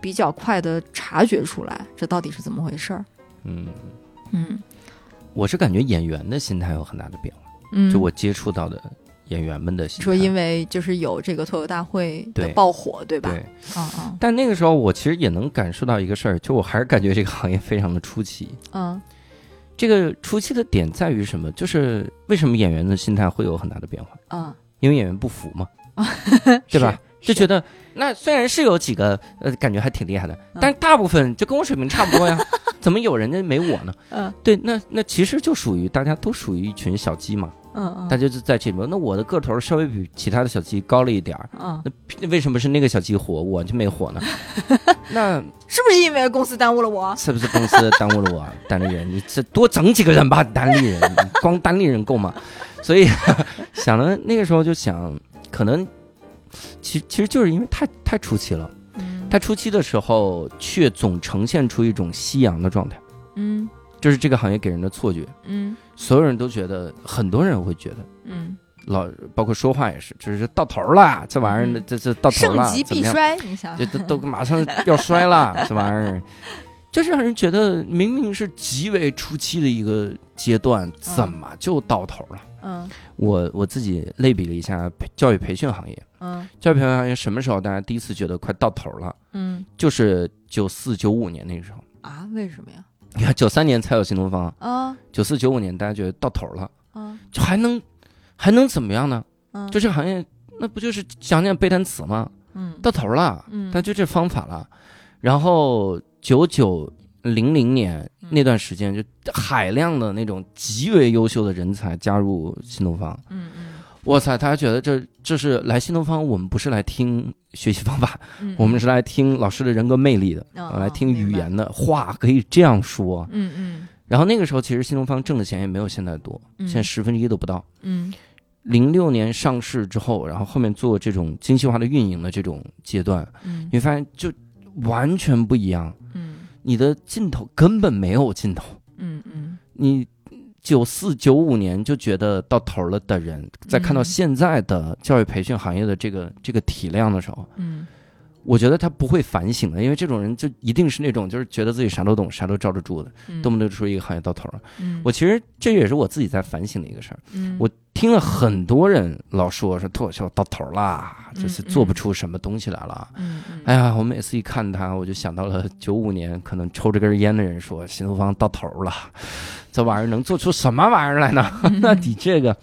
比较快的察觉出来这到底是怎么回事儿。嗯，嗯我是感觉演员的心态有很大的变化，嗯，就我接触到的演员们的心态，说因为就是有这个脱口大会的对爆火，对吧？对。嗯嗯但那个时候，我其实也能感受到一个事儿，就我还是感觉这个行业非常的出奇，嗯这个初期的点在于什么？就是为什么演员的心态会有很大的变化？嗯，因为演员不服嘛，哦 对吧？就觉得那虽然是有几个呃，感觉还挺厉害的，嗯但是大部分就跟我水平差不 多呀，怎么有人家没我呢？嗯对，那那其实就属于大家都属于一群小鸡嘛，嗯嗯，大家就在这里面。那我的个头稍微比其他的小鸡高了一点儿，嗯，那为什么是那个小鸡火，我就没 火呢？那是不是因为公司耽误了我？ 是不是公司耽误了我 单立人？你这多整几个人吧， 单立人，你光单立人够吗？ 所以想了，那个时候就想，可能其其实就是因为太太初期了，嗯太初期的时候却总呈现出一种夕阳的状态，嗯就是这个行业给人的错觉，嗯所有人都觉得，很多人会觉得。嗯，老包括说话也是，就是到头儿了，这玩意儿嗯这这到头儿盛了，极怎么必样？衰，你想这，都都马上要摔了，这玩意儿，就是让人觉得明明是极为初期的一个阶段，怎么就到头了？嗯我我自己类比了一下培教育培训行业，嗯教育培训行业什么时候大家第一次觉得快到头了？嗯就是九四九五年那个时候， 啊，为什么呀？你看九三年才有新东方，啊九四九五年大家觉得到头了，啊就还能还能怎么样呢？嗯，就这个行业，那不就是讲讲背单词吗？嗯到头了，嗯但就这方法了。然后九九零零年嗯那段时间，就海量的那种极为优秀的人才加入新东方。嗯嗯哇塞，大家觉得这这是来新东方，我们不是来听学习方法，嗯，我们是来听老师的人格魅力的，嗯呃来听语明白言的话可以这样说。嗯嗯然后那个时候，其实新东方挣的钱也没有现在多，嗯现在十分之一都不到。嗯零六年上市之后，然后后面做这种精细化的运营的这种阶段，嗯你会发现就完全不一样，嗯你的尽头根本没有尽头。嗯嗯你九四九五年就觉得到头了的人，在看到嗯现在的教育培训行业的这个这个体量的时候，嗯我觉得他不会反省的，因为这种人就一定是那种就是觉得自己啥都懂、啥都罩得住的，嗯，动不动就说一个行业到头了。嗯我其实这也是我自己在反省的一个事儿。嗯我听了很多人老说说脱口秀到头啦，嗯就是做不嗯出什么东西来了。嗯嗯哎呀，我每次一看他，我就想到了九五年可能抽着根烟的人说：“新东方到头了，这玩意儿能做出什么玩意儿 来呢？”那你这个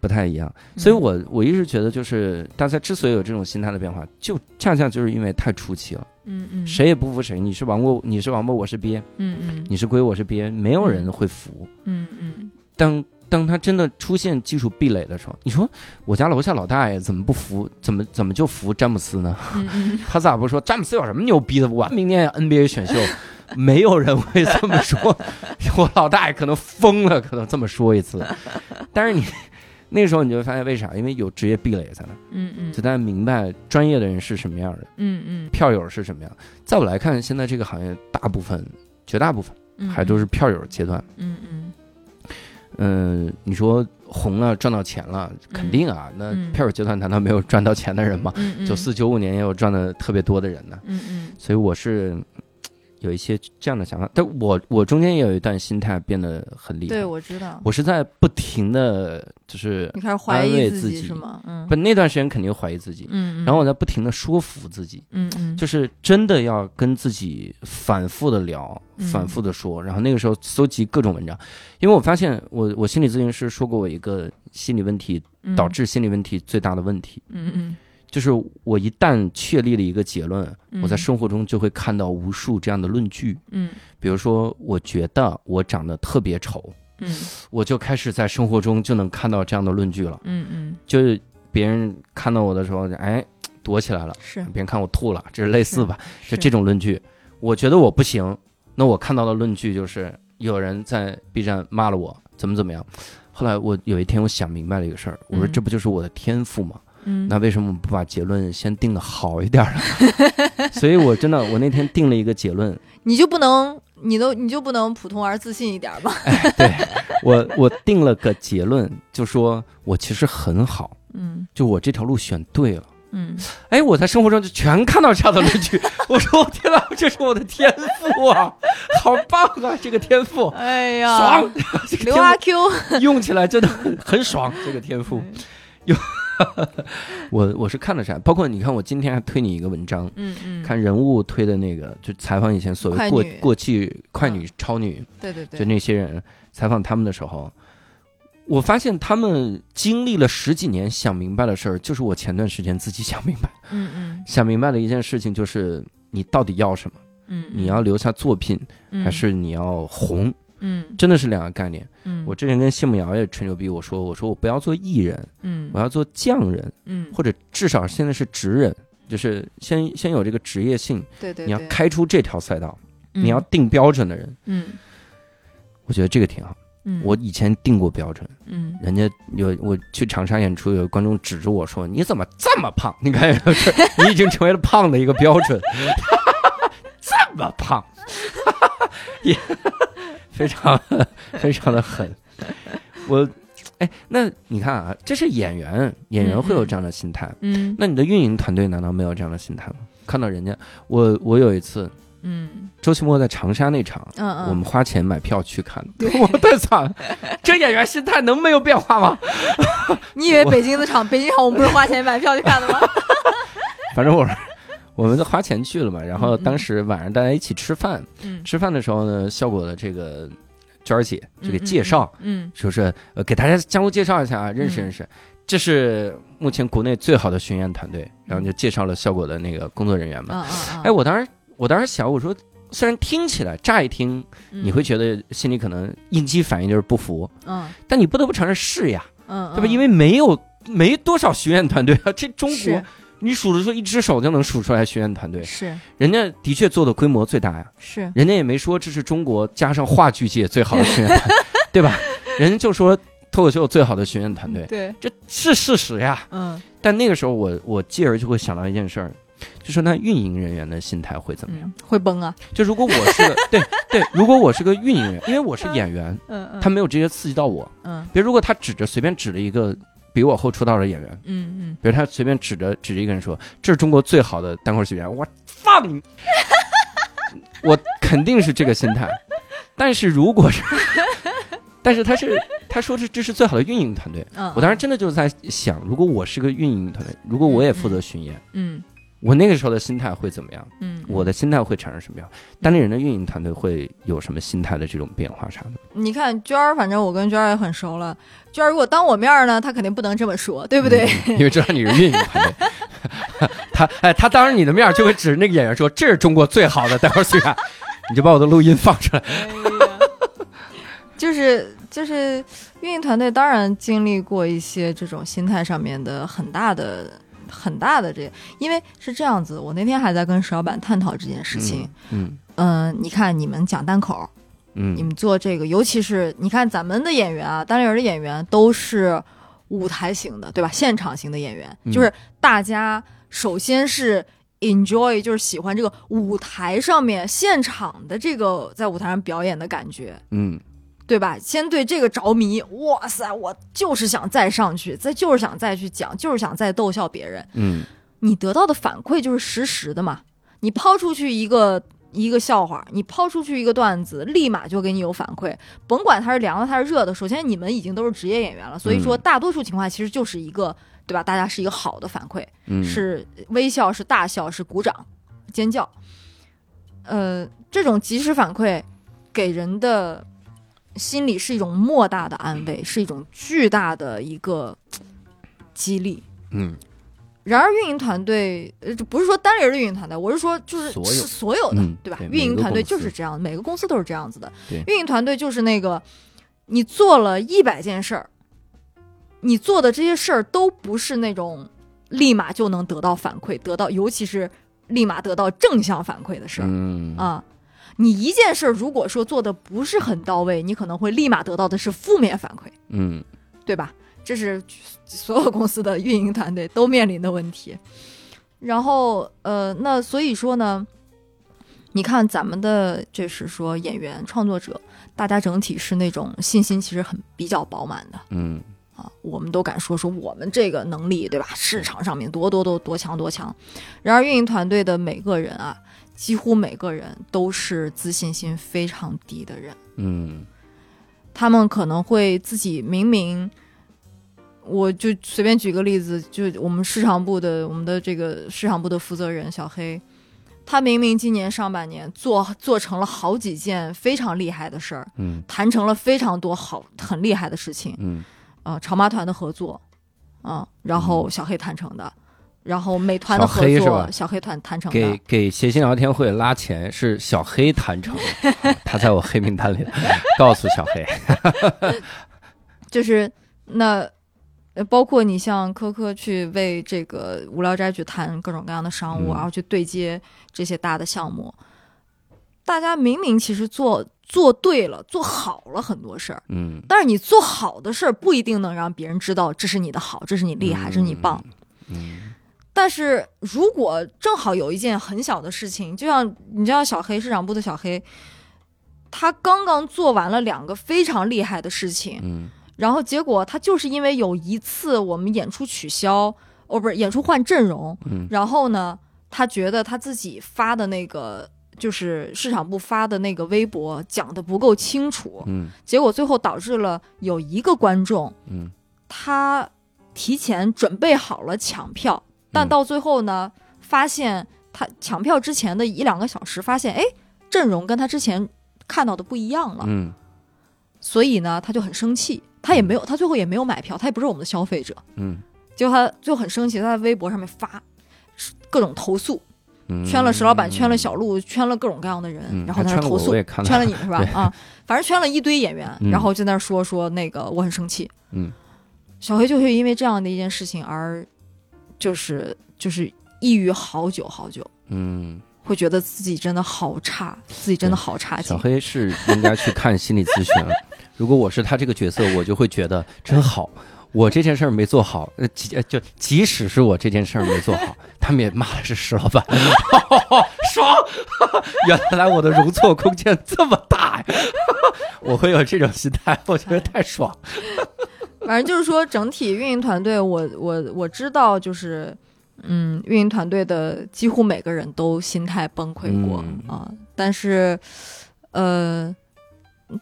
不太一样。嗯所以我我一直觉得，就是大家之所以有这种心态的变化，就恰恰就是因为太初期了，嗯嗯谁也不服谁。你是王八，你是王八，我是鳖；嗯嗯你是龟，我是鳖，没有人会服。嗯嗯当当他真的出现技术壁垒的时候，你说我家楼下老大爷怎么不服？怎么怎么就服詹姆斯呢？嗯他咋不说詹姆斯有什么牛逼的？我明年 NBA 选秀，没有人会这么说。 我老大爷可能疯了，可能这么说一次。但是你那时候你就会发现为啥？因为有职业壁垒在那儿，嗯嗯就大家明白专业的人是什么样的，嗯票友是什么样。在我来看，现在这个行业大部分、绝大部分嗯，还都是票友阶段。嗯嗯嗯、你说红了赚到钱了，肯定啊。那嗯票友阶段难道没有赚到钱的人吗？嗯九四九五年也有赚的特别多的人呢。嗯嗯所以我是嗯有一些这样的想法，但我我中间也有一段心态变得很厉害，对我嗯知道，我是在不停的就是你开始怀疑安慰自自己己是吗？嗯不那段时间肯定怀疑自己，嗯，嗯然后我在不停的说服自己，嗯嗯就是真的要跟自己反复的聊，嗯反复的说，然后那个时候搜集各种文章，因为我发现我我心理咨询师说过我一个心理问题嗯导致心理问题最大的问题。嗯就是我一旦确立了一个结论，嗯我在嗯生活中就会看到无数这样的论据，嗯比如说，我觉得我长得特别丑， 嗯我就开始在生活中就能看到这样的论据了。嗯嗯就是别人看到我的时候，哎，躲起来了；是别人看我吐了，这是类似吧？是就嗯这种论据，我觉得我不行。那我看到的论据就是有人在 B 站骂了我，怎么怎么样。后来我有一天我想明白了一个事儿，我说嗯这不就是我的天赋吗？嗯那为什么我们不把结论先定的好一点儿呢？ 所以我真的我那天定了一个结论，你就不能你都你就不能普通而自信一点吗？ 我我定了个结论，就说我其实很好， 嗯就我这条路选对了。 嗯哎，我在生活中就全看到这样的论据， 我说我天呐，这是我的天赋啊，好棒啊，这个天赋哎呀，爽，这 刘个阿天 Q 赋用起来真的很很爽，这个天赋。有我我是看了啥？包括你看，我今天还推你一个文章， 嗯嗯，看人物推的那个，就采访以前所谓快过女嗯过气快女、超女，对对对，就那些人采访他们的时候，我发现他们经历了十几年想明白的事儿，就是我前段时间自己想明白 嗯嗯想明白的一件事情，就是你到底要什么？嗯， 你要留下作品，嗯还是你要红？嗯真的是两个概念。嗯，我之前跟谢梦瑶也吹牛逼，我说我说我不要做艺人，嗯我要做匠人，嗯，或者至少现在是职人，就是先先有这个职业性，对嗯对，你要对开出这条赛道，你要定标准的人，嗯我觉得这个挺好。嗯，我以前定过标准，嗯人家有我去长沙演出，有观众指着我说：“你怎么这么胖？”你看，就是你已经成为了胖的一个标准， 这么胖，也非常非常的狠。我哎，那你看啊，这是演员，演员会有这样的心态。嗯那你的运营团队难道没有这样的心态吗？看到人家，我我有一次嗯周奇墨在长沙那场，嗯嗯，我们花钱买票去看， 我太惨了，这演员心态能没有变化吗？你以为北京的场，北京场我们不是花钱买票去看的 吗？反正我是我们都花钱去了嘛，然后当时晚上大家一起吃饭，嗯吃饭的时候呢，效果的这个娟儿姐就给嗯嗯介绍，嗯就是呃给大家相互介绍一下，啊，认识认识。这是目前国内最好的巡演团队，然后就介绍了效果的那个工作人员嘛。嗯嗯，哎，我当时我当时想，我说虽然听起来乍一听嗯你会觉得心里可能应激反应就是不服，嗯但你不得不承认是呀，嗯，对吧？因为为没有没多少巡演团队啊，这中国是你数得出一只手就能数出来巡演团队，是人家的确做的规模最大呀，是人家也没说这是中国加上话剧界最好的巡演 团队，对吧？人家就说脱口秀最好的巡演团队，对，这是事实呀。嗯但那个时候我我继而就会想到一件事儿，就说那运营人员的心态会怎么样？嗯，会崩啊，就如果我 是个对对，如果我是个运营人，因为我是演员，嗯嗯，他没有直接刺激到我。嗯比如如果他指着随便指了一个比我后出道的演员，嗯比如他随便指着指着一个人说：“这是中国最好的单口喜剧演员。”我放你， 我肯定是这个心态。但是如果是， 但是他是他说是这是最好的运营团队，嗯，我当时真的就是在想，如果我是个运营团队，如果我也负责巡演，嗯我那个时候的心态会怎么样？嗯，我的心态会产生什么样？单立人的运营团队会有什么心态的这种变化啥的？你看娟儿，反正我跟娟儿也很熟了。娟儿如果当我面儿呢，她肯定不能这么说，对不对？嗯因为知道你是运营团 队。他哎，他当着你的面就会指着那个演员说：“这是中国最好的单口喜剧。”你就把我的录音放出来。就是就是，运营团队当然经历过一些这种心态上面的很大的。很大的这，因为是这样子，我那天还在跟石老板探讨这件事情。嗯嗯、你看你们讲单口，你嗯们做这个，尤其是你看咱们的演员啊，单立人的演员都是舞台型的，对吧？现场型的演员，嗯就是大家首先是 enjoy，就是喜欢这个舞台上面现场的这个在舞台上表演的感觉。嗯对吧？先对这个着迷，哇塞，我就是想再上去，再就是想再去讲，就是想再逗笑别人。嗯你得到的反馈就是实时的嘛。你抛出去一个一个笑话，你抛出去一个段子，立马就给你有反馈，甭管它是凉的，它是热的。首先，你们已经都是职业演员了，所以说嗯大多数情况下其实就是一个，对吧？大家是一个好的反馈，嗯，是微笑，是大笑，是鼓掌、尖叫。呃，这种及时反馈给人的心里是一种莫大的安慰，是一种巨大的一个激励。嗯然而，运营团队呃，就不是说单人的运营团队，我是说就是所有是所有的，嗯对吧？对运营团队每个公就司是这样，每个公司都是这样子的对。运营团队就是那个，你做了一百件事儿，你做的这些事儿都不是那种立马就能得到反馈，得到尤其是立马得到正向反馈的事儿、嗯啊。你一件事儿如果说做的不是很到位，你可能会立马得到的是负面反馈，嗯对吧？这是所有公司的运营团队都面临的问题。然后，呃，那所以说呢，你看咱们的这是说演员、创作者，大家整体是那种信心其实很比较饱满的嗯啊，我们都敢说说我们这个能力，对吧？市场上面多多多多强多强。然而，运营团队的每个人啊，几乎每个人都是自信心非常低的人。嗯他们可能会自己明明我就随便举个例子，就我们市场部的我们的这个市场部的负责人小黑，他明明今年上半年做做成了好几件非常厉害的事儿，嗯谈成了非常多好很厉害的事情，嗯，啊、潮妈团的合作，啊、然后小黑谈成的，然后美团的小合黑是吧作，小黑团谈成给的，给谐星聊天会拉钱是小黑谈成， 啊他在我黑名单里，告诉小黑，就是那。呃包括你像科科去为这个无聊斋去谈各种各样的商务，嗯然后去对接这些大的项目，大家明明其实做做对了，做好了很多事儿，嗯，但是你做好的事儿不一定能让别人知道这是你的好，这是你厉害，这是你棒。嗯，但是如果正好有一件很小的事情，就像你知道小黑市场部的小黑，他刚刚做完了两个非常厉害的事情，嗯然后结果他就是因为有一次我们演出取消，哦不是演出换阵容，嗯然后呢，他觉得他自己发的那个就是市场部发的那个微博讲的不够清楚，嗯结果最后导致了有一个观众嗯他提前准备好了抢票，但嗯到最后呢，发现他抢票之前的一两个小时，发现哎阵容跟他之前看到的不一样了，嗯所以呢他就很生气，他也没有他最后也没有买票，他也不是我们的消费者，嗯结果他就很生气，他在微博上面发各种投诉，嗯，圈了石老板，圈了小鹿，圈了各种各样的人，嗯然后在还那圈了投我诉我也，看到圈了你是吧 对？啊，反正圈了一堆演员，嗯然后就在那说说那个我很生气，嗯，小黑就是因为这样的一件事情而就是就是抑郁好久好久，嗯，会觉得自己真的好差，自己真的好差劲小。黑是应该去看心理咨询了。啊如果我是他这个角色，我就会觉得真好，我这件事儿没做好，呃，即呃就即使是我这件事儿没做好，他们也骂的是石老板， 爽！ 原来我的容错空间这么大呀， 我会有这种心态，我觉得太爽。反正就是说，整体运营团队，我我我知道，就是嗯，运营团队的几乎每个人都心态崩溃过、嗯啊。但是，呃，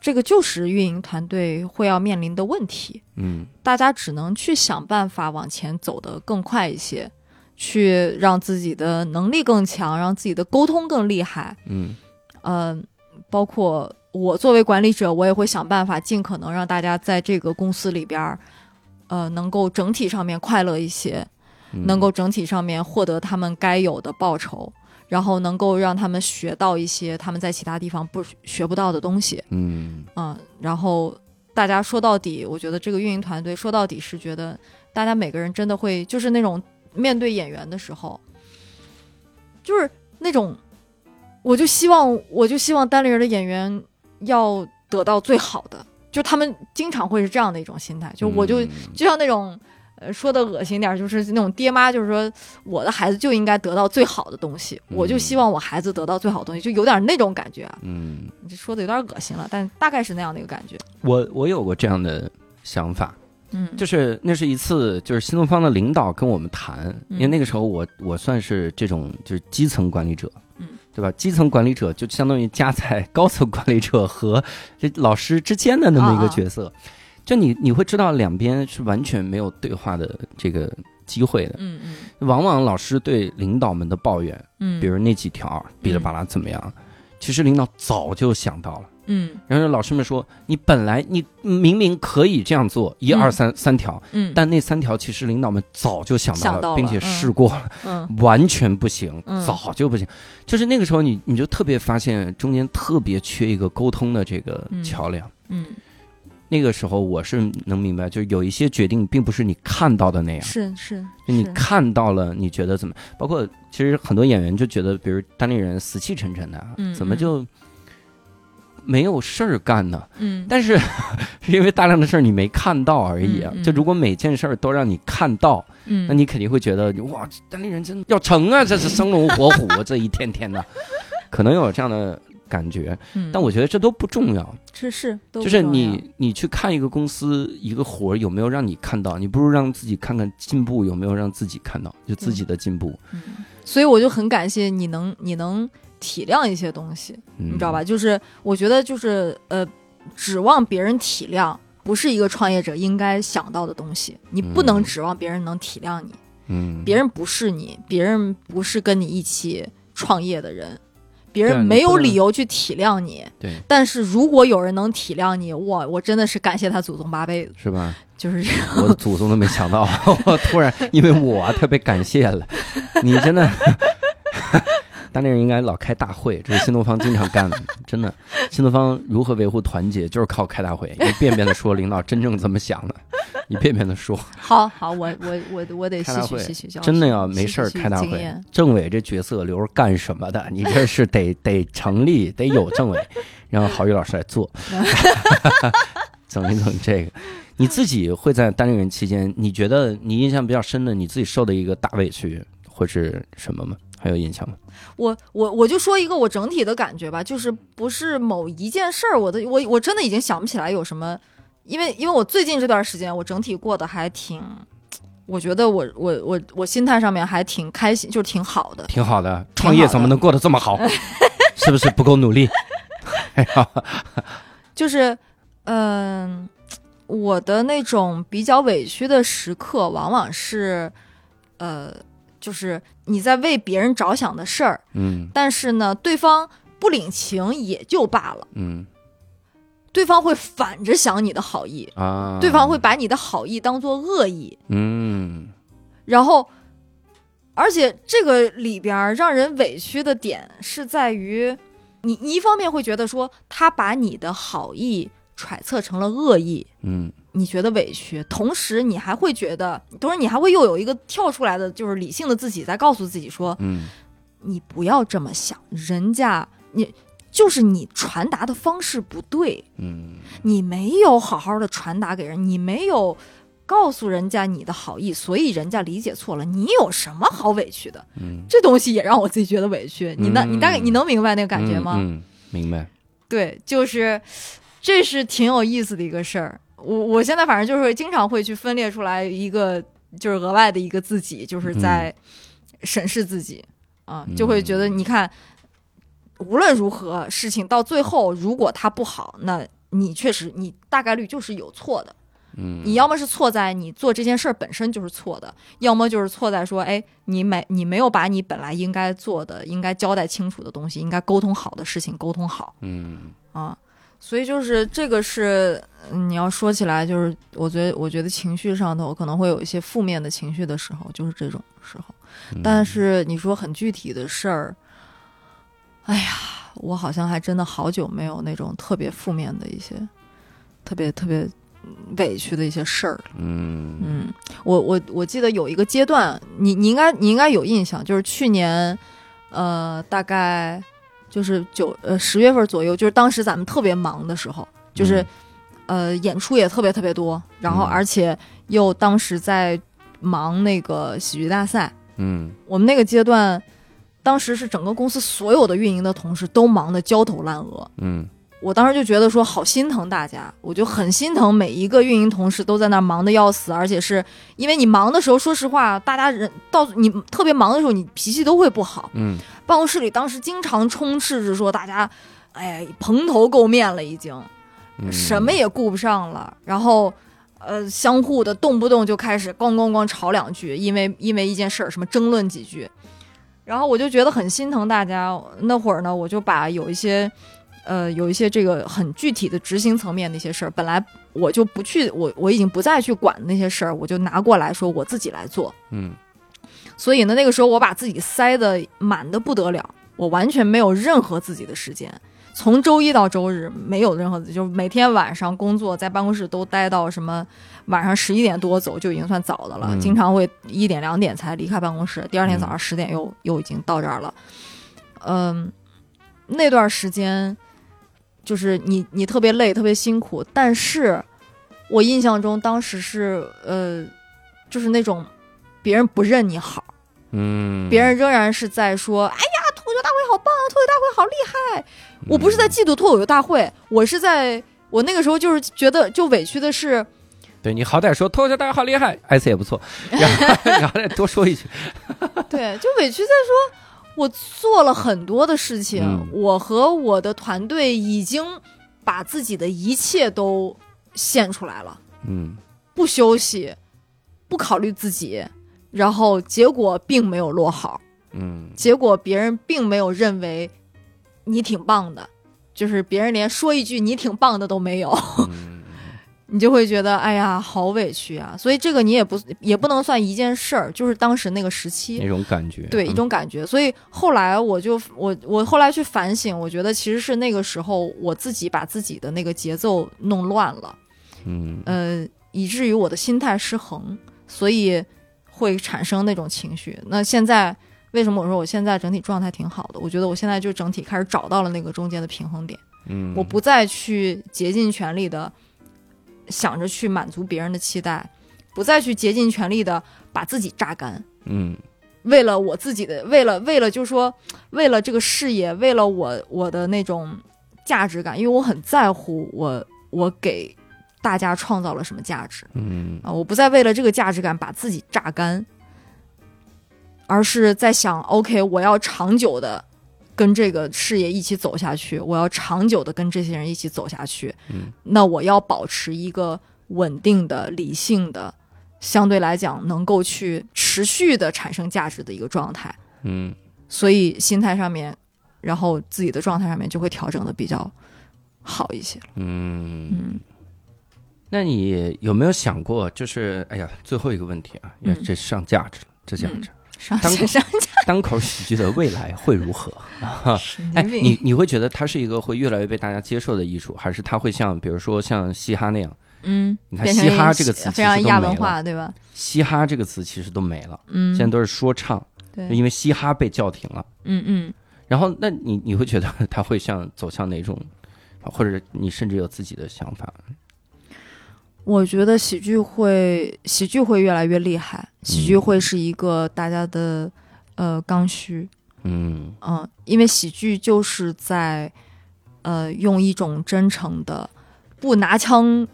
这个就是运营团队会要面临的问题，嗯大家只能去想办法往前走得更快一些，去让自己的能力更强，让自己的沟通更厉害，嗯嗯，包括我作为管理者，我也会想办法尽可能让大家在这个公司里边儿，呃，能够整体上面快乐一些，嗯能够整体上面获得他们该有的报酬，然后能够让他们学到一些他们在其他地方不学不到的东西，嗯嗯，然后大家说到底，我觉得这个运营团队说到底是觉得大家每个人真的会就是那种面对演员的时候，就是那种，我就希望我就希望单立人的演员要得到最好的，就他们经常会是这样的一种心态，就我就、嗯就像那种。呃，说的恶心点儿，就是那种爹妈，就是说我的孩子就应该得到最好的东西，我就嗯希望我孩子得到最好的东西，就有点那种感觉啊。嗯。你这说的有点恶心了，但大概是那样的一个感觉。我我有过这样的想法，嗯，就是那是一次，就是新东方的领导跟我们谈，因嗯为那个时候我我算是这种就是基层管理者，嗯，对吧？基层管理者就相当于夹在高层管理者和这老师之间的那么一个角色，啊就你你会知道两边是完全没有对话的这个机会的。嗯嗯往往老师对领导们的抱怨，嗯，比如那几条哔哩吧啦怎么样，其实领导早就想到了。嗯然后老师们说，你本来你明明可以这样做，一嗯二三三条，嗯，但那三条其实领导们早就想到想到了并且试过了，嗯完全不行，嗯早就不行。就是那个时候你，你就特别发现中间特别缺一个沟通的这个嗯桥梁。嗯那个时候我是能明白，就是有一些决定并不是你看到的那样，是是，就你是看到了，你觉得怎么？包括其实很多演员就觉得，比如单立人死气沉沉的啊，嗯怎么嗯就没有事儿干呢？ 嗯但是是因为大量的事儿你没看到而已啊。嗯嗯就如果每件事儿都让你看到，嗯，那你肯定会觉得哇，这单立人真的要 成啊，这是生龙活虎，啊这一天天的，可能有这样的感觉。嗯，但我觉得这都不重要，是是，都就不是重要你你去看一个公司一个活儿有没有让你看到，你不如让自己看看进步有没有让自己看到，就自己的进步，嗯所以我就很感谢你能你能体谅一些东西，嗯你知道吧？？就是我觉得就是呃，指望别人体谅。不是一个创业者应该想到的东西。你不能指望别人能体谅你，嗯，别人不是你，别人不是跟你一起创业的人，别对啊人你没不有能理由去体谅你。对但是如果有人能体谅你，哇，我真的是感谢他祖宗八辈子，是吧？就是这样。 我的祖宗都没想到， 我突然因为我啊特别感谢了你，真的。 当地人应该老开大会，这是新东方经常干的，真的。新东方如何维护团结，就是靠开大会，一遍遍的说领导真正怎么想的，一遍遍的说。好好，我我我我得开大吸取会吸取教训，真的要没事儿吸取开大经会验，政委这角色留着干什么的？你这是 得得成立，得有政委，让郝宇老师来做， 整一整这个。你自己会在单立人期间，你觉得你印象比较深的，你自己受的一个大委屈会是什么吗？还有印象吗？我我我就说一个我整体的感觉吧，就是不是某一件事儿，我的我我真的已经想不起来有什么，因为因为我最近这段时间我整体过得还挺，我觉得我我我我心态上面还挺开心，就是挺好的。挺好的，挺好创的业怎么能过得这 么好？是不是不够努力？哎呀，就是，嗯、我的那种比较委屈的时刻，往往是，呃，就是你在为别人着想的事儿，嗯但是呢，对方不领情也就罢了，嗯对方会反着想你的好意，啊，对方会把你的好意当做恶意，嗯然后，而且这个里边儿让人委屈的点是在于，你你一方面会觉得说他把你的好意揣测成了恶意，嗯你觉得委屈，同时你还会觉得，同时你还会又有一个跳出来的，就是理性的自己在告诉自己说，嗯你不要这么想，人家你就是你传达的方式不对，嗯你没有好好的传达给人，你没有告诉人家你的好意，所以人家理解错了，你有什么好委屈的？嗯，这东西也让我自己觉得委屈，你那嗯你大概你能明白那个感觉吗？嗯，嗯明白。对，就是这是挺有意思的一个事儿。我我现在反正就是经常会去分裂出来一个，就是额外的一个自己，就是在审视自己、啊，就会觉得你看，无论如何，事情到最后，如果它不好，那你确实你大概率就是有错的。嗯，你要么是错在你做这件事儿本身就是错的，要么就是错在说，哎，你没你没有把你本来应该做的、应该交代清楚的东西、应该沟通好的事情沟通好。嗯啊，所以就是这个是嗯你要说起来，就是我觉得我觉得情绪上头可能会有一些负面的情绪的时候，就是这种时候。嗯但是你说很具体的事儿，哎呀，我好像还真的好久没有那种特别负面的一些，特别特别嗯委屈的一些事儿了。嗯嗯，我我我记得有一个阶段，你你应该你应该有印象，就是去年，呃，大概就是九呃十月份左右，就是当时咱们特别忙的时候，就是、呃演出也特别特别多，然后嗯而且又当时在忙那个喜剧大赛，嗯我们那个阶段，当时是整个公司所有的运营的同事都忙得焦头烂额，嗯我当时就觉得说好心疼大家，我就很心疼每一个运营同事都在那儿忙得要死，而且是因为你忙的时候，说实话，大家人到你特别忙的时候，你脾气都会不好。嗯办公室里当时经常充斥着说大家，哎，蓬头垢面了已经，嗯，什么也顾不上了，然后。呃，相互的动不动就开始咣咣咣吵两句，因为因为一件事儿什么争论几句，然后我就觉得很心疼大家。那会儿呢，我就把有一些，呃，有一些这个很具体的执行层面的一些事儿，本来我就不去，我我已经不再去管那些事儿，我就拿过来说我自己来做。嗯所以呢，那个时候我把自己塞得满的不得了，我完全没有任何自己的时间。从周一到周日没有任何，就是每天晚上工作在办公室都待到什么晚上十一点多走就已经算早的了，嗯经常会一点两点才离开办公室，第二天嗯早上十点又、又已经到这儿了。嗯，那段时间就是你你特别累，特别辛苦，但是我印象中当时是呃，就是那种别人不认你好。嗯，别人仍然是在说：“哎呀，脱口秀大会好棒，脱口秀大会好厉害。”我不是嗯在嫉妒脱口秀大会，我是在我那个时候就是觉得就委屈的 是，对你好歹说脱口秀大家好厉害，艾斯也不 错，然后然后再多说一句，对，就委屈在说，我做了很多的事情，嗯我和我的团队已经把自己的一切都现出来了，嗯，不休息，不考虑自己，然后结果并没有落好，嗯，结果别人并没有认为你挺棒的，就是别人连说一句你挺棒的都没有。 嗯你就会觉得，哎呀，好委屈啊！所以这个你也不也不能算一件事儿，就是当时那个时期那，种感觉，对一种感觉。所以后来我就我我后来去反省，我觉得其实是那个时候我自己把自己的那个节奏弄乱了，嗯，嗯，呃，以至于我的心态失衡，所以会产生那种情绪。那现在为什么我说我现在整体状态挺好的？我觉得我现在就整体开始找到了那个中间的平衡点。嗯我，不再去竭尽全力的想着去满足别人的期待，不再去竭尽全力的把自己榨干，嗯为了我自己的，为了为了就说，为了这个事业，为了我我的那种价值感，因为我很在乎我我给大家创造了什么价值嗯，啊，我不再为了这个价值感把自己榨干，而是在想，OK，我要长久的。跟这个事业一起走下去，我要长久的跟这些人一起走下去。嗯，那我要保持一个稳定的、理性的，相对来讲能够去持续的产生价值的一个状态。嗯，所以心态上面，然后自己的状态上面就会调整的比较好一些了。嗯。嗯那你有没有想过，就是哎呀，最后一个问题啊，也嗯这上价值了，这价值，上当线上单口喜剧的未来会如何？神哎，经病你你会觉得它是一个会越来越被大家接受的艺术，还是它会像比如说像嘻哈那样？嗯，你看变成嘻哈一个这个词非常其实都亚没文了化，对吧？嘻哈这个词其实都没了，嗯，现在都是说唱，对，因为嘻哈被叫停了。嗯嗯然后，那你你会觉得 它会像走向哪种，或者你甚至有自己的想法？我觉得喜剧会喜剧会越来越厉害，嗯喜剧会是一个大家的呃刚需，嗯嗯、因为喜剧就是在呃用一种真诚的、不拿腔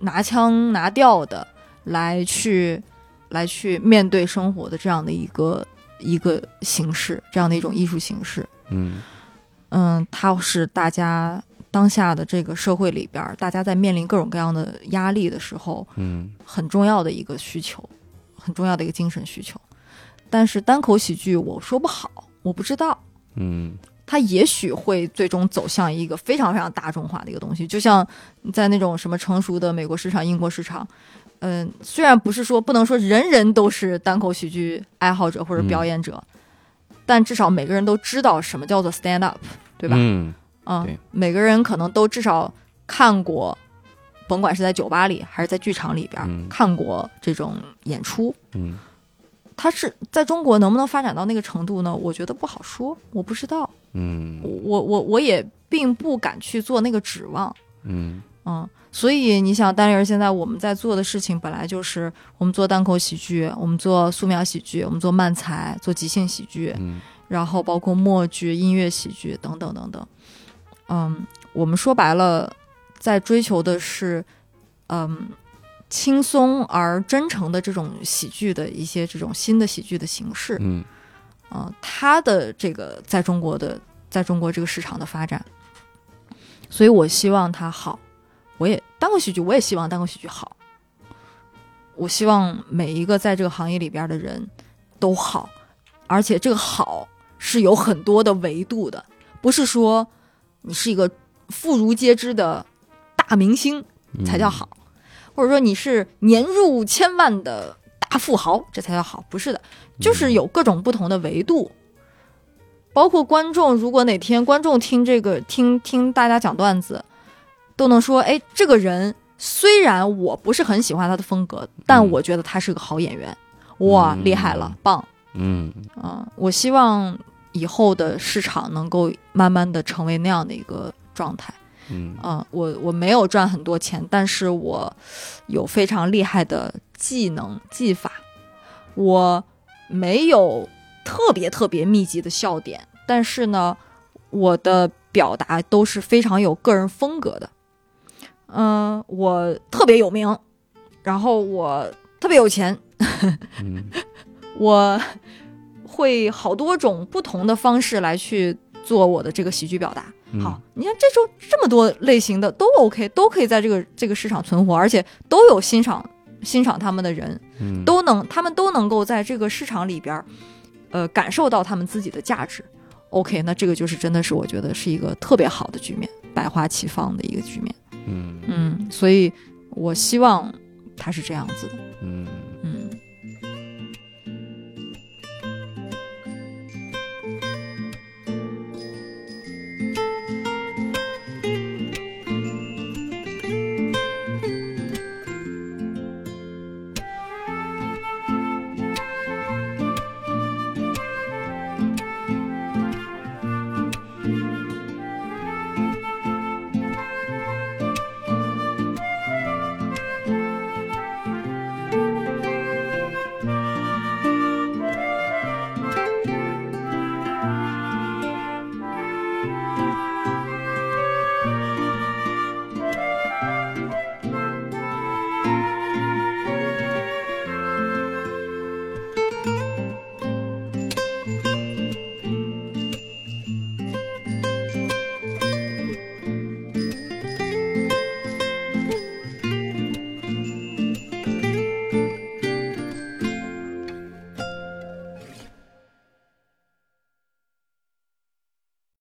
拿腔拿调的来去来去面对生活的这样的一个一个形式，这样的一种艺术形式。嗯嗯，它是大家当下的这个社会里边儿，大家在面临各种各样的压力的时候，嗯很重要的一个需求，很重要的一个精神需求。但是单口喜剧，我说不好，我不知道，嗯它也许会最终走向一个非常非常大众化的一个东西，就像在那种什么成熟的美国市场、英国市场，嗯、虽然不是说不能说人人都是单口喜剧爱好者或者表演者，但至少每个人都知道什么叫做 stand up，对吧？嗯啊对，每个人可能都至少看过，甭管是在酒吧里还是在剧场里边、嗯看过这种演出。嗯它是在中国能不能发展到那个程度呢？我觉得不好说，我不知道，嗯我我我也并不敢去做那个指望，嗯嗯。所以你想，单人现在我们在做的事情，本来就是我们做单口喜剧，我们做素描喜剧，我们做漫才，做即兴喜剧，嗯然后包括默剧、音乐喜剧等等等等。嗯，我们说白了，在追求的是，嗯，轻松而真诚的这种喜剧的一些这种新的喜剧的形式。嗯嗯、它的这个在中国的在中国这个市场的发展，所以我希望它好。我也单口喜剧，我也希望单口喜剧好。我希望每一个在这个行业里边的人都好，而且这个好是有很多的维度的，不是说你是一个妇孺皆知的大明星嗯才叫。好，或者说你是年入千万的大富豪，这才叫好，不是的，就是有各种不同的维度。包括观众，如果哪天观众听这个听听大家讲段子，都能说，哎，这个人虽然我不是很喜欢他的风格，但嗯我觉得他是个好演员，哇，嗯厉害了，棒！嗯嗯，我希望以后的市场能够慢慢的成为那样的一个状态。嗯嗯，我我没有赚很多钱，但是我有非常厉害的技能技法，我没有特别特别密集的笑点，但是呢，我的表达都是非常有个人风格的。嗯，我特别有名，然后我特别有钱，嗯我会好多种不同的方式来去做我的这个喜剧表达。嗯好，你看这种这么多类型的都 OK，都可以在这个这个市场存活，而且都有欣赏欣赏他们的人，嗯都能他们都能够在这个市场里边儿，呃，感受到他们自己的价值。OK，那这个就是真的是我觉得是一个特别好的局面，百花齐放的一个局面。嗯嗯，所以我希望它是这样子的。嗯，嗯，嗯